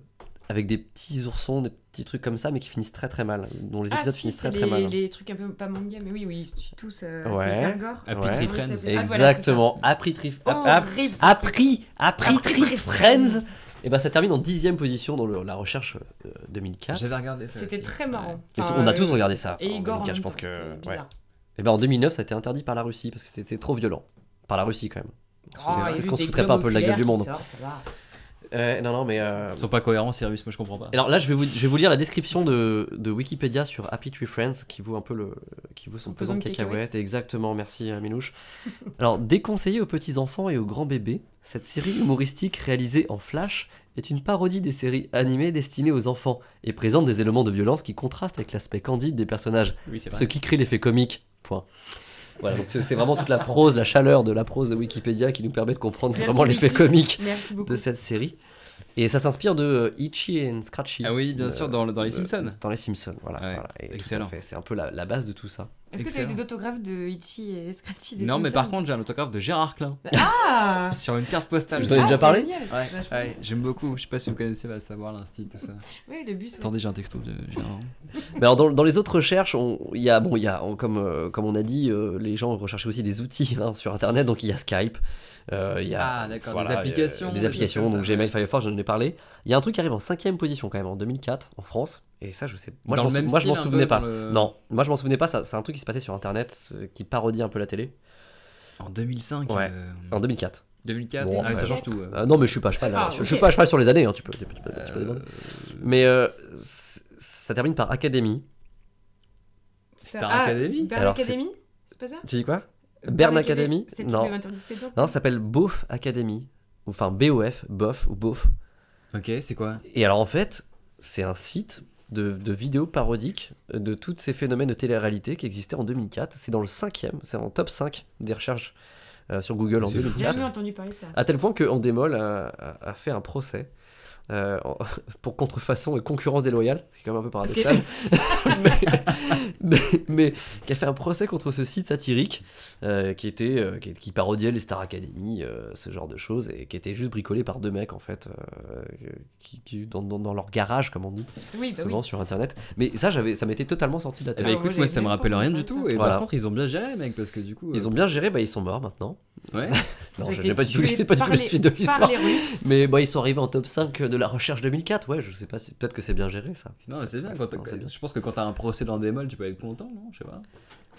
S4: avec des petits oursons, des petits trucs comme ça, mais qui finissent très très mal, dont les
S5: Ah,
S4: épisodes
S5: si,
S4: finissent
S5: c'est
S4: très très
S5: les,
S4: mal.
S5: les trucs un peu pas manga, mais oui, oui, ils se tuent tous. euh,
S4: Ouais.
S5: C'est hyper gore.
S3: À Pitry
S4: Ouais.
S5: Comment ça
S3: Friends.
S5: s'appelle Ah, voilà, c'est ça.
S4: Exactement, Appris Trif- App- App-
S5: Horrible. ce truc.
S4: Appris, appris,
S5: Appris
S4: Treat
S5: Treat
S4: Friends.
S5: Friends.
S4: Et ben ça termine en dixième position dans le- la recherche euh, 2004.
S3: J'avais regardé ça.
S5: C'était
S3: aussi.
S5: très marrant.
S3: Ouais.
S4: Et
S5: Enfin,
S4: on a
S5: euh,
S4: tous regardé ça.
S5: Et
S4: en
S5: gore en
S4: 2004,
S5: même
S4: je pense
S5: temps,
S4: que.
S5: c'était
S4: ouais.
S5: bizarre.
S4: Et ben en 2009, ça a été interdit par la Russie parce que c'était trop violent. Par la Russie quand même.
S5: Oh,
S4: Est-ce
S5: il y a
S4: qu'on
S5: eu
S4: se
S5: des
S4: foutrait pas un peu de la gueule du
S5: globes
S4: monde
S5: qui sortent, ça va.
S4: Euh, non, non, mais. euh,
S3: Ils sont pas cohérents, ces Russes, moi je comprends pas.
S4: Alors là, je vais vous, je vais vous lire la description de, de Wikipédia sur Happy Tree Friends qui vaut un peu le, qui vaut son
S5: Son
S4: pesant de
S5: pesant de
S4: cacahuètes. Exactement, merci euh, Milouche. Alors déconseillée aux petits enfants et aux grands bébés, cette série humoristique réalisée en flash est une parodie des séries animées destinées aux enfants et présente des éléments de violence qui contrastent avec l'aspect candide des personnages
S3: Oui, c'est
S4: ce qui crée l'effet comique. Point. Voilà, donc c'est c'est vraiment toute la prose, la chaleur de la prose de Wikipédia qui nous permet de comprendre
S5: Merci,
S4: vraiment l'effet
S5: Wiki.
S4: comique
S5: Merci beaucoup.
S4: de cette série. Et ça s'inspire de euh, Itchy and Scratchy.
S3: Ah oui, bien
S4: de-
S3: sûr, dans, le- dans Les
S4: de-
S3: Simpsons.
S4: Dans les Simpsons, voilà.
S3: Ouais,
S4: voilà. Et tout à
S3: excellent.
S4: fait, C'est un peu la, la base de tout ça.
S5: Est-ce que tu as eu
S3: Excellent.
S5: des autographes de Itchy et Scratchy des
S3: Non, mais
S5: Simpsons
S3: par contre, j'ai un autographe de Gérard Klein
S5: Ah
S3: sur une carte postale.
S4: Vous en avez
S5: Ah,
S4: déjà
S5: c'est
S4: parlé
S5: génial,
S3: Ouais,
S5: vachement.
S3: ouais, j'aime beaucoup. Je sais pas si vous connaissez, va savoir l'instit, tout ça.
S5: Oui, le bus. ouais.
S3: Attendez, j'ai un texto de Gérard.
S4: Mais alors, dans, dans les autres recherches, on- il y a, bon, il y a, on- comme, euh, comme on a dit, euh, les gens recherchaient aussi des outils hein, sur Internet. Donc, il y a Skype. euh, il y a,
S3: Ah, d'accord,
S4: voilà,
S3: des
S4: euh,
S3: applications.
S4: des applications,
S3: choses comme
S4: donc
S3: ça,
S4: Gmail,
S3: ouais.
S4: Firefox, j'en ai parlé. Il y a un truc qui arrive en cinquième position quand même, en 2004, en France. Et ça, je sais. Moi,
S3: Dans le
S4: je m'en sou-
S3: même
S4: moi, je m'en
S3: style, un peu, euh,
S4: souvenais pas.
S3: dans le-
S4: Non, moi, je m'en souvenais pas. ça- C'est un truc qui se passait sur Internet, euh, qui parodie un peu la télé.
S3: En 2005.
S4: Ouais.
S3: euh,
S4: En 2004.
S3: 2004.
S4: Bon,
S3: ah, ça
S4: après.
S3: change tout. euh.
S4: Euh, non, mais je suis pas à cheval. hein.
S5: Ah,
S4: je, je suis
S5: ok.
S4: pas à cheval sur les années. hein, Tu peux, tu peux, tu peux- tu peux
S3: Euh,
S4: demander. Mais euh, c- ça termine par Académie.
S3: Star
S5: Ah,
S3: Academy
S5: Bern
S4: Alors, c'est-
S5: Academy C'est pas ça
S4: Tu dis quoi Bern
S5: Bern
S4: Academy
S5: C'est le
S4: Non.
S5: truc de 20 Dispédant
S4: Non, ça s'appelle Bof Academy. Enfin, BOF, Bof ou Bof.
S3: Ok, c'est quoi Eh
S4: Et alors, en fait, c'est un site de, de vidéos parodiques de tous ces phénomènes de télé-réalité qui existaient en 2004. C'est dans le cinquième, c'est en top 5 des recherches euh, sur Google en
S3: C'est fou.
S5: J'ai
S4: 2004.
S5: jamais entendu parler de ça.
S4: À tel point que Endemol a, a- a fait un procès euh, en- pour contrefaçon et concurrence déloyale, ce qui est quand même un peu paradoxal, mais, mais- mais qui a fait un procès contre ce site satirique euh, qui, était, euh, qui, qui parodiait les Star Academy, euh, ce genre de choses, et qui était juste bricolé par deux mecs en fait, euh, qui, qui- dans, dans- dans leur garage comme on dit,
S5: Oui, bah
S4: souvent
S5: oui.
S4: sur internet. Mais ça, j'avais, ça m'était totalement sorti de la
S3: ben Eh
S4: tête.
S3: ben
S5: Ah,
S3: écoute,
S5: moi,
S3: moi
S5: j'ai
S3: ça me
S5: même
S3: rappelle
S5: pas
S3: rien
S5: entendu
S3: du tout.
S5: parler
S3: Et bah,
S5: de
S4: Voilà.
S3: par contre, ils ont bien géré les mecs parce que du coup.
S4: Ils
S3: euh,
S4: ont bien géré, bah, ils sont morts maintenant.
S3: Ouais.
S4: Non,
S5: Ils ont
S4: je
S5: été
S4: n'ai pas du tout,
S5: tués
S4: j'ai pas du
S5: par
S4: tout la
S5: les-
S4: suite de
S5: Par
S4: l'histoire.
S5: les Russes.
S4: Mais bah, ils sont arrivés en top 5 de la recherche 2004, ouais, je sais pas, si- peut-être que c'est bien géré ça.
S3: Non, mais c'est bien. quand t'as-
S4: Non, c'est bien.
S3: Je pense que quand t'as un procès dans des molles, tu peux être content, non Je sais pas.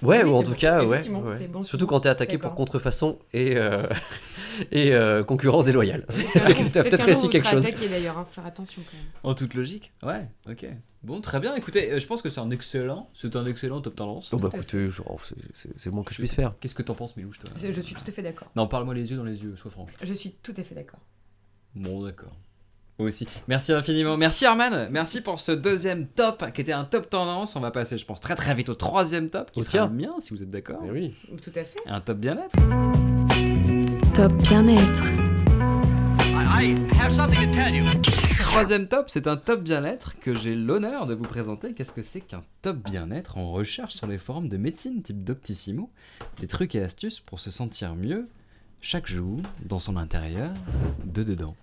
S4: Ouais,
S5: Oui,
S4: ou en
S5: c'est
S4: tout
S5: bon.
S4: cas, ouais.
S5: Effectivement,
S4: ouais.
S5: c'est bon
S4: Surtout
S5: signe.
S4: quand t'es attaqué pour
S5: D'accord.
S4: contrefaçon et, euh, et euh, concurrence déloyale. C'est
S5: Par contre,
S4: que t'as
S5: qu'un
S4: peut-être
S5: jour,
S4: réussi
S5: vous
S4: quelque
S5: serez
S4: chose.
S5: attaqué, d'ailleurs, hein, faire attention quand même.
S3: En toute logique. Ouais, ok. Bon, très bien. Écoutez, euh, je pense que c'est un excellent. C'est un excellent top tendance.
S4: Oh bah écoutez, genre, c'est- c'est c'est le moins que je puisse faire.
S3: Qu'est-ce que t'en penses, Milouche, toi
S5: Je je suis tout à fait d'accord.
S3: Non, parle-moi les yeux dans les yeux, sois franche.
S5: Je suis tout à fait d'accord.
S3: Bon, d'accord. Moi aussi. Merci infiniment. Merci Arman. Merci pour ce deuxième top qui était un top tendance. On va passer, je pense, très très vite au troisième top qui
S4: Au
S3: sera
S4: tien.
S3: le mien si vous êtes
S5: Oh,
S3: d'accord.
S4: oui.
S5: Tout à fait.
S3: Un top bien-être.
S9: Top bien-être.
S3: Troisième top, c'est un top bien-être que j'ai l'honneur de vous présenter. Qu'est-ce que c'est qu'un top bien-être On recherche sur les forums de médecine type Doctissimo des trucs et astuces pour se sentir mieux chaque jour dans son intérieur, de dedans.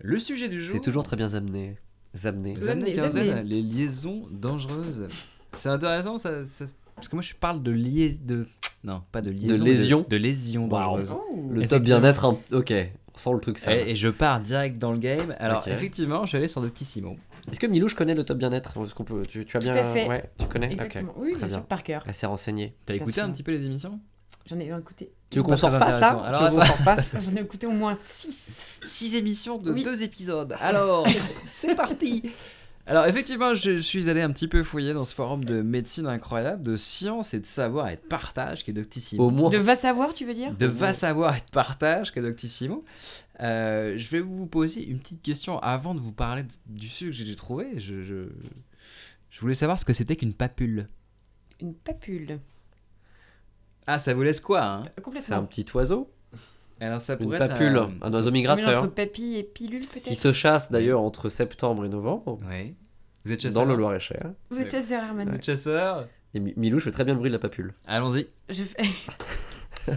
S3: Le sujet du jour.
S4: C'est toujours très bien amené. Amené.
S3: Vous amenez
S5: Amenez,
S3: quinzaine,
S5: amenez.
S3: les liaisons dangereuses. C'est intéressant, ça, ça- parce que moi je parle de liais... de non, pas de liaison,
S4: lésion.
S3: de, de lésions
S4: Wow.
S3: dangereuses.
S4: bah,
S5: Oh.
S4: Le top
S3: Effectivement.
S4: bien-être, un- ok, on sent le truc ça.
S5: Eh,
S3: Et, et je pars direct dans le game. Alors
S4: Ok.
S3: effectivement, je suis allé sur Doctissimo.
S4: Est-ce que Milouche connaît le top bien-être Est-ce qu'on peut, tu, tu as
S5: Tout
S4: bien,
S5: à fait.
S4: ouais, tu connais.
S5: Exactement.
S4: Ok.
S5: Oui,
S4: Très
S5: bien
S4: bien.
S5: sûr, par cœur.
S4: Elle s'est renseignée.
S3: T'as
S5: Bien
S3: écouté
S5: sûr.
S3: un petit peu les émissions
S5: J'en ai écouté.
S4: Tu veux
S3: pas
S4: qu'on
S3: très
S4: s'en refasse là
S3: intéressant. Alors,
S4: hein. Tu veux qu'on
S3: attends.
S4: s'en refasse
S5: J'en ai écouté au moins 6.
S3: Six émissions de
S5: Oui.
S3: deux épisodes. Alors, c'est parti.
S10: Alors effectivement, je, je suis allé un petit peu fouiller dans ce forum de médecine incroyable, de science et de savoir et de partage qui est Doctissimo.
S4: Au moins.
S5: De va savoir, tu veux dire
S10: de va savoir et de partage que Doctissimo. Euh, je vais vous poser une petite question avant de vous parler de- du sujet que j'ai trouvé. Je, je, je voulais savoir ce que c'était qu'une papule.
S5: Une papule.
S10: Ah, ça vous laisse quoi hein
S4: C'est un
S5: Complètement.
S4: petit oiseau,
S10: Alors ça
S4: une
S10: pourrait être
S4: papule,
S10: un-
S4: un oiseau
S5: Un mélange
S4: migrateur,
S10: hein.
S5: entre papille et pilule, peut-être
S4: qui se chasse d'ailleurs entre septembre et novembre
S10: Oui. Vous êtes chasseur
S4: dans le Loir-et-Cher.
S5: Vous êtes assez rare, Manu.
S10: Vous êtes chasseur
S4: Et Mi- Milou, je fais très bien le bruit de la papule.
S10: Allons-y.
S5: Je fais-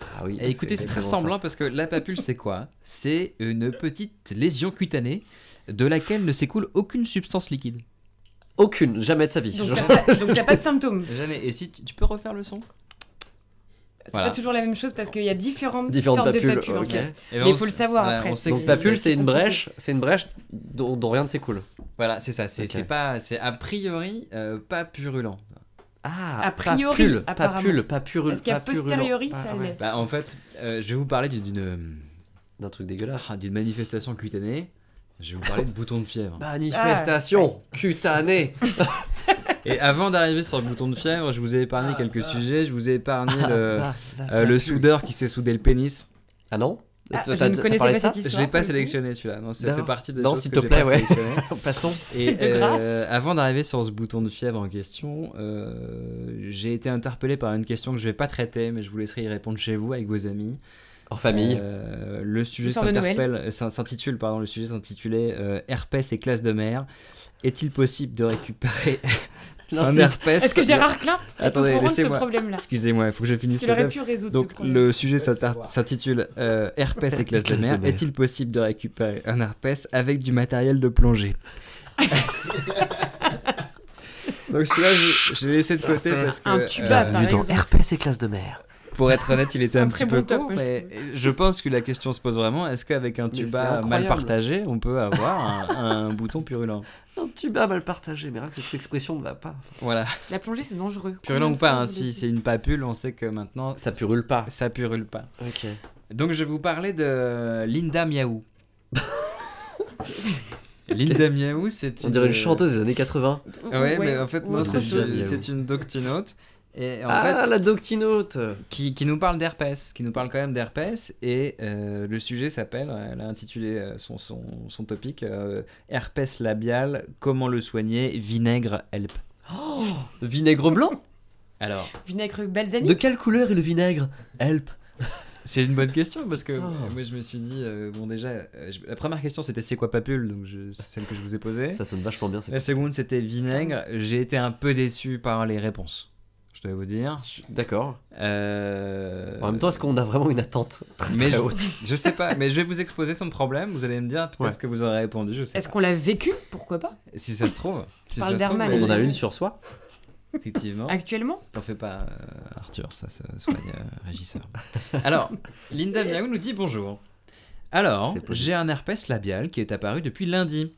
S4: Ah oui.
S5: Eh,
S10: Et Eh, écoutez, c'est très
S4: exactement ça.
S10: ressemblant parce que la papule, c'est quoi C'est une petite lésion cutanée de laquelle ne s'écoule aucune substance liquide.
S4: Aucune, jamais de sa vie.
S5: Donc,
S4: Genre-
S5: t'as pas- donc t'as pas de symptômes.
S10: Jamais. Et si tu, tu peux refaire le son
S5: C'est
S10: Voilà.
S5: pas toujours la même chose parce qu'il y a différentes,
S4: Différentes
S5: sortes
S4: papules,
S5: de papules. en
S4: ok.
S5: fait.
S10: Et
S5: Mais
S10: Eh ben, on
S5: faut le
S10: s-
S5: savoir
S10: voilà,
S5: après,
S10: on sait
S5: c'est-
S10: que
S4: Donc
S5: c'est-
S4: papule,
S5: c'est
S4: c'est une
S5: compliqué.
S4: brèche, c'est une brèche dont, dont rien ne s'écoule.
S10: Voilà, c'est ça. C'est
S4: Ok.
S10: c'est pas, c'est a priori euh, pas purulent.
S4: Ah,
S5: A priori,
S4: papule,
S5: apparemment.
S4: papule, papule,
S5: Parce qu'à
S4: papurulent.
S5: posteriori,
S4: Ah,
S5: ça
S4: ouais.
S5: l'est.
S10: Bah, en fait, euh, je vais vous parler d'une- d'une
S4: D'un truc dégueulasse.
S10: ah, d'une manifestation cutanée. Je vais vous parler de bouton de fièvre.
S4: Ah, Manifestation
S5: Ah,
S4: cutanée.
S10: Et avant d'arriver sur le bouton de fièvre, je vous ai épargné quelques sujets. Je vous ai épargné le,
S4: Ah, la
S10: euh, le
S4: papule.
S10: soudeur qui s'est soudé le pénis.
S4: Ah non
S5: Ah,
S4: Toi,
S5: je
S4: t'as-
S5: ne
S4: t'as
S5: connaissais
S4: parlé
S5: pas
S4: de ça
S5: cette
S10: Je
S5: histoire,
S10: l'ai pas
S5: pour le coup.
S10: sélectionné celui-là. Non, ça
S4: D'accord.
S10: fait partie des
S4: Non,
S10: choses
S4: s'il
S10: que
S4: te
S10: j'ai
S4: plaît,
S10: pas
S4: ouais.
S10: sélectionnées.
S4: Passons.
S10: Et
S5: De grâce.
S10: euh, avant d'arriver sur ce bouton de fièvre en question, euh, j'ai été interpellé par une question que je vais pas traiter, mais je vous laisserai y répondre chez vous avec vos amis.
S4: En famille.
S10: Euh, le sujet
S5: Le soir de
S10: s'interpelle- euh, s'in- s'intitule, pardon, le sujet s'intitulait euh, herpès et classe de mer. Est-il possible de récupérer un
S4: L'instit-
S10: herpès
S5: Est-ce que Gérard Klein est au
S10: Attendez,
S5: courant de ce
S10: laissez-moi.
S5: problème-là
S10: Excusez-moi, il faut que je
S5: Parce
S10: finisse.
S5: qu'il
S10: cette
S5: aurait pu résoudre ce
S10: donc
S5: problème.
S10: le sujet s'inter- s'intitule euh, Herpès et classe de
S4: Classe de
S10: mer.
S4: mer.
S10: Est-il possible de récupérer un herpès avec du matériel de plongée Donc celui-là, je, je l'ai laissé de côté parce que
S5: Un tuba,
S10: euh,
S5: par
S4: Bienvenue dans
S5: exemple.
S4: RPC classe de mer.
S10: pour être honnête, il était
S5: C'est
S10: un,
S5: un
S10: petit
S5: très
S10: peu
S5: bon top,
S10: court,
S5: moi, je
S10: mais je pense que la question se pose vraiment est-ce qu'avec un
S4: Mais c'est
S10: tuba
S4: incroyable.
S10: mal partagé, on peut avoir un, un bouton purulent
S4: Un tuba mal partagé, mais rien que cette expression ne va pas.
S10: Voilà,
S5: La plongée, c'est dangereux.
S10: purulent
S5: Combien
S10: ou
S5: de
S10: pas,
S5: fois
S10: hein,
S5: vous
S10: si
S5: dites-
S10: c'est une papule, on sait que maintenant
S4: Ça purule pas.
S10: ça purule pas.
S4: Ok.
S10: Donc je vais vous parler de Linda Miaou. Linda Miaou, c'est euh,
S4: On dirait une chanteuse des années 80.
S10: Ouais, mais en fait,
S5: ou
S10: non,
S5: autre
S10: c'est
S5: chose.
S4: Miaou.
S10: une, c'est une doctinote. Et en
S4: ah,
S10: fait,
S4: la doctinote
S10: qui, qui nous parle d'herpès, qui nous parle quand même d'herpès. Et euh, le sujet s'appelle, elle a intitulé euh, son, son, son topic euh, Herpès labial, comment le soigner, vinaigre help.
S4: Vinaigre blanc
S10: Alors,
S5: Vinaigre balsamique.
S4: De quelle couleur est le vinaigre Help
S10: c'est une bonne question parce que
S4: Putain.
S10: euh, moi je me suis dit, euh, bon, déjà, euh, je- la première question c'était c'est quoi papule, donc je- c'est celle que je vous ai posée.
S4: Ça sonne vachement bien. cette-
S10: La seconde, c'était vinaigre. J'ai été un peu déçu par les réponses. Je dois vous dire.
S4: D'accord.
S10: Euh,
S4: En même temps, est-ce qu'on a vraiment une attente très,
S10: mais
S4: très
S10: je,
S4: haute
S10: je sais pas, mais je vais vous exposer son problème. Vous allez me dire peut-être
S4: Ouais.
S10: ce que vous aurez répondu. Je sais
S5: Est-ce
S10: pas.
S5: qu'on l'a vécu Pourquoi pas
S10: Si ça se trouve. Si
S5: parle
S10: ça se trouve,
S5: d'Herman.
S10: mais-
S4: On en a une sur soi
S5: Ah.
S10: Effectivement.
S5: actuellement
S10: T'en fais pas, euh, Arthur, ça, ça soigne euh, régisseur. Alors, Linda Miaou nous dit bonjour. Alors,
S4: C'est possible.
S10: j'ai un herpès labial qui est apparu depuis lundi.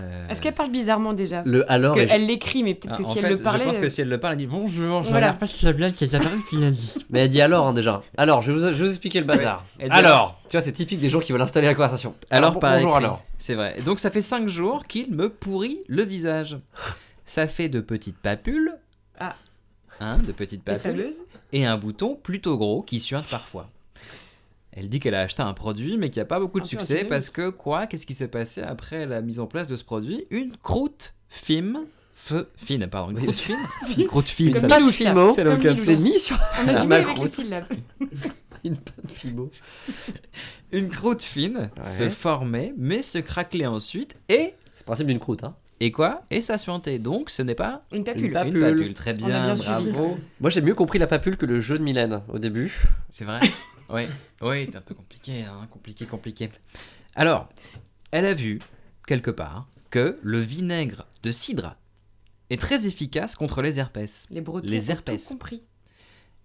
S10: Euh,
S5: Est-ce qu'elle parle bizarrement déjà
S4: Le alors
S5: Parce
S4: est-
S5: qu'elle l'écrit, mais peut-être
S10: ah,
S5: que
S10: en
S5: si
S10: fait,
S5: elle le parlait.
S10: Je pense que
S5: euh,
S10: si elle le parle, elle dit bonjour, j'ai
S5: Voilà.
S10: un herpès labial qui est apparu depuis lundi.
S4: Mais elle dit alors hein, déjà. Alors, je vais vous, je vais vous expliquer le bazar.
S10: Elle dit
S4: Alors Tu vois, c'est typique des gens qui veulent installer la conversation.
S10: Alors,
S4: bon-
S10: par
S4: bonjour
S10: écrit.
S4: alors.
S10: C'est vrai. Et Donc ça fait 5 jours qu'il me pourrit le visage. Ça fait de petites papules.
S5: Ah.
S10: Hein, de petites
S5: les
S10: papules.
S5: fameuses.
S10: Et un bouton plutôt gros qui suinte parfois. Elle dit qu'elle a acheté un produit mais qu'il n'y a pas beaucoup de
S5: Un peu
S10: succès
S5: antinomique.
S10: parce que quoi Qu'est-ce qui s'est passé après la mise en place de ce produit Une croûte film. F- fine, pardon. Une
S4: Oui.
S10: croûte fine. Une croûte
S4: Une
S10: fine.
S5: comme
S4: patte
S5: Milou, ça.
S4: Fimo.
S5: C'est comme Milou.
S4: C'est mis sur
S5: On
S4: C'est
S5: a
S4: ma
S5: du mal avec les
S4: croûte.
S5: syllabes.
S4: une patte Fimo.
S10: Une croûte fine
S4: Ouais.
S10: se formait mais se craquelait ensuite et.
S4: C'est le principe d'une croûte, hein.
S10: Et quoi Et ça suintait. Donc ce n'est pas
S5: Une
S4: Une
S5: papule.
S4: papule.
S10: Une papule, très
S5: On a
S10: bien,
S5: bien suivi.
S10: bravo.
S4: Moi j'ai mieux compris la papule que le jeu de Mylène au début.
S10: C'est vrai Oui, oui, c'est un peu compliqué, hein, compliqué, compliqué. Alors, elle a vu, quelque part, que le vinaigre de cidre est très efficace contre les herpès.
S5: Les bretons.
S10: Les
S5: ont
S10: herpès.
S5: Tout compris.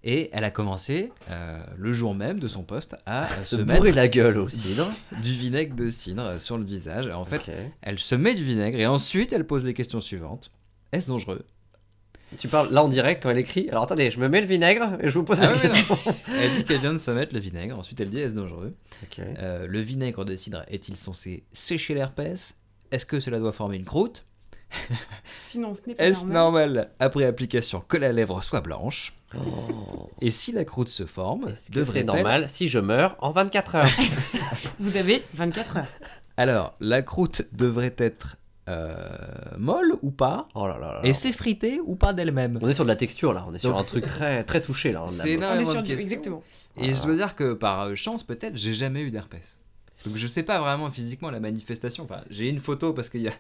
S10: Et elle a commencé, euh, le jour même de son poste, à
S4: Se
S10: se
S4: bourrer
S10: mettre
S4: la gueule aussi, non
S10: du vinaigre de cidre sur le visage. En fait,
S4: Ok.
S10: elle se met du vinaigre et ensuite elle pose les questions suivantes. Est-ce dangereux
S4: Tu parles là en direct quand elle écrit. Alors attendez, je me mets le vinaigre et je vous pose
S10: Ah
S4: la
S10: oui, oui,
S4: question.
S10: Elle dit qu'elle vient de se mettre le vinaigre, ensuite elle dit est-ce dangereux
S4: Ok.
S10: Euh, le vinaigre de cidre est-il censé sécher l'herpès Est-ce que cela doit former une croûte
S5: Sinon, ce n'est pas
S10: Est-ce
S5: normal.
S10: normal après application que la lèvre soit blanche
S4: Oh.
S10: Et si la croûte se forme,
S4: Est-ce que c'est
S10: devrait-elle
S4: normal si je meurs en 24 heures
S5: Vous avez 24 heures.
S10: Alors, la croûte devrait être euh, molle ou pas
S4: Oh là là là.
S10: Et s'effriter ou pas d'elle-même
S4: On est sur de la texture là, on est sur
S10: Donc-
S4: un truc très très touché là. on a-
S10: C'est
S5: On est
S10: énormément
S5: sur du...
S10: de questions.
S5: Exactement.
S10: Et je dois dire que par euh, chance, peut-être, j'ai jamais eu d'herpès. Donc je sais pas vraiment physiquement la manifestation. Enfin, j'ai une photo parce qu'il y a,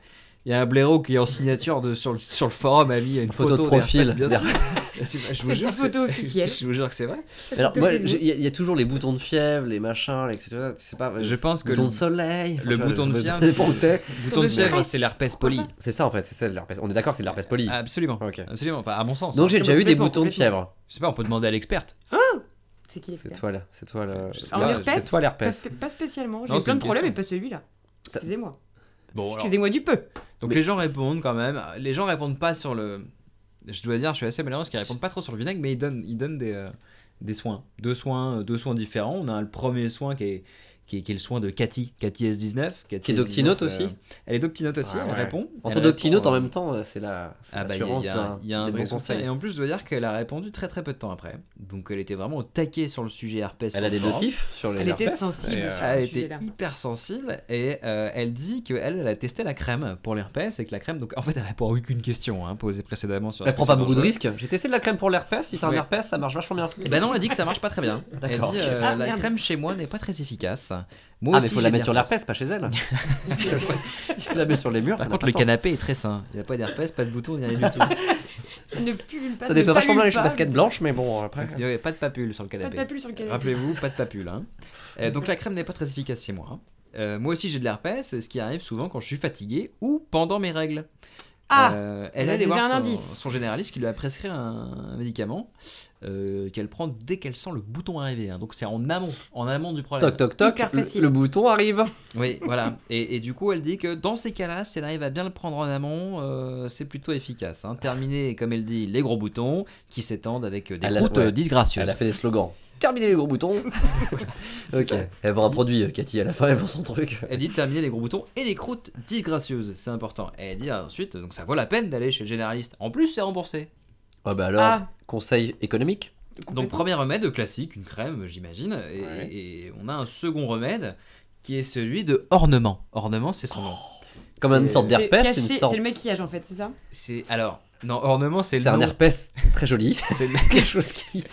S10: il y a un blaireau qui est en signature de, sur, le, sur le forum a mis une,
S4: photo de
S10: d'herpès,
S4: profil.
S10: bien sûr. C'est vrai, je vous
S5: C'est
S10: jure
S5: sa
S10: que
S5: photo
S10: c'est-
S5: officielle.
S10: Je vous jure que c'est vrai.
S4: Alors,
S5: photo
S4: moi,
S5: Facebook.
S4: j'ai- il y, a- il y a toujours les boutons de fièvre, les machins, les- etc. C'est pas.
S10: Je pense que
S4: bouton
S10: le,
S4: de soleil.
S10: le bouton de fièvre,
S4: c'est-
S10: c'est- bouton de
S5: Bouton de
S10: fièvre,
S5: stress.
S10: c'est Ah. l'herpès poli.
S4: C'est ça en fait, c'est ça de l'herpès. On est d'accord, que c'est de l'herpès poli.
S10: Absolument.
S4: Ok.
S10: Absolument. Enfin, à mon sens.
S4: Donc j'ai
S5: Complètement,
S4: déjà eu des
S5: complètement,
S4: boutons de fièvre.
S10: Je sais pas, on peut demander à l'experte.
S5: C'est qui
S4: C'est
S5: l'expert
S4: toi euh, là, c'est toi le.
S10: Je sais
S5: En
S10: pas,
S5: herpès
S4: C'est toi
S5: pas,
S4: l'herpès.
S5: spé- pas spécialement. J'ai
S10: Non,
S5: eu
S10: c'est
S5: plein de
S10: une
S5: problèmes,
S10: question.
S5: mais pas celui-là. Excusez-moi.
S10: Bon, alors,
S5: Excusez-moi du peu.
S10: Donc
S4: Mais-
S10: les gens répondent quand même. Les gens répondent pas sur le. Je dois dire, je suis assez malheureux parce qu'ils répondent pas trop sur le vinaigre, mais ils donnent, ils donnent des, euh, des soins. Deux soins, euh, deux soins différents. On a le premier soin qui est, qui est, qui est le soin de Cathy, Cathy S19. Cathy
S4: Qui est
S10: S19,
S4: doctinote
S10: euh,
S4: aussi
S10: Elle est doctinote aussi,
S4: Ah
S10: elle
S4: ouais.
S10: répond.
S4: En
S10: Elle
S4: tant
S10: répond,
S4: doctinote
S10: euh,
S4: en même temps, euh, c'est la. c'est
S10: ah bah, il y a-
S4: l'assurance
S10: il y a,
S4: d'un-
S10: il y a un
S4: des
S10: vrai
S4: bons
S10: conseil.
S4: conseils.
S10: Et en plus, je dois dire qu'elle a répondu très très peu de temps après. Donc elle était vraiment au taquet sur le sujet herpès. sur
S4: Elle a
S10: le
S4: des
S10: forum.
S4: notifs sur les.
S5: Elle était
S4: herpès,
S5: sensible.
S4: et, euh,
S5: sur ce
S10: Ah, Elle était
S5: sujet-là.
S10: hyper sensible et euh, elle dit qu'elle, elle a testé la crème pour l'herpès et que la crème, donc en fait, elle répond à aucune question hein, posée précédemment sur.
S4: Elle prend pas beaucoup de
S10: risques
S4: risques. J'ai testé de la crème pour l'herpès. Si t'as un
S10: Ouais.
S4: herpès, ça marche vachement bien.
S10: Eh ben non, elle dit que ça marche pas très bien. Elle
S4: D'accord.
S10: dit euh,
S5: Ah,
S10: la
S5: merde.
S10: crème chez moi n'est pas très efficace. Moi
S4: Ah, mais
S10: aussi,
S4: faut
S10: j'ai
S4: la mettre sur
S10: l'herpès.
S4: l'herpès, pas chez elle. Si tu la mets sur les murs,
S10: Par
S4: ça n'a
S10: contre,
S4: pas
S10: le
S4: de sens.
S10: canapé est très sain. Il n'y a pas d'herpès, pas de boutons, il n'y a rien du tout.
S5: Ça ne pullule pas.
S4: Ça nettoie vachement bien les
S5: basket
S4: baskets blanches, mais bon, après.
S10: Il n'y avait pas de papule sur le
S5: Pas de
S10: canapé.
S5: papule sur le canapé.
S10: Rappelez-vous, pas de papule. hein. Euh, donc la crème n'est pas très efficace chez moi. hein. Euh, moi aussi j'ai de l'herpès, ce qui arrive souvent quand je suis fatigué ou pendant mes règles.
S5: Ah
S10: Euh, elle
S5: on a
S10: allait
S5: déjà
S10: voir
S5: un
S10: son,
S5: indice.
S10: son généraliste qui lui a prescrit un, un médicament euh, qu'elle prend dès qu'elle sent le bouton arriver. hein. Donc c'est en amont, en amont du problème.
S4: Toc toc toc,
S5: Hyper
S4: le,
S5: facile.
S4: le bouton arrive.
S10: Oui, voilà. Et, et du coup, elle dit que dans ces cas-là, si elle arrive à bien le prendre en amont, euh, c'est plutôt efficace. hein. Terminer, comme elle dit, les gros boutons qui s'étendent avec euh, des
S4: Elle a-
S10: routes
S4: ouais.
S10: disgracieuses.
S4: Elle a fait des slogans. Terminez les gros boutons.
S10: C'est
S4: ok.
S10: ça.
S4: Elle vend un produit, euh, Cathy, à la fin, elle vend son truc.
S10: Elle dit terminer les gros boutons et les croûtes disgracieuses, c'est important. Et elle dit ah, ensuite, donc ça vaut la peine d'aller chez le généraliste. En plus, c'est remboursé.
S4: Ah bah alors,
S5: Ah.
S4: conseil économique.
S10: Donc premier remède classique, une crème, j'imagine. Et,
S4: Ouais.
S10: et on a un second remède qui est celui de ornement. Ornement, c'est son nom.
S5: Oh.
S4: Comme
S10: C'est-
S4: une sorte
S5: C'est
S4: d'herpès,
S5: caché,
S4: c'est une sorte.
S5: c'est le maquillage en fait, c'est ça
S10: C'est alors non ornement, c'est le
S4: C'est un
S10: nom.
S4: herpès très joli.
S10: C'est le-
S4: quelque chose qui.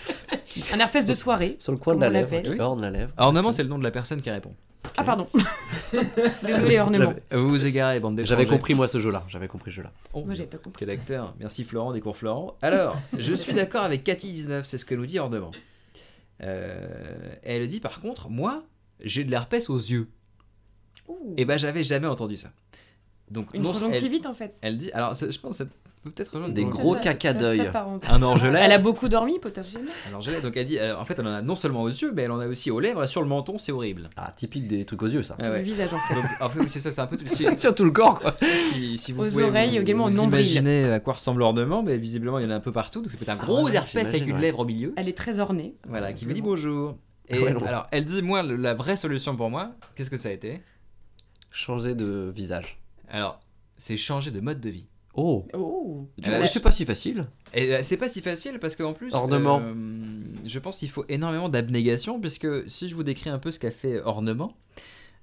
S5: Un herpès de soirée.
S4: Sur le coin de la
S5: Comment on
S4: lèvre,
S5: l'appelle
S4: qui orne la lèvre.
S10: Ornement, c'est le nom de la personne qui répond.
S5: Ah pardon. Désolé, ornement.
S4: J'avais-
S10: Vous vous égarez, bande d'étrangers.
S4: J'avais compris, moi, ce jeu-là. J'avais compris ce jeu-là.
S10: Oh,
S5: Moi j'avais pas compris.
S10: quel acteur. Merci Florent, des cours Florent. Alors, je suis d'accord avec Cathy19, c'est ce que nous dit Ornement. Euh, elle dit par contre, moi, j'ai de l'herpès aux yeux.
S5: Ouh.
S10: Et ben, j'avais jamais entendu ça. Donc,
S5: Une
S10: non, elle,
S5: conjonctivite en fait.
S10: elle dit, alors c'est- je pense que ça peut peut-être rejoindre
S4: Des
S10: une
S4: gros
S5: Ça,
S10: conjonctivite.
S5: ça,
S4: caca
S5: ça
S4: d'œil.
S5: s'apparente.
S10: Un orgelet.
S5: Elle a beaucoup dormi potentiellement.
S10: Un orgelet. Donc, elle dit, euh, en fait, elle en a non seulement aux yeux, mais elle en a aussi aux lèvres et sur le menton, c'est horrible.
S4: Ah, typique des trucs aux yeux, ça.
S10: Ah
S5: Tout
S10: ouais.
S5: Le visage en fait.
S10: Donc, en fait, oui, c'est ça, c'est un peu tout si-
S4: Tiens, tout le corps, quoi.
S10: si, si vous
S5: Aux
S10: pouvez
S5: oreilles,
S10: vous-
S5: également au
S10: vous
S5: nombril.
S10: imaginez à quoi ressemble l'ornement, mais visiblement il y en a un peu partout, donc c'est peut-être un
S4: Ah
S10: gros
S4: ouais,
S10: herpès avec
S4: j'imagine,
S10: une
S4: ouais.
S10: lèvre au milieu.
S5: Elle est très ornée.
S10: Voilà, qui vous dit bonjour. Et
S4: Ouais, non.
S10: alors, elle dit moi le- la vraie solution pour moi, qu'est-ce que ça a été
S4: Changer de visage.
S10: Alors, c'est changer de mode de vie.
S4: Oh.
S5: Oh.
S10: Elle a-
S4: C'est pas si facile.
S10: Et euh, c'est pas si facile parce qu'en plus,
S4: Ornement.
S10: euh, je pense qu'il faut énormément d'abnégation puisque si je vous décris un peu ce qu'a fait Ornement,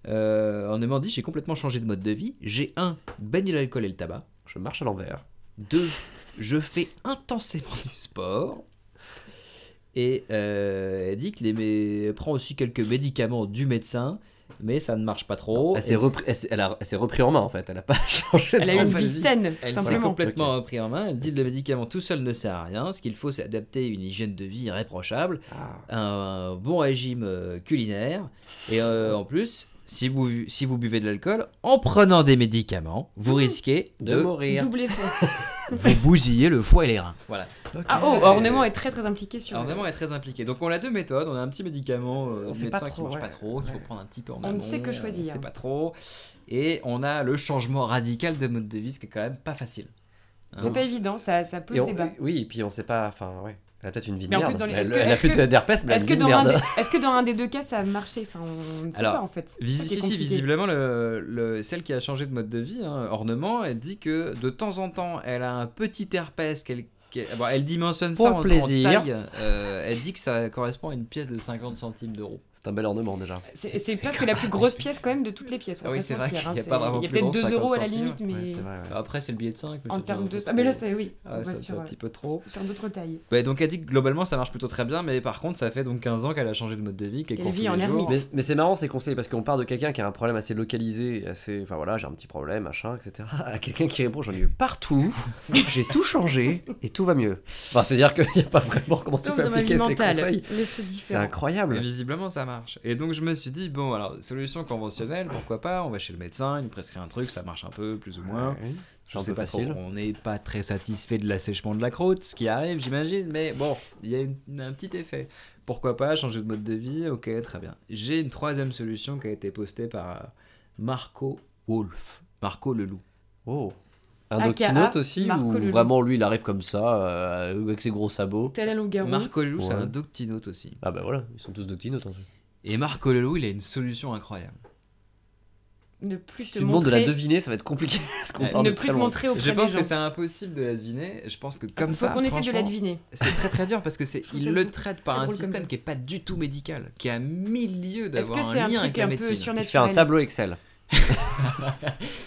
S10: euh, Ornement dit j'ai complètement changé de mode de vie. J'ai un banni l'alcool et le tabac.
S4: Je marche à l'envers.
S10: Deux, je fais intensément du sport. Et euh, elle dit qu'elle mé- prend aussi quelques médicaments du médecin, mais ça ne marche pas trop.
S4: elle s'est
S10: Et-
S4: repris, elle s'est- elle a- elle s'est repris en main en fait. Elle a pas changé. de
S5: Oh, Elle a eu une
S4: vie.
S5: vie saine,
S10: Elle s'est
S5: simplement.
S10: complètement repris en main. Elle dit que le médicament tout seul ne sert à rien. Ce qu'il faut, c'est adapter une hygiène de vie irréprochable,
S4: Ah.
S10: un bon régime euh, culinaire. Et euh, en plus, si vous, si vous buvez de l'alcool, en prenant des médicaments, vous risquez
S4: Mmh. De,
S10: de
S4: mourir.
S5: Double effort.
S10: vous bousiller le foie et les reins. Voilà.
S5: Ah
S10: Ça,
S5: oh,
S10: c'est-
S5: ornement est très très impliqué sur.
S10: Ornement est très impliqué. Donc on a deux méthodes. On a un petit médicament euh,
S4: On sait
S10: médecin
S4: pas
S10: qui
S4: trop,
S10: marche
S4: ouais.
S10: pas trop, qu'il faut
S4: Ouais.
S10: prendre un petit peu en
S5: On ne
S10: amont, euh,
S5: sait que choisir.
S10: On sait pas trop. Et on a le changement radical de mode de vie, ce qui est quand même pas facile. Hein.
S5: C'est pas évident, ça, ça pose
S4: Et on-
S5: débat.
S4: oui, et puis on sait pas. Enfin, ouais. Elle a peut-être une vie de
S5: Mais en
S4: merde.
S5: plus, dans les-
S4: Elle-
S5: est-ce que-
S4: Elle a
S5: est-ce
S4: plus
S5: que-
S4: d'herpès, mais elle a
S5: Est-ce
S4: une
S5: que,
S4: vie de
S5: dans un
S4: merde.
S5: des- est-ce que dans un des deux cas, ça a marché Enfin, on ne sait
S4: Alors,
S5: pas en fait. C'est
S10: Visi-
S5: ça qui est
S10: si, si,
S5: compliqué.
S10: visiblement, le, le- celle qui a changé de mode de vie, hein, ornement, elle dit que de temps en temps, elle a un petit herpès qu'elle. qu'elle- ah, bon, elle dimensionne
S4: Pour
S10: ça
S4: le
S10: en- en
S4: plaisir.
S10: taille. euh, elle dit que ça correspond à une pièce de 50 centimes d'euros.
S4: C'est
S5: Ah
S4: un bel ornement déjà.
S5: C'est c'est presque la plus grosse pièce quand même de toutes les pièces. on
S10: Ah
S5: va
S10: oui,
S5: pas
S10: c'est
S5: se
S10: vrai
S5: mentir,
S10: qu'il
S5: hein,
S10: y a
S5: c'est-
S10: pas vraiment
S5: Il y a
S10: plus
S5: peut-être
S10: grand,
S5: 2 euros à la
S10: 50
S5: limite,
S4: Ouais,
S5: mais
S4: c'est vrai. ouais.
S10: Bah, Après, c'est le billet de 5. Mais
S5: en
S10: c'est
S5: termes
S10: déjà un
S5: de.
S10: peu
S5: Ah, Mais là,
S10: trop.
S5: c'est oui. on
S10: Ah, ça
S5: va
S10: devient
S5: sur,
S10: un petit peu trop.
S5: sur d'autres tailles.
S10: Ouais, donc elle dit que globalement ça marche plutôt très bien, mais par contre ça fait donc 15 ans qu'elle a changé de mode de vie, qu'elle
S5: Elle
S10: court
S5: vit
S10: tous
S5: en
S10: les jours.
S5: ermite.
S4: Mais, mais c'est marrant ces conseils parce qu'on part de quelqu'un qui a un problème assez localisé, assez. Enfin voilà, j'ai un petit problème, machin, etc. À quelqu'un qui répond j'en ai eu partout, j'ai tout changé et tout va mieux. Enfin, c'est-à-dire qu'il n'y a pas vraiment comment tu
S5: Sauf
S4: peux
S5: dans ma vie
S4: appliquer ces
S5: mentale.
S4: conseils.
S5: Mais c'est
S4: C'est
S5: différent.
S10: Mais
S4: incroyable.
S10: visiblement ça marche. Et donc je me suis dit, bon alors, solution conventionnelle, pourquoi pas, on va chez le médecin, il nous prescrit un truc, ça marche un peu, plus ou moins.
S4: Ouais,
S10: Je
S4: un
S10: sais
S4: peu
S10: pas
S4: facile.
S10: trop, on n'est pas très satisfait de l'assèchement de la croûte, ce qui arrive j'imagine, mais bon, il y a une- un petit effet. Pourquoi pas changer de mode de vie Ok, très bien. J'ai une troisième solution qui a été postée par euh, Marco Wolf. Marco le loup.
S4: Oh. Un
S5: AKA,
S4: doctinote aussi
S5: Marco
S4: ou
S5: Leloup.
S4: vraiment lui il arrive comme ça euh, avec ses gros sabots.
S5: Tel un loup-garou.
S10: Marco le loup, c'est
S4: Ouais.
S10: un doctinote aussi.
S4: Ah bah voilà, ils sont tous doctinotes. en fait.
S10: Et Marco Lelou, il a une solution incroyable.
S5: Ne plus
S4: Si
S5: te
S4: tu demandes de la
S5: montrer.
S4: deviner, ça va être compliqué. parce qu'on
S10: Ouais.
S4: part
S5: Ne
S4: de
S5: plus
S4: très
S5: te
S4: loin.
S5: montrer auprès
S10: Je
S5: des
S10: pense
S5: gens.
S10: que c'est impossible de la deviner. Je pense que comme
S5: Oh, Faut
S10: ça,
S5: qu'on essaie de la
S10: franchement,
S5: deviner.
S10: c'est très très dur parce que c'est,
S5: Je trouve ça
S10: il le
S5: drôle.
S10: traite par
S5: C'est
S10: un
S5: drôle comme
S10: système
S5: ça.
S10: qui est pas du tout médical, qui est à mille lieues
S5: Est-ce
S10: d'avoir
S5: que c'est
S10: un
S5: un
S10: lien avec
S5: truc
S10: la
S5: un peu
S10: médecine.
S4: Il fait un
S5: surnaturel
S4: tableau Excel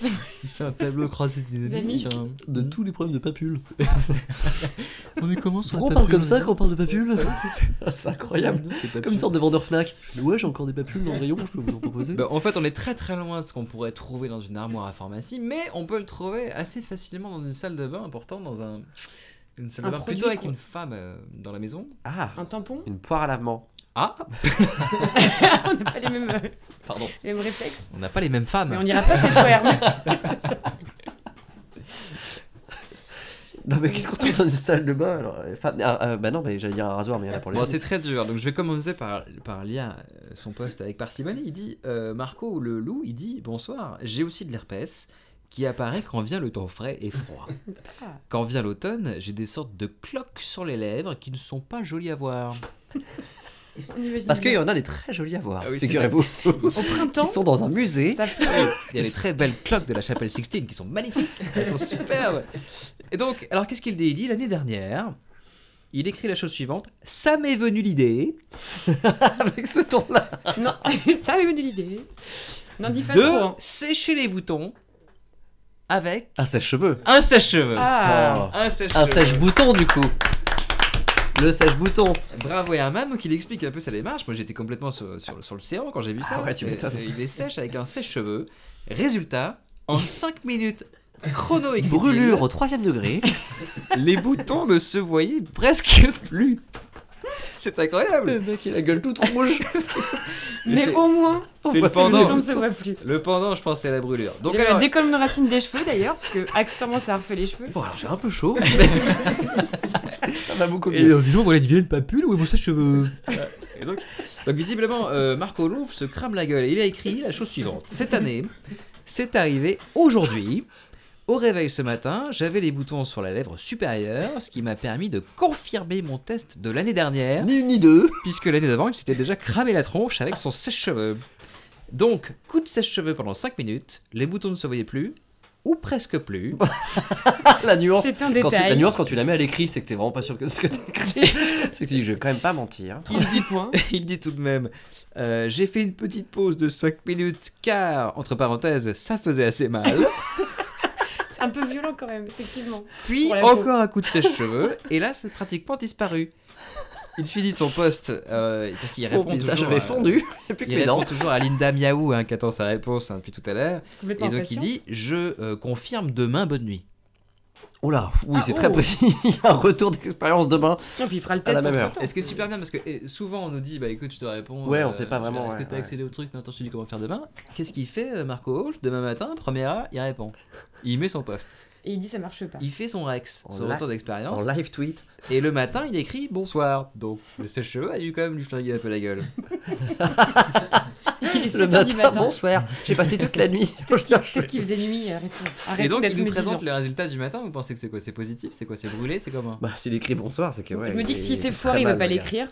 S10: Il fait un tableau croisé
S5: dynamique.
S10: Hmm.
S4: de tous les problèmes de papule.
S10: On est comment sur
S4: on parle comme ça quand on parle de papule C'est incroyable. Comme une sorte de vendeur Fnac. Ouais, j'ai encore des papules dans le rayon, je peux vous en proposer.
S10: Bah, en fait, on est très très loin de ce qu'on pourrait trouver dans une armoire à pharmacie, mais on peut le trouver assez facilement dans une salle de bain, pourtant dans un, une salle
S5: Un
S10: de bain
S5: produit,
S10: plutôt avec
S5: quoi.
S10: une femme euh, dans la maison.
S4: Ah,
S5: Un tampon
S4: une poire à lavement.
S10: Ah,
S5: On n'a pas les mêmes, euh,
S4: Pardon.
S5: les mêmes réflexes.
S10: on n'a pas les mêmes femmes.
S5: Mais on n'ira pas chez toi, Hermès.
S4: Non, mais qu'est-ce qu'on trouve dans une salle de bain alors Enfin, ah, euh, Bah non, mais j'allais dire un rasoir, mais il y en a pour les
S10: Bon,
S4: autres.
S10: c'est très dur. Donc, je vais commencer par, par lire euh, son poste avec parcimonie. Il dit euh, Marco, le loup, il dit Bonsoir, j'ai aussi de l'herpès qui apparaît quand vient le temps frais et froid.
S5: Ah.
S10: Quand vient l'automne, j'ai des sortes de cloques sur les lèvres qui ne sont pas jolies à voir.
S5: On imagine
S4: Parce qu'il y
S5: bien.
S4: en a des très jolis à voir.
S10: Ah oui, c'est
S4: Figurez-vous.
S5: Au
S4: Ils
S5: printemps,
S4: sont dans un musée.
S5: ça fait-
S10: Il y a les très belles cloques de la chapelle Sixtine qui sont magnifiques, elles sont superbes. Et donc, alors qu'est-ce qu'il dit Il dit l'année dernière, il écrit la chose suivante Ça m'est venu l'idée
S4: Avec ce ton-là.
S5: Non, ça m'est venu l'idée. N'en dis pas
S10: de
S5: trop. hein.
S10: sécher les boutons avec
S4: Ah, sèche-cheveux.
S10: un sèche-cheveux.
S5: Ah,
S4: Oh.
S10: Un sèche-cheveux.
S4: Un sèche-bouton, du coup. Le sèche-bouton.
S10: Bravo Herman, donc il explique un peu sa démarche. Moi j'étais complètement sur, sur, le- sur le séant quand j'ai vu
S4: Ah
S10: ça.
S4: ouais, tu
S10: Et-
S4: m'étonnes.
S10: et il est sèche avec un sèche-cheveux. Résultat, en 5 minutes chrono et
S4: Brûlure au troisième degré.
S10: les boutons ne se voyaient presque plus. C'est incroyable.
S4: Le mec, il a la gueule toute rouge.
S5: mais
S10: c'est-
S5: au moins,
S10: c'est le
S5: le
S10: pendant.
S5: temps ne se voit plus.
S10: Le pendant, je pense, c'est la brûlure. Donc
S5: Il y a
S10: alors,
S5: la décoloration des cheveux d'ailleurs, parce que accessoirement ça refait les cheveux.
S4: Bon, alors j'ai un peu chaud. ça va beaucoup
S10: mieux.
S4: voilà une vieille papule, où est mon sèche-cheveux
S10: Et donc, donc visiblement, euh, Marco Louvre se crame la gueule. Et Il a écrit la chose suivante. Cette année, c'est arrivé aujourd'hui. Au réveil ce matin, j'avais les boutons sur la lèvre supérieure, ce qui m'a permis de confirmer mon test de l'année dernière,
S4: Ni une ni deux.
S10: puisque l'année d'avant, il s'était déjà cramé la tronche avec son sèche-cheveux. Donc, coup de sèche-cheveux pendant 5 minutes, les boutons ne se voyaient plus, ou presque plus.
S4: la nuance.
S5: C'est un
S4: Quand tu- la
S5: détail.
S4: nuance quand tu la mets à l'écrit, c'est que t'es vraiment pas sûr que ce que t'as écrit. c'est que tu dis, je vais quand même pas mentir.
S10: Il dit
S5: Point.
S10: Il dit tout de même euh, J'ai fait une petite pause de 5 minutes car, entre parenthèses, ça faisait assez mal.
S5: C'est un peu violent quand même, effectivement.
S10: Puis
S5: Pour la peau.
S10: encore un coup de sèche-cheveux et là, c'est pratiquement disparu. Il finit son poste euh, parce qu'il répond
S4: Oh, mais ça,
S10: toujours. euh.
S4: j'avais
S10: à-
S4: fondu. Et puis que
S10: Il
S4: mes
S10: répond
S4: dents.
S10: toujours à Linda Miaou hein, qui attend sa réponse hein, depuis tout à l'heure.
S5: Complètement
S10: Et donc il
S5: impatient.
S10: dit Je euh, confirme demain bonne nuit.
S4: Oh là, oui,
S5: Ah,
S4: c'est
S5: oh.
S4: très possible. Il y a un retour d'expérience demain.
S5: Non, puis il fera le
S4: à
S5: test
S4: la même
S5: entre
S4: heure.
S5: temps.
S10: Et ce qui est super bien parce que eh, souvent on nous dit bah écoute tu dois répondre.
S4: Ouais, on sait pas vraiment,
S10: euh, Est-ce
S4: ouais,
S10: que t'as
S4: ouais.
S10: accédé au truc Non, attends, je te dis comment faire demain. Qu'est-ce qu'il fait euh, Marco Wolf demain matin Première heure, il répond. Il met son poste.
S5: Et il dit ça marche pas.
S10: Il fait son Rex,
S4: En
S10: son
S4: live-
S10: retour d'expérience,
S4: En live tweet.
S10: et le matin il écrit bonsoir. Donc le sèche-cheveux a dû quand même lui flinguer un peu la gueule.
S5: Il est
S4: Le
S5: 7 heures du
S4: matin,
S5: matin.
S4: bonsoir, j'ai passé toute la nuit.
S5: Peut-être qu'il faisait nuit, arrêtez. Arrêtez
S10: Et donc,
S5: d'être
S10: il nous
S5: médisant.
S10: présente le résultat du matin. Vous pensez que c'est quoi C'est positif C'est quoi C'est brûlé C'est comment
S4: Bah, s'il écrit bonsoir, c'est que ouais.
S5: Je me dis que
S4: il
S5: si
S4: est
S5: c'est
S4: très
S5: foiré, il va
S4: mal,
S5: pas
S10: hein.
S4: le gars.
S5: l'écrire.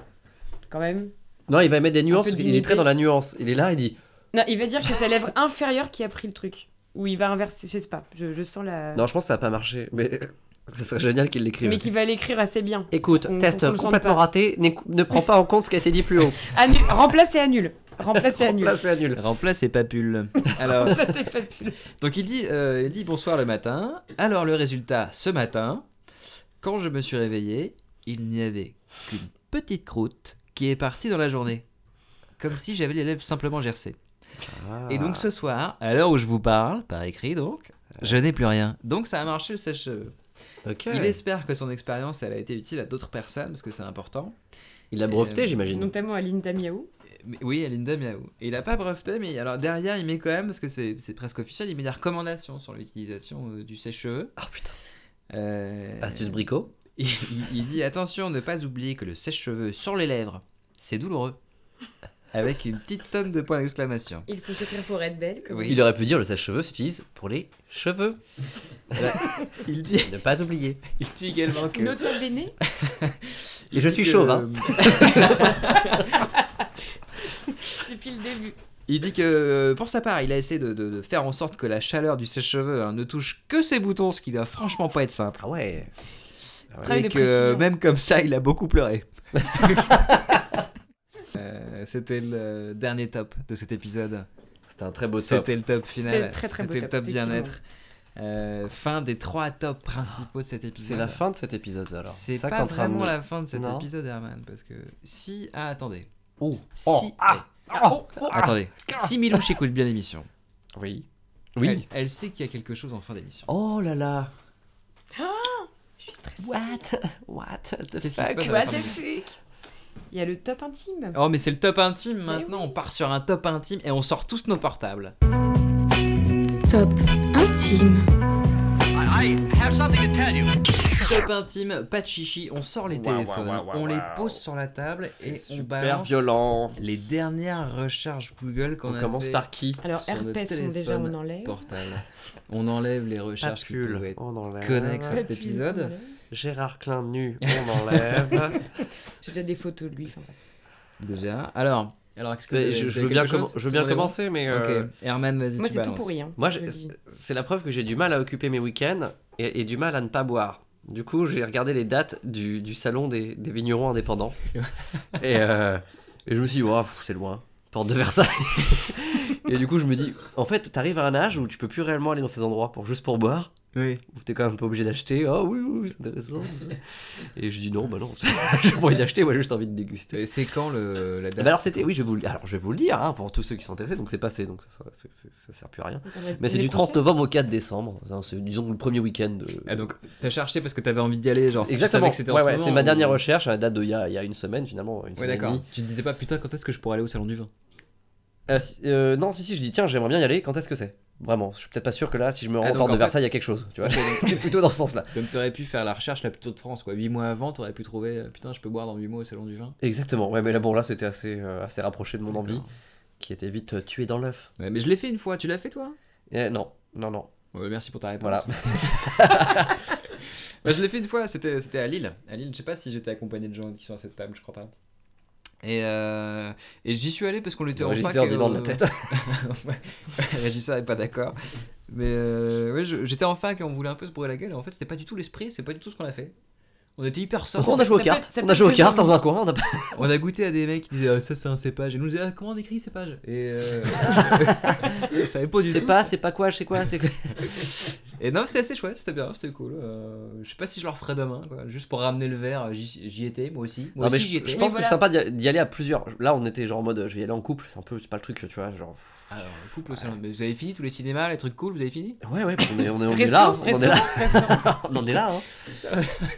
S5: Quand même.
S4: Non, il va mettre des nuances,
S5: peu de
S4: il est très
S5: dignité.
S4: dans la nuance. Il est là, il dit
S5: Non, il va dire que c'est sa lèvre inférieure qui a pris le truc. Ou il va inverser, je sais pas. Je, je sens la.
S4: Non, je pense que ça n'a pas marché, mais ce serait génial qu'il l'écrive.
S5: Mais qui va l'écrire assez bien.
S4: Écoute,
S5: On-
S4: test
S5: on le sente
S4: complètement
S5: pas.
S4: raté, ne, ne prends pas en compte ce qui a été dit plus haut.
S5: Annu- Remplacer à nul. Remplacer à nul.
S4: Là, c'est nul.
S10: Remplace et papule. Alors,
S5: Remplacer pas plus.
S10: donc il dit, euh, il dit bonsoir le matin. Alors le résultat, ce matin, quand je me suis réveillé, il n'y avait qu'une petite croûte qui est partie dans la journée. Comme si j'avais les lèvres simplement gercées. Et donc ce soir, à l'heure où je vous parle, par écrit donc, je n'ai plus rien. Donc ça a marché le sèche-cheveux.
S4: Ah, Ok.
S10: Il espère que son expérience, elle a été utile à d'autres personnes, parce que c'est important.
S4: Il l'a breveté,
S10: Euh,
S4: j'imagine.
S5: Notamment à Linda Miao.
S10: Mais- oui, à Linda Miao. Et il a pas breveté, mais alors derrière, il met quand même, parce que c'est c'est presque officiel, il met des recommandations sur l'utilisation euh, du sèche-cheveux.
S4: Ah putain.
S10: Euh,
S4: Astuce bricot.
S10: il, il- il dit attention, ne pas oublier que le sèche-cheveux sur les lèvres, c'est douloureux. Avec une petite tonne de points d'exclamation.
S5: Il faut s'écrire pour être belle. comme
S10: euh, Oui.
S4: Il aurait pu dire le sèche-cheveux s'utilise pour les cheveux.
S10: Il dit,
S4: Ne pas oublier.
S10: il dit également que.
S5: Nota bene.
S4: Et je
S10: dit
S4: suis
S10: que-
S4: chauve, hein.
S5: Depuis le début.
S10: Il dit que euh, pour sa part, il a essayé de, de- de faire en sorte que la chaleur du sèche-cheveux hein, ne touche que ses boutons, ce qui doit franchement pas être simple.
S4: Ah ouais.
S5: Travail de
S10: et que euh,
S5: précision.
S10: même comme ça, il a beaucoup pleuré. Euh, C'était le dernier top de cet épisode.
S4: C'était un très beau top.
S10: C'était le top
S5: C'était
S10: final.
S5: le très, très beau
S10: C'était le
S5: top,
S10: top
S5: effectivement.
S10: bien-être. Euh, fin des trois tops principaux de cet épisode.
S4: C'est la fin de cet épisode alors.
S10: C'est
S4: ça que
S10: pas
S4: t'es en train de
S10: vraiment
S4: nous-
S10: la fin de cet
S4: Non.
S10: épisode, Herman, parce que si. Ah, attendez.
S4: Oh.
S10: Si.
S4: Oh. Ah.
S5: Ah, oh,
S10: Attendez. Si Milouche écoute bien l'émission,
S4: Oui.
S10: elle,
S4: Oui.
S10: elle sait qu'il y a quelque chose en fin d'émission.
S4: Oh là là.
S5: je suis stressée.
S4: What? What the
S10: Qu'est-ce qui se
S4: fuck?
S10: passe à la
S5: What the
S10: fin d'émission
S5: fuck Il y a le top intime.
S10: Oh mais c'est le top intime maintenant,
S5: oui.
S10: on part sur un top intime et on sort tous nos portables.
S9: Top intime.
S10: Top intime, pas de chichi, on sort les téléphones, on les pose sur la table et on
S4: Super
S10: balance
S4: violent.
S10: les dernières recherches Google qu'on
S4: On
S10: a
S4: commence
S10: fait
S4: par qui?
S5: Alors,
S10: sur le
S5: herpès, on- déjà,
S10: téléphone
S5: on enlève.
S10: Portable. On enlève les recherches qui
S4: Papule,
S10: pouvaient être-
S4: on enlève.
S10: connexes.
S5: Papule,
S10: cet épisode.
S5: voilà.
S4: Gérard Klein nu, on enlève.
S5: J'ai déjà des photos de lui. enfin, bref.
S10: déjà. Alors, alors est-ce que vous
S4: Mais
S10: avez-
S4: je,
S10: vous
S4: je
S10: avez
S4: veux bien,
S10: quelque
S4: comm-
S10: chose
S4: je veux bien
S10: Tout le monde
S4: commencer, mais
S10: est
S4: euh,
S10: bon Ok, Herman, vas-y,
S5: Moi,
S10: tu
S5: c'est tout
S10: balances.
S5: pourri. Hein,
S4: moi,
S5: je
S4: j'ai-
S5: le dis.
S4: c'est la preuve que j'ai du mal à occuper mes week-ends et, et du mal à ne pas boire. Du coup, j'ai regardé les dates du, du salon des, des vignerons indépendants et, euh, et je me suis dit, Ouah, pff, c'est loin, porte de Versailles. et du coup, je me dis, en fait, t'arrives à un âge où tu peux plus réellement aller dans ces endroits pour juste pour boire.
S10: Oui.
S4: où t'es quand même pas obligé d'acheter. Oh oui, oui, oui, c'est intéressant. ça. Et je dis non, bah non, j'ai pas envie d'acheter, moi j'ai juste envie de déguster.
S10: Et C'est quand le, la date
S4: Bah alors c'était, oui, je vais vous, le- alors je vais vous le dire, hein, pour tous ceux qui sont intéressés, donc c'est passé, donc ça, sera- c'est- c'est- ça sert plus à rien. Mais c'est du 30 novembre au 4 décembre, hein, c'est disons le premier week-end. de-
S10: Ah, donc t'as cherché parce que t'avais envie d'y aller, genre tu savais
S4: Exactement,
S10: que c'était en
S4: Ouais,
S10: ce
S4: ouais,
S10: moment,
S4: c'est ma
S10: ou-
S4: dernière recherche, à la date de il y a, il y a une semaine finalement. Une
S10: Ouais
S4: semaine et
S10: d'accord.
S4: demie.
S10: Tu te disais pas putain quand est-ce que je pourrais aller au salon du vin
S4: Euh, si- euh, non, si, si, je dis tiens, j'aimerais bien y aller, quand est-ce que c'est Vraiment, je suis peut-être pas sûr que là, si je me rends
S10: Ah,
S4: en
S10: donc,
S4: porte
S10: en
S4: de
S10: fait-
S4: Versailles, il y a quelque chose, tu vois. C'est plutôt dans ce sens-là.
S10: Donc t'aurais pu faire la recherche la plus tôt de France quoi. 8 mois avant t'aurais pu trouver euh, putain je peux boire dans 8 mois au salon du vin.
S4: Exactement, ouais, mais là, bon, là, c'était assez, euh, assez rapproché de mon envie,
S10: D'accord.
S4: qui était vite euh, tuée dans l'œuf.
S10: Ouais, mais je l'ai fait une fois, tu l'as fait toi
S4: Eh, non, non, non.
S10: Ouais, Merci pour ta réponse.
S4: Voilà.
S10: Ouais, je l'ai fait une fois, c'était c'était à Lille. À Lille, je sais pas si j'étais accompagné de gens qui sont à cette table, je crois pas. Et, euh, et j'y suis allé parce qu'on était en fac.
S4: Régisseur
S10: et,
S4: dit dans de
S10: euh,
S4: la tête.
S10: Ouais, Régisseur n'est pas d'accord. Mais euh, ouais, je- j'étais en fac et on voulait un peu se brûler la gueule. Et en fait, c'était pas du tout l'esprit, c'est pas du tout ce qu'on a fait. On était hyper sobre.
S4: on a joué aux
S5: ça peut-
S4: cartes.
S5: ça
S4: on
S5: peut
S4: a joué aux
S5: être
S4: cartes
S5: deux
S4: dans un coin. On a pas...
S10: On a goûté à des mecs qui disaient Ah, ça c'est un cépage. Et nous on disait Ah, comment on écrit cépage Et euh, je savais pas du
S4: C'est
S10: tout.
S4: pas, c'est pas quoi, c'est quoi, c'est quoi.
S10: Et non, c'était assez chouette, c'était bien, c'était cool. Euh, je sais pas si je leur ferai demain, quoi. juste pour ramener le verre. J'y j'y étais, moi aussi. Moi
S4: Non, mais
S10: aussi, j'y
S4: je,
S10: étais.
S4: je pense que
S5: Oui,
S4: c'est
S5: voilà.
S4: sympa d'y d'y aller à plusieurs. Là, on était genre en mode, je vais y aller en couple. C'est un peu, c'est pas le truc, tu vois. Genre,
S10: Alors, Ah, couple au salon. Mais vous avez fini tous les cinémas, les trucs cool, vous avez fini
S4: ouais, ouais, on est, on est, on est
S5: Resto,
S4: là, on en est
S5: restaurant,
S4: là,
S5: restaurant.
S4: on en est là. hein.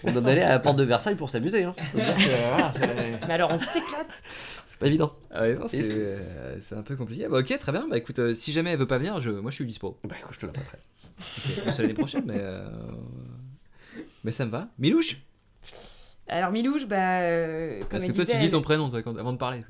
S4: On en est allé à la porte de Versailles pour s'amuser. hein. Faut dire que, voilà, c'est-
S5: Mais alors, on s'éclate.
S4: C'est pas évident.
S10: Ah C'est euh, c'est un peu compliqué. Bah, ok, très bien. Bah écoute, euh, si jamais elle veut pas venir, je, moi je suis dispo.
S4: Bah écoute, je te la prêterai.
S10: Ok, C'est l'année prochaine, mais. euh, Mais ça me va. Milouche
S5: Alors Milouche, bah. euh, comme
S10: Parce
S5: elle
S10: que toi, tu
S5: disait,
S10: dis ton prénom toi, quand- avant de parler.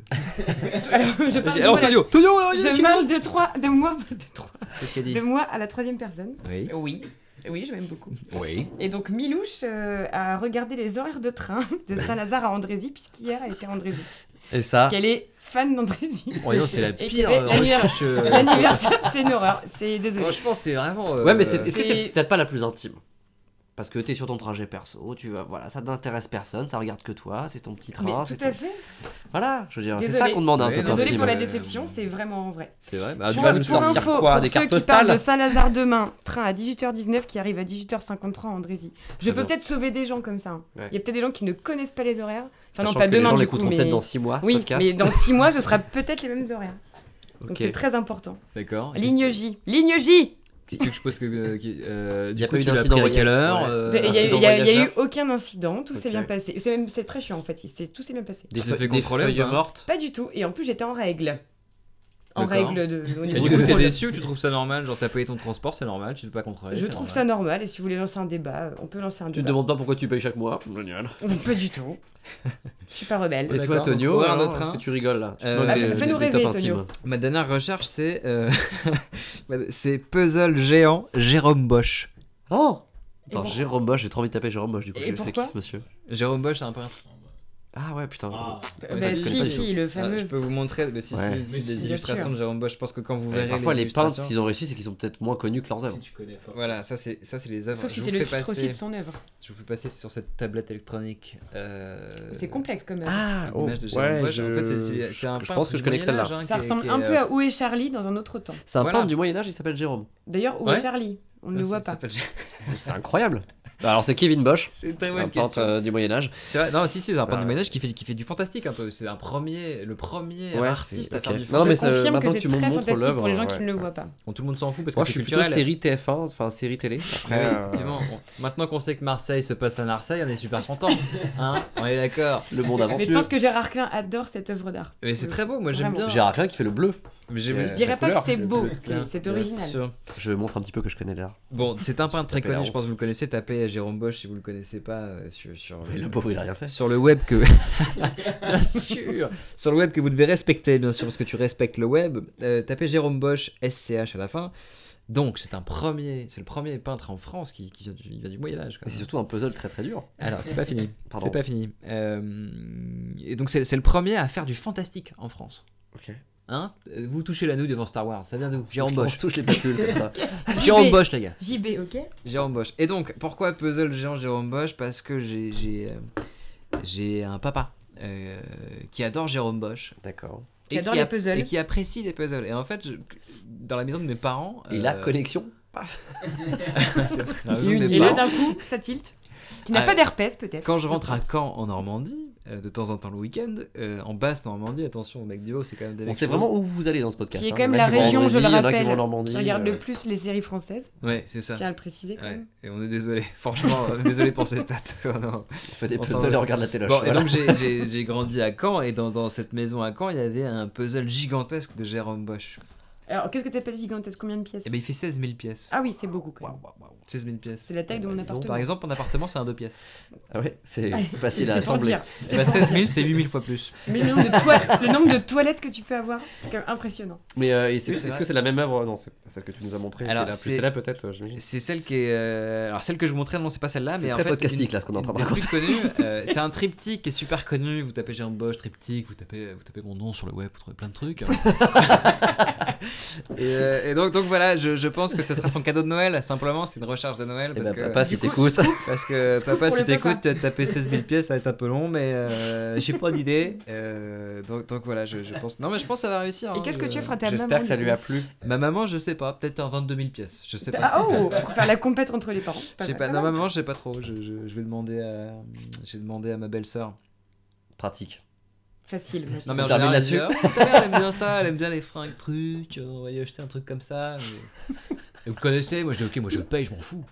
S5: Alors, je parle de
S10: Alors,
S5: moi,
S10: Tonio Tonio, alors,
S5: je
S10: tu
S5: parle de trois, de moi, de trois,
S11: Qu'est-ce qu'elle dit
S5: de moi à la troisième personne.
S11: Oui.
S5: Oui. Oui, je m'aime beaucoup.
S11: Oui.
S5: Et donc Milouche euh, a regardé les horaires de train de Saint-Lazare à Andrézy, puisqu'hier elle était à Andrézy.
S4: Et
S10: Ah.
S4: ça,
S5: Qu'elle est fan d'Andrézy.
S11: Oh non, c'est la
S5: qu'il y
S11: pire
S5: avait
S11: recherche. euh,
S5: L'anniversaire, c'est une horreur. C'est désolé.
S10: Franchement, c'est vraiment. euh,
S4: Ouais, mais c'est- est-ce que
S5: c'est-
S4: c'est peut-être pas la plus intime Parce que t'es sur ton trajet perso, tu vas, voilà, ça n'intéresse personne, ça regarde que toi, c'est ton petit
S5: Mais
S4: train, c'est
S5: tout à
S4: ton-
S5: fait.
S4: Voilà, je veux dire, c'est
S5: Désolé.
S4: ça qu'on demande à un
S10: Ouais,
S4: truc
S10: non,
S5: Désolée
S4: intime.
S5: pour la
S10: euh,
S5: déception, c'est vraiment vrai.
S10: C'est vrai. Bah,
S4: Tu
S10: du
S4: vas
S10: coup,
S4: nous
S5: pour
S4: sortir
S5: info,
S4: quoi,
S5: pour
S4: des
S5: ceux
S4: cartes
S5: qui parlent
S4: postales
S5: de Saint-Lazare demain, train à 18h19 qui arrive à 18h53 à Andrézy. Je
S4: Très
S5: peux
S4: bien.
S5: peut-être sauver des gens comme ça. hein. Il
S4: Ouais.
S5: y a peut-être des gens qui ne connaissent pas les horaires. Enfin, non,
S4: Sachant
S5: pas
S4: que
S5: demain.
S4: les gens
S5: du
S4: l'écouteront
S5: coup, mais-
S4: peut-être dans 6 mois, ce
S5: Oui,
S4: podcast.
S5: mais dans 6 mois, ce sera peut-être les mêmes horaires. Donc
S4: Ok.
S5: c'est très important.
S10: D'accord.
S5: Ligne J. Ligne J
S10: Qu'est-ce que tu veux que je pose que. euh, qui- euh,
S4: Y
S10: Du
S4: a
S10: coup,
S4: pas eu
S10: tu l'as
S4: d'incident
S10: pris à quelle
S4: voyageur.
S10: heure
S4: Ouais.
S10: euh,
S5: Il n'y a,
S4: incident
S5: y a- y a eu
S4: voyageur.
S5: aucun incident, tout s'est
S4: Ok.
S5: bien passé. C'est même- C'est très chiant en fait, il s'est- tout s'est bien passé.
S4: Des,
S10: Tu t'es fait
S4: feu- des
S10: contrôler ou
S4: feuilles hein.
S10: pas
S4: mortes.
S5: Pas du tout, et en plus j'étais en règle. En
S10: D'accord.
S5: règle de, au niveau
S10: Et du
S5: du
S10: coup, t'es
S5: contrôle.
S10: déçu ou tu trouves ça normal Genre, t'as payé ton transport, c'est normal, tu peux pas contrôler.
S5: Je
S10: c'est
S5: trouve ça
S10: normal.
S5: normal, et si vous voulez lancer un débat, euh, on peut lancer un
S4: Tu te
S5: débat.
S4: demandes pas pourquoi tu payes chaque mois Génial.
S5: Pas du tout. Je suis pas rebelle.
S4: Et
S10: D'accord,
S4: toi,
S10: donc,
S4: Tonio,
S10: horaire de
S4: alors,
S10: train.
S4: est-ce que tu rigoles là Tu te
S10: Euh,
S4: moques
S10: Ah,
S4: des-
S10: fais-
S4: des-
S5: bah, fais-nous
S4: des
S5: rêver,
S4: tops
S5: Tonio.
S4: intimes.
S10: Ma dernière recherche, c'est. euh,
S11: C'est Puzzle Géant Jérôme Bosch.
S4: Oh
S5: Et
S4: Attends,
S5: pourquoi
S4: Jérôme Bosch, j'ai trop envie de taper Jérôme Bosch, du coup,
S5: Et
S4: je sais qui
S5: pourquoi
S4: ce monsieur.
S10: Jérôme Bosch, c'est un peintre.
S4: Ah ouais, putain.
S5: Bah,
S10: Ouais,
S4: je
S5: si,
S4: connais
S5: si,
S4: pas du
S5: le
S10: Ah,
S5: fameux.
S10: je peux vous montrer bah, si,
S4: Ouais.
S10: si,
S4: Mais
S10: si,
S5: si,
S10: des
S5: bien
S10: illustrations
S5: sûr.
S10: de Jérôme Bosch. Je pense que quand vous
S4: Ouais,
S10: verrez.
S4: parfois, les peintres,
S10: illustrations-
S4: s'ils ont réussi, c'est qu'ils sont peut-être moins connus que leurs œuvres.
S11: tu connais fort.
S10: Ah, Voilà, ça, c'est ça, c'est les œuvres.
S5: Sauf si
S10: Je
S5: c'est
S10: vous
S5: le
S10: fais
S5: titre
S10: passer-
S5: aussi de son œuvre.
S10: Je vous fais passer sur cette tablette électronique. euh,
S5: C'est complexe quand même.
S4: Ah,
S10: une
S4: oh,
S10: image de Jérôme
S4: ouais,
S10: Bosch. En fait, c'est- c'est- c'est un
S4: je
S10: peintre
S4: pense que je
S10: du
S4: connais que celle-là.
S10: Moyen Âge, hein,
S5: Ça
S10: qui est-
S5: ressemble
S10: qui est,
S5: un peu
S10: euh,
S5: à Où est Charlie dans un autre temps.
S4: C'est un
S10: Voilà.
S4: peintre du Moyen-Âge, il s'appelle Jérôme.
S5: D'ailleurs, Où
S10: Ouais.
S5: est Charlie On ne
S10: ça
S5: le voit pas.
S10: s'appelle-
S4: C'est incroyable. Bah, alors, c'est Kevin Bosch,
S10: C'est une très
S4: un
S10: bonne
S4: peintre
S10: question.
S4: euh, du Moyen-Âge.
S10: C'est vrai, non, si, si, c'est un peintre
S4: Ah.
S10: du ménage qui fait, qui fait du fantastique un peu. C'est un premier, le premier artiste
S4: c'est-
S10: à faire
S4: ok.
S10: du
S4: Non, mais
S10: fantastique.
S4: c'est-
S5: Confirme
S4: maintenant
S5: que
S4: que
S5: c'est
S4: tu me
S5: très
S4: montres
S5: fantastique pour les gens
S4: l'œuvre,
S5: qui ne le
S4: ouais.
S5: voient pas.
S10: Bon, tout le monde s'en fout parce
S4: Moi,
S10: que
S4: je
S10: c'est
S4: suis plutôt
S10: culturel.
S4: série TF1, enfin série télé.
S10: Oui,
S4: Après, euh,
S10: effectivement. Bon, Maintenant qu'on sait que Marseille se passe à Marseille, on est super content. Hein on est d'accord.
S4: le monde avance
S5: Mais je
S4: mieux.
S5: pense que Gérard Klein adore cette œuvre d'art.
S10: Mais c'est très beau, moi j'aime
S5: Vraiment.
S10: bien.
S4: Gérard Klein qui fait le bleu.
S10: J'aime
S4: Euh,
S5: Je
S10: bien
S5: dirais
S4: la
S5: pas
S4: couleur,
S5: que c'est
S4: le
S5: beau,
S4: bleu,
S5: c'est- c'est
S10: hein. Bien
S5: original.
S10: sûr.
S4: Je montre un petit peu que je connais l'art.
S10: Bon, c'est un peintre très
S4: tapé la
S10: connu, je pense
S4: honte.
S10: que vous le connaissez. Tapez Jérôme Bosch si vous le connaissez pas euh, sur, sur
S4: Mais le pauvre, il a rien fait.
S10: sur le web que bien sûr sur le web que vous devez respecter bien sûr parce que tu respectes le web Euh, tapez Jérôme Bosch SCH à la fin donc c'est un premier c'est le premier peintre en France qui, qui vient, du, il vient du Moyen Âge quoi.
S4: Mais c'est surtout un puzzle très très dur.
S10: alors c'est pas fini
S4: Pardon.
S10: c'est pas fini Euh, et donc c'est c'est le premier à faire du fantastique en France
S4: Ok.
S10: hein Euh, vous touchez la nouille devant Star Wars ça vient d'où Jérôme
S4: On
S10: Bosch
S4: se touche les papules comme ça.
S10: Jérôme
S5: JB.
S10: Bosch les gars
S5: JB, ok
S4: Ah,
S10: Jérôme Bosch et donc pourquoi puzzle géant Jérôme Bosch parce que j'ai j'ai euh, j'ai un papa euh, qui adore Jérôme Bosch
S4: D'accord.
S5: Qui adore les
S10: ap-
S5: puzzles.
S10: et qui apprécie les puzzles. Et en fait, je- dans la maison de mes parents,
S4: Et la
S10: euh,
S4: connexion.
S10: c'est vrai, dans la maison de mes
S5: Et là
S10: parents,
S5: d'un coup, ça tilt. Qui n'a
S10: Ah,
S5: pas d'herpès peut-être.
S10: quand je rentre à Caen en Normandie, euh, de temps en temps le week-end, euh, en basse Normandie, attention, au mec du haut, c'est quand même des
S4: On
S10: mecs
S4: sait
S10: chelous.
S4: vraiment où vous allez dans ce podcast.
S5: Qui est
S4: hein.
S5: quand même
S4: Il y en a
S5: la
S4: qui vont en
S5: région, je le
S4: Normandie, il y en a qui
S5: rappelle,
S4: vont en Normandie,
S5: Je regarde
S4: euh,
S5: le plus les séries françaises,
S10: Ouais, c'est ça.
S5: je tiens à le préciser quand
S10: Ouais.
S5: même.
S10: Et on est désolé, franchement, euh, désolé pour ces stats. Oh non.
S4: On fait des
S10: On s'en
S4: puzzles
S10: va.
S4: et on regarde la téloche.
S10: Bon, et
S4: voilà.
S10: donc j'ai- j'ai j'ai grandi à Caen, et dans, dans cette maison à Caen, il y avait un puzzle gigantesque de Jérôme Bosch.
S5: Alors qu'est-ce que t'appelles gigantesque Combien de pièces
S10: Et ben il fait 16 000 pièces.
S5: Ah oui, c'est beaucoup quand même.
S10: 16 000 pièces. Euh,
S5: C'est la taille de mon
S10: Donc,
S5: appartement.
S10: Par exemple, mon appartement, c'est un 2 pièces.
S4: Ah ouais, c'est
S5: Ouais,
S4: facile à
S5: C'est pour
S4: assembler.
S5: dire.
S10: Et ben 16 000, c'est 8 000 fois plus.
S5: Mais le nombre, de toi- le nombre de toilettes que tu peux avoir, c'est quand même impressionnant.
S4: Mais euh, et c'est-
S10: Oui, c'est
S4: est-ce
S10: vrai.
S4: que c'est la même œuvre Non, c'est pas celle que tu nous as montrée.
S10: Alors,
S4: qui est la plus
S10: c'est-
S4: célèbre peut-être, euh, j'imagine.
S10: C'est celle qui est. euh, Alors, celle que je vous montrais, non, c'est pas celle-là,
S4: C'est
S10: mais en
S4: très
S10: fait,
S4: podcastique,
S10: une-
S4: là, ce qu'on est en train de
S10: une des plus connues, euh, c'est un triptyque qui est super connu. Vous tapez Jérôme Bosch, triptyque, vous tapez, vous tapez mon nom sur le web, vous trouvez plein de trucs. et euh, et donc, donc voilà, je, je pense que ce sera son cadeau de Noël, simplement, c'est une recharge de Noël.
S4: Eh
S10: Parce
S4: ben,
S10: que,
S4: papa, si t'écoutes.
S10: parce que
S5: Scoop
S10: papa,
S5: pour
S10: si
S5: le papa.
S10: t'écoutes, taper 16 000 pièces, ça va être un peu long, mais euh, j'ai pas d'idée. Euh, donc, donc voilà, je, je pense. Non, mais je pense que ça va réussir. hein,
S5: Et qu'est-ce que
S10: je-
S5: tu offres à ta maman
S4: J'espère que ça
S5: du
S4: lui
S5: coup
S4: a plu.
S10: Ma maman, je sais pas, peut-être un 22 000 pièces, je sais pas.
S5: Ah oh Pour faire la compète entre les parents.
S10: Je sais
S5: mal,
S10: pas, non,
S5: mal.
S10: maman, je sais pas trop. Je, je- je vais demander à, j'ai demandé à ma belle-sœur.
S4: Pratique.
S5: Facile. moi, je
S10: Non,
S5: dis.
S10: mais en
S4: On termine
S10: général, elle
S4: là-dessus.
S10: dit, Ah, ta mère, elle aime bien ça, elle aime bien les fringues, trucs. euh, On va lui acheter un truc comme ça. mais- Et vous connaissez, moi je dis ok, moi je paye, je m'en fous.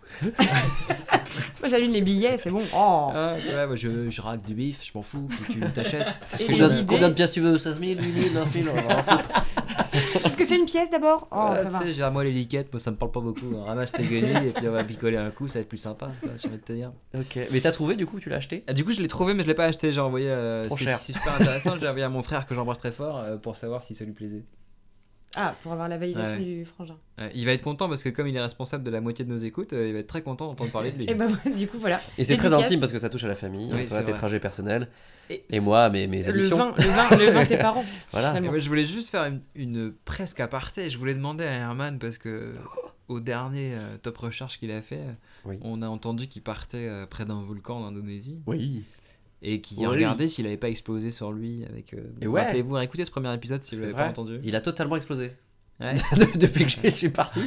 S5: Moi j'allume les billets, c'est bon. Oh.
S10: Ah, tu vois, moi je, je racle du bif, je m'en fous, puis tu t'achètes. Qu'est-ce
S5: Et
S10: que
S5: les
S10: j'ai
S4: Combien,
S5: idées
S4: combien de pièces tu veux 16 000, 8 000, 9 000 on va en foutre.
S5: Est-ce que c'est une pièce d'abord Oh,
S10: Ah,
S5: ça
S10: tu
S5: va.
S10: sais, j'ai moi les liquettes, moi ça me parle pas beaucoup. hein. Ramasse tes guenilles et puis on va picoler un coup, ça va être plus sympa, tu vois, j'ai envie de te dire.
S4: Ok. Mais t'as trouvé du coup, tu l'as acheté
S10: Ah, Du coup, je l'ai trouvé, mais je l'ai pas acheté. J'ai envoyé. euh,
S4: Trop
S10: c'est
S4: cher.
S10: c'est super intéressant. J'ai envoyé à mon frère que j'embrasse très fort euh, pour savoir si ça lui plaisait.
S5: Ah, pour avoir la validation
S10: Ouais.
S5: du frangin.
S10: Ouais, il va être content parce que, comme il est responsable de la moitié de nos écoutes, euh, il va être très content d'entendre parler de lui.
S5: Et ben voilà, du coup, voilà.
S4: Et c'est très
S5: Dédicace.
S4: intime parce que ça touche à la famille,
S10: Oui,
S4: toi,
S10: c'est
S4: tes
S10: vrai.
S4: trajets personnels,
S5: Et-
S4: et, moi, mes, mes
S5: Le
S4: addictions.
S5: vin, le vin, le vin de tes parents.
S4: Voilà.
S10: Et
S5: finalement.
S10: moi, Eh ben, je voulais juste faire une, une presque aparté. Je voulais demander à Herman parce que
S4: Oh.
S10: au dernier euh, top recherche qu'il a fait, euh,
S4: Oui.
S10: on a entendu qu'il partait euh, près d'un volcan en Indonésie
S4: Oui.
S10: et qu'il
S4: Oui.
S10: regardait s'il avait pas explosé sur lui. Avec. euh,
S4: Et ouais.
S10: Rappelez-vous, écoutez ce premier épisode si vous
S4: C'est
S10: l'avez pas
S4: vrai.
S10: entendu.
S4: Il a totalement explosé.
S10: Ouais.
S4: De- Depuis que je suis parti.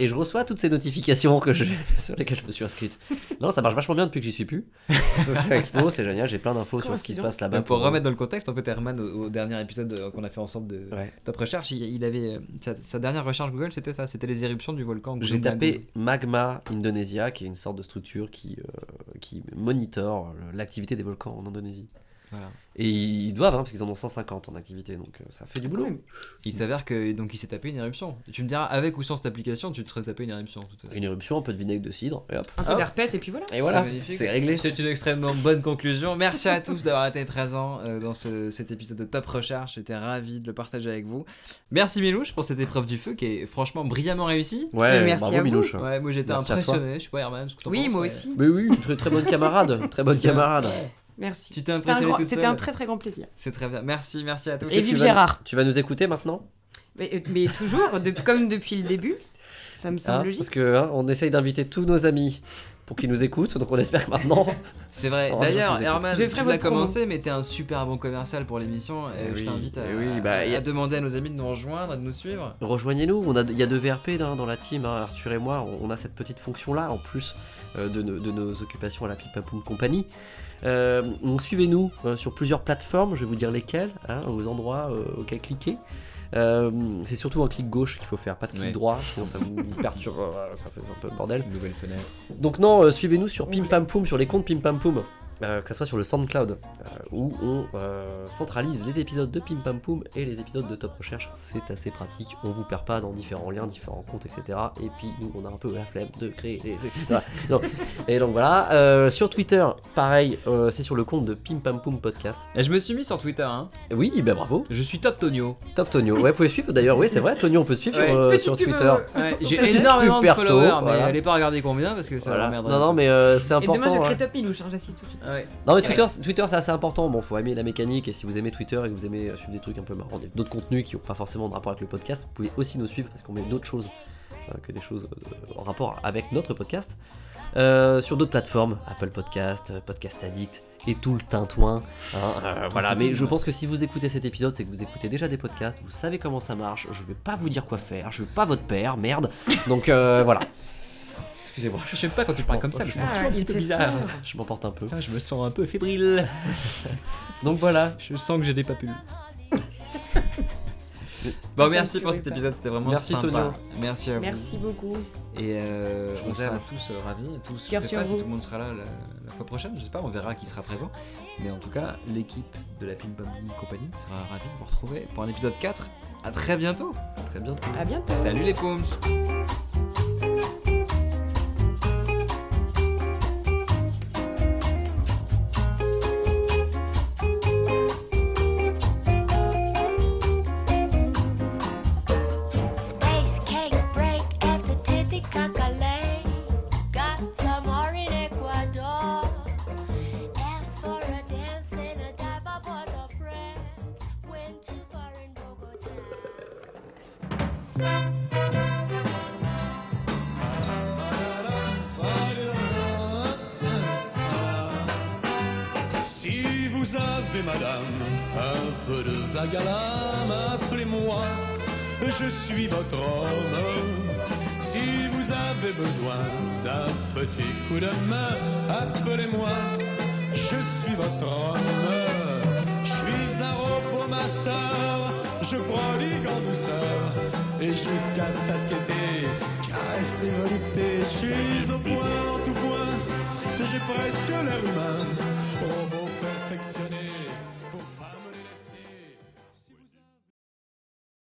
S4: Et je reçois toutes ces notifications que je- sur lesquelles je me suis inscrite. Non, ça marche vachement bien depuis que j'y suis plus. Ça, ça explose, c'est génial. J'ai plein d'infos sur ce qui se
S5: Coïncidence.
S4: passe là-bas.
S10: pour remettre dans le contexte, en fait, Herman, au, au dernier épisode euh, qu'on a fait ensemble de
S4: Ouais.
S10: Top Recherche, il, il avait euh, sa, sa dernière recherche Google, c'était ça, c'était les éruptions du volcan.
S4: J'ai
S10: Gunung
S4: tapé Magma Indonesia, qui est une sorte de structure qui, euh, qui monitore le- l'activité des volcans en Indonésie.
S10: Voilà.
S4: Et ils doivent, hein, parce qu'ils en ont 150 en activité, donc euh, ça fait du boulot.
S10: Nagoo. Il s'avère que donc il s'est tapé une éruption. Tu me diras, avec ou sans cette application, tu te serais tapé une éruption. De toute façon.
S4: Une éruption, un peu de vinaigre de cidre, et hop.
S5: Un peu d'herpès, et puis voilà.
S4: Et voilà,
S10: C'est magnifique.
S4: c'est réglé.
S10: C'est une extrêmement bonne conclusion. Merci à tous d'avoir été présents euh, dans ce- cet épisode de Top Recherche. J'étais ravi de le partager avec vous. Merci Milouche pour cette épreuve du feu qui est franchement brillamment réussie.
S4: Ouais,
S5: Mais merci
S4: bravo
S5: à vous.
S4: Milouche.
S10: Ouais, moi j'étais
S4: Merci à toi.
S10: impressionné. Je sais pas Herman, ce que t'en
S5: Oui,
S10: penses,
S5: moi
S10: mais-
S5: aussi.
S4: Mais oui, très très bonne camarade, très bonne camarade.
S5: Merci.
S10: Tu
S5: C'était
S10: t'es
S5: un
S10: impressionné
S5: grand-
S10: toute
S5: C'était
S10: seule.
S5: un très très grand plaisir.
S10: C'est très bien. Merci, merci à tous.
S5: Et
S4: tu
S5: vive
S4: vas-
S5: Gérard.
S4: Tu vas nous écouter maintenant
S5: Mais, mais toujours, de- comme depuis le début, ça me semble
S4: hein,
S5: logique.
S4: Parce que hein, on essaye d'inviter tous nos amis pour qu'ils nous écoutent, donc on espère que maintenant.
S10: C'est vrai.
S4: Oh, je
S10: D'ailleurs,
S4: vous écoute.
S10: Herman,
S5: Je
S10: tu
S5: ferai
S10: l'as
S5: votre promo.
S10: commencé, mais t'es un super bon commercial pour l'émission. et
S4: Eh
S10: je
S4: oui,
S10: t'invite à,
S4: eh oui, bah,
S10: à-
S4: y a-
S10: à demander à nos amis de nous rejoindre, et de nous suivre.
S4: Rejoignez-nous, on a- il y a deux VRP hein, dans la team, hein, Arthur et moi, on, on a cette petite fonction-là en plus euh, de, nos- de nos occupations à la Pipapoum Company. Euh, donc Suivez-nous euh, sur plusieurs plateformes, je vais vous dire lesquelles, hein, aux endroits euh, auxquels cliquer. Euh, c'est surtout un clic gauche qu'il faut faire, pas de clic
S10: Ouais.
S4: droit, sinon ça vous perturbe, euh, ça fait un peu le bordel.
S10: nouvelle fenêtre.
S4: Donc non, euh, suivez-nous sur Pim Pam Poum, sur les comptes Pim Pam Poum, euh, que ce soit sur le SoundCloud, euh, où on euh, centralise les épisodes de Pim Pam Poum et les épisodes de Top Recherche. C'est assez pratique, on vous perd pas dans différents liens, différents comptes, etc. Et puis nous, on a un peu la flemme de créer les trucs. Voilà. Donc, et donc voilà, euh, sur Twitter, pareil, euh, c'est sur le compte de Pim Pam Poum Podcast.
S10: Et je me suis mis sur Twitter. Hein.
S4: Et Oui, ben bravo,
S10: Je suis Top Tonio.
S4: Top Tonio. Ouais, vous pouvez suivre d'ailleurs, oui c'est vrai, Tonio, on peut suivre sur, euh,
S5: Petite
S4: sur
S5: pub,
S4: Twitter.
S5: euh,
S10: Ouais,
S4: Petite
S10: J'ai énormément
S4: pub
S10: de
S4: perso,
S10: followers, mais
S4: voilà.
S10: allez pas regarder combien parce que ça
S4: Voilà.
S10: m'emmerdera.
S4: Non, non, mais euh, c'est
S5: Et
S4: important.
S5: demain, je
S4: hein.
S5: crée Top Milou, hein, j'assis tout de suite.
S10: Ouais.
S4: Non mais Twitter, Twitter c'est assez important, bon faut aimer la mécanique et si vous aimez Twitter et que vous aimez euh, suivre des trucs un peu marrants, des- d'autres contenus qui n'ont pas forcément de rapport avec le podcast, vous pouvez aussi nous suivre parce qu'on met d'autres choses euh, que des choses euh, en rapport avec notre podcast. Euh, sur d'autres plateformes, Apple Podcast, euh, Podcast Addict et tout le tintouin. hein,
S10: Ah,
S4: euh, voilà, mais je pense que si vous écoutez cet épisode, c'est que vous écoutez déjà des podcasts, vous savez comment ça marche, je vais pas vous dire quoi faire, je suis pas votre père, merde. Donc euh, voilà. Excusez-moi,
S10: Je sais pas quand tu parles comme
S4: Ah,
S10: ça, mais c'est toujours un
S5: Ah, il
S10: petit peu
S5: fait
S10: bizarre.
S5: peur.
S4: je m'emporte un peu.
S10: Putain, je me sens un peu fébrile.
S4: Donc voilà,
S10: Je sens que j'ai des papules. bon, Bah, merci pour cet épisode, c'était vraiment
S4: Merci,
S10: sympa.
S4: Tonio.
S10: Merci à vous.
S5: Merci beaucoup.
S10: Et euh,
S4: Je
S10: on
S4: vous
S10: sera
S4: aime.
S10: tous euh, ravis, tous. Je
S5: Cœur
S10: sais
S5: sur
S10: pas si
S5: vous.
S10: tout le monde sera là la, la fois prochaine, je sais pas, on verra qui sera présent. Mais en tout cas, l'équipe de la Pim Pam Boom Company sera ravie de vous retrouver pour un épisode 4. À très bientôt.
S4: à très bientôt.
S5: À bientôt.
S10: Salut les Poums.
S2: Space cake break at the Titicaca Lake. Got some more in Ecuador. Asked for a dance in a dive bar Port-au-Prince. Went too far in Bogota.
S12: Si vous avez, madame, un peu de vague à l'âme, appelez-moi, je suis votre homme. Si vous avez besoin d'un petit coup de main, appelez-moi, je suis votre homme. Je suis un robot, ma sœur, je prodigue en douceur et jusqu'à satiété, caresse et volupté, je suis au point, en tout point, j'ai presque l'air humain.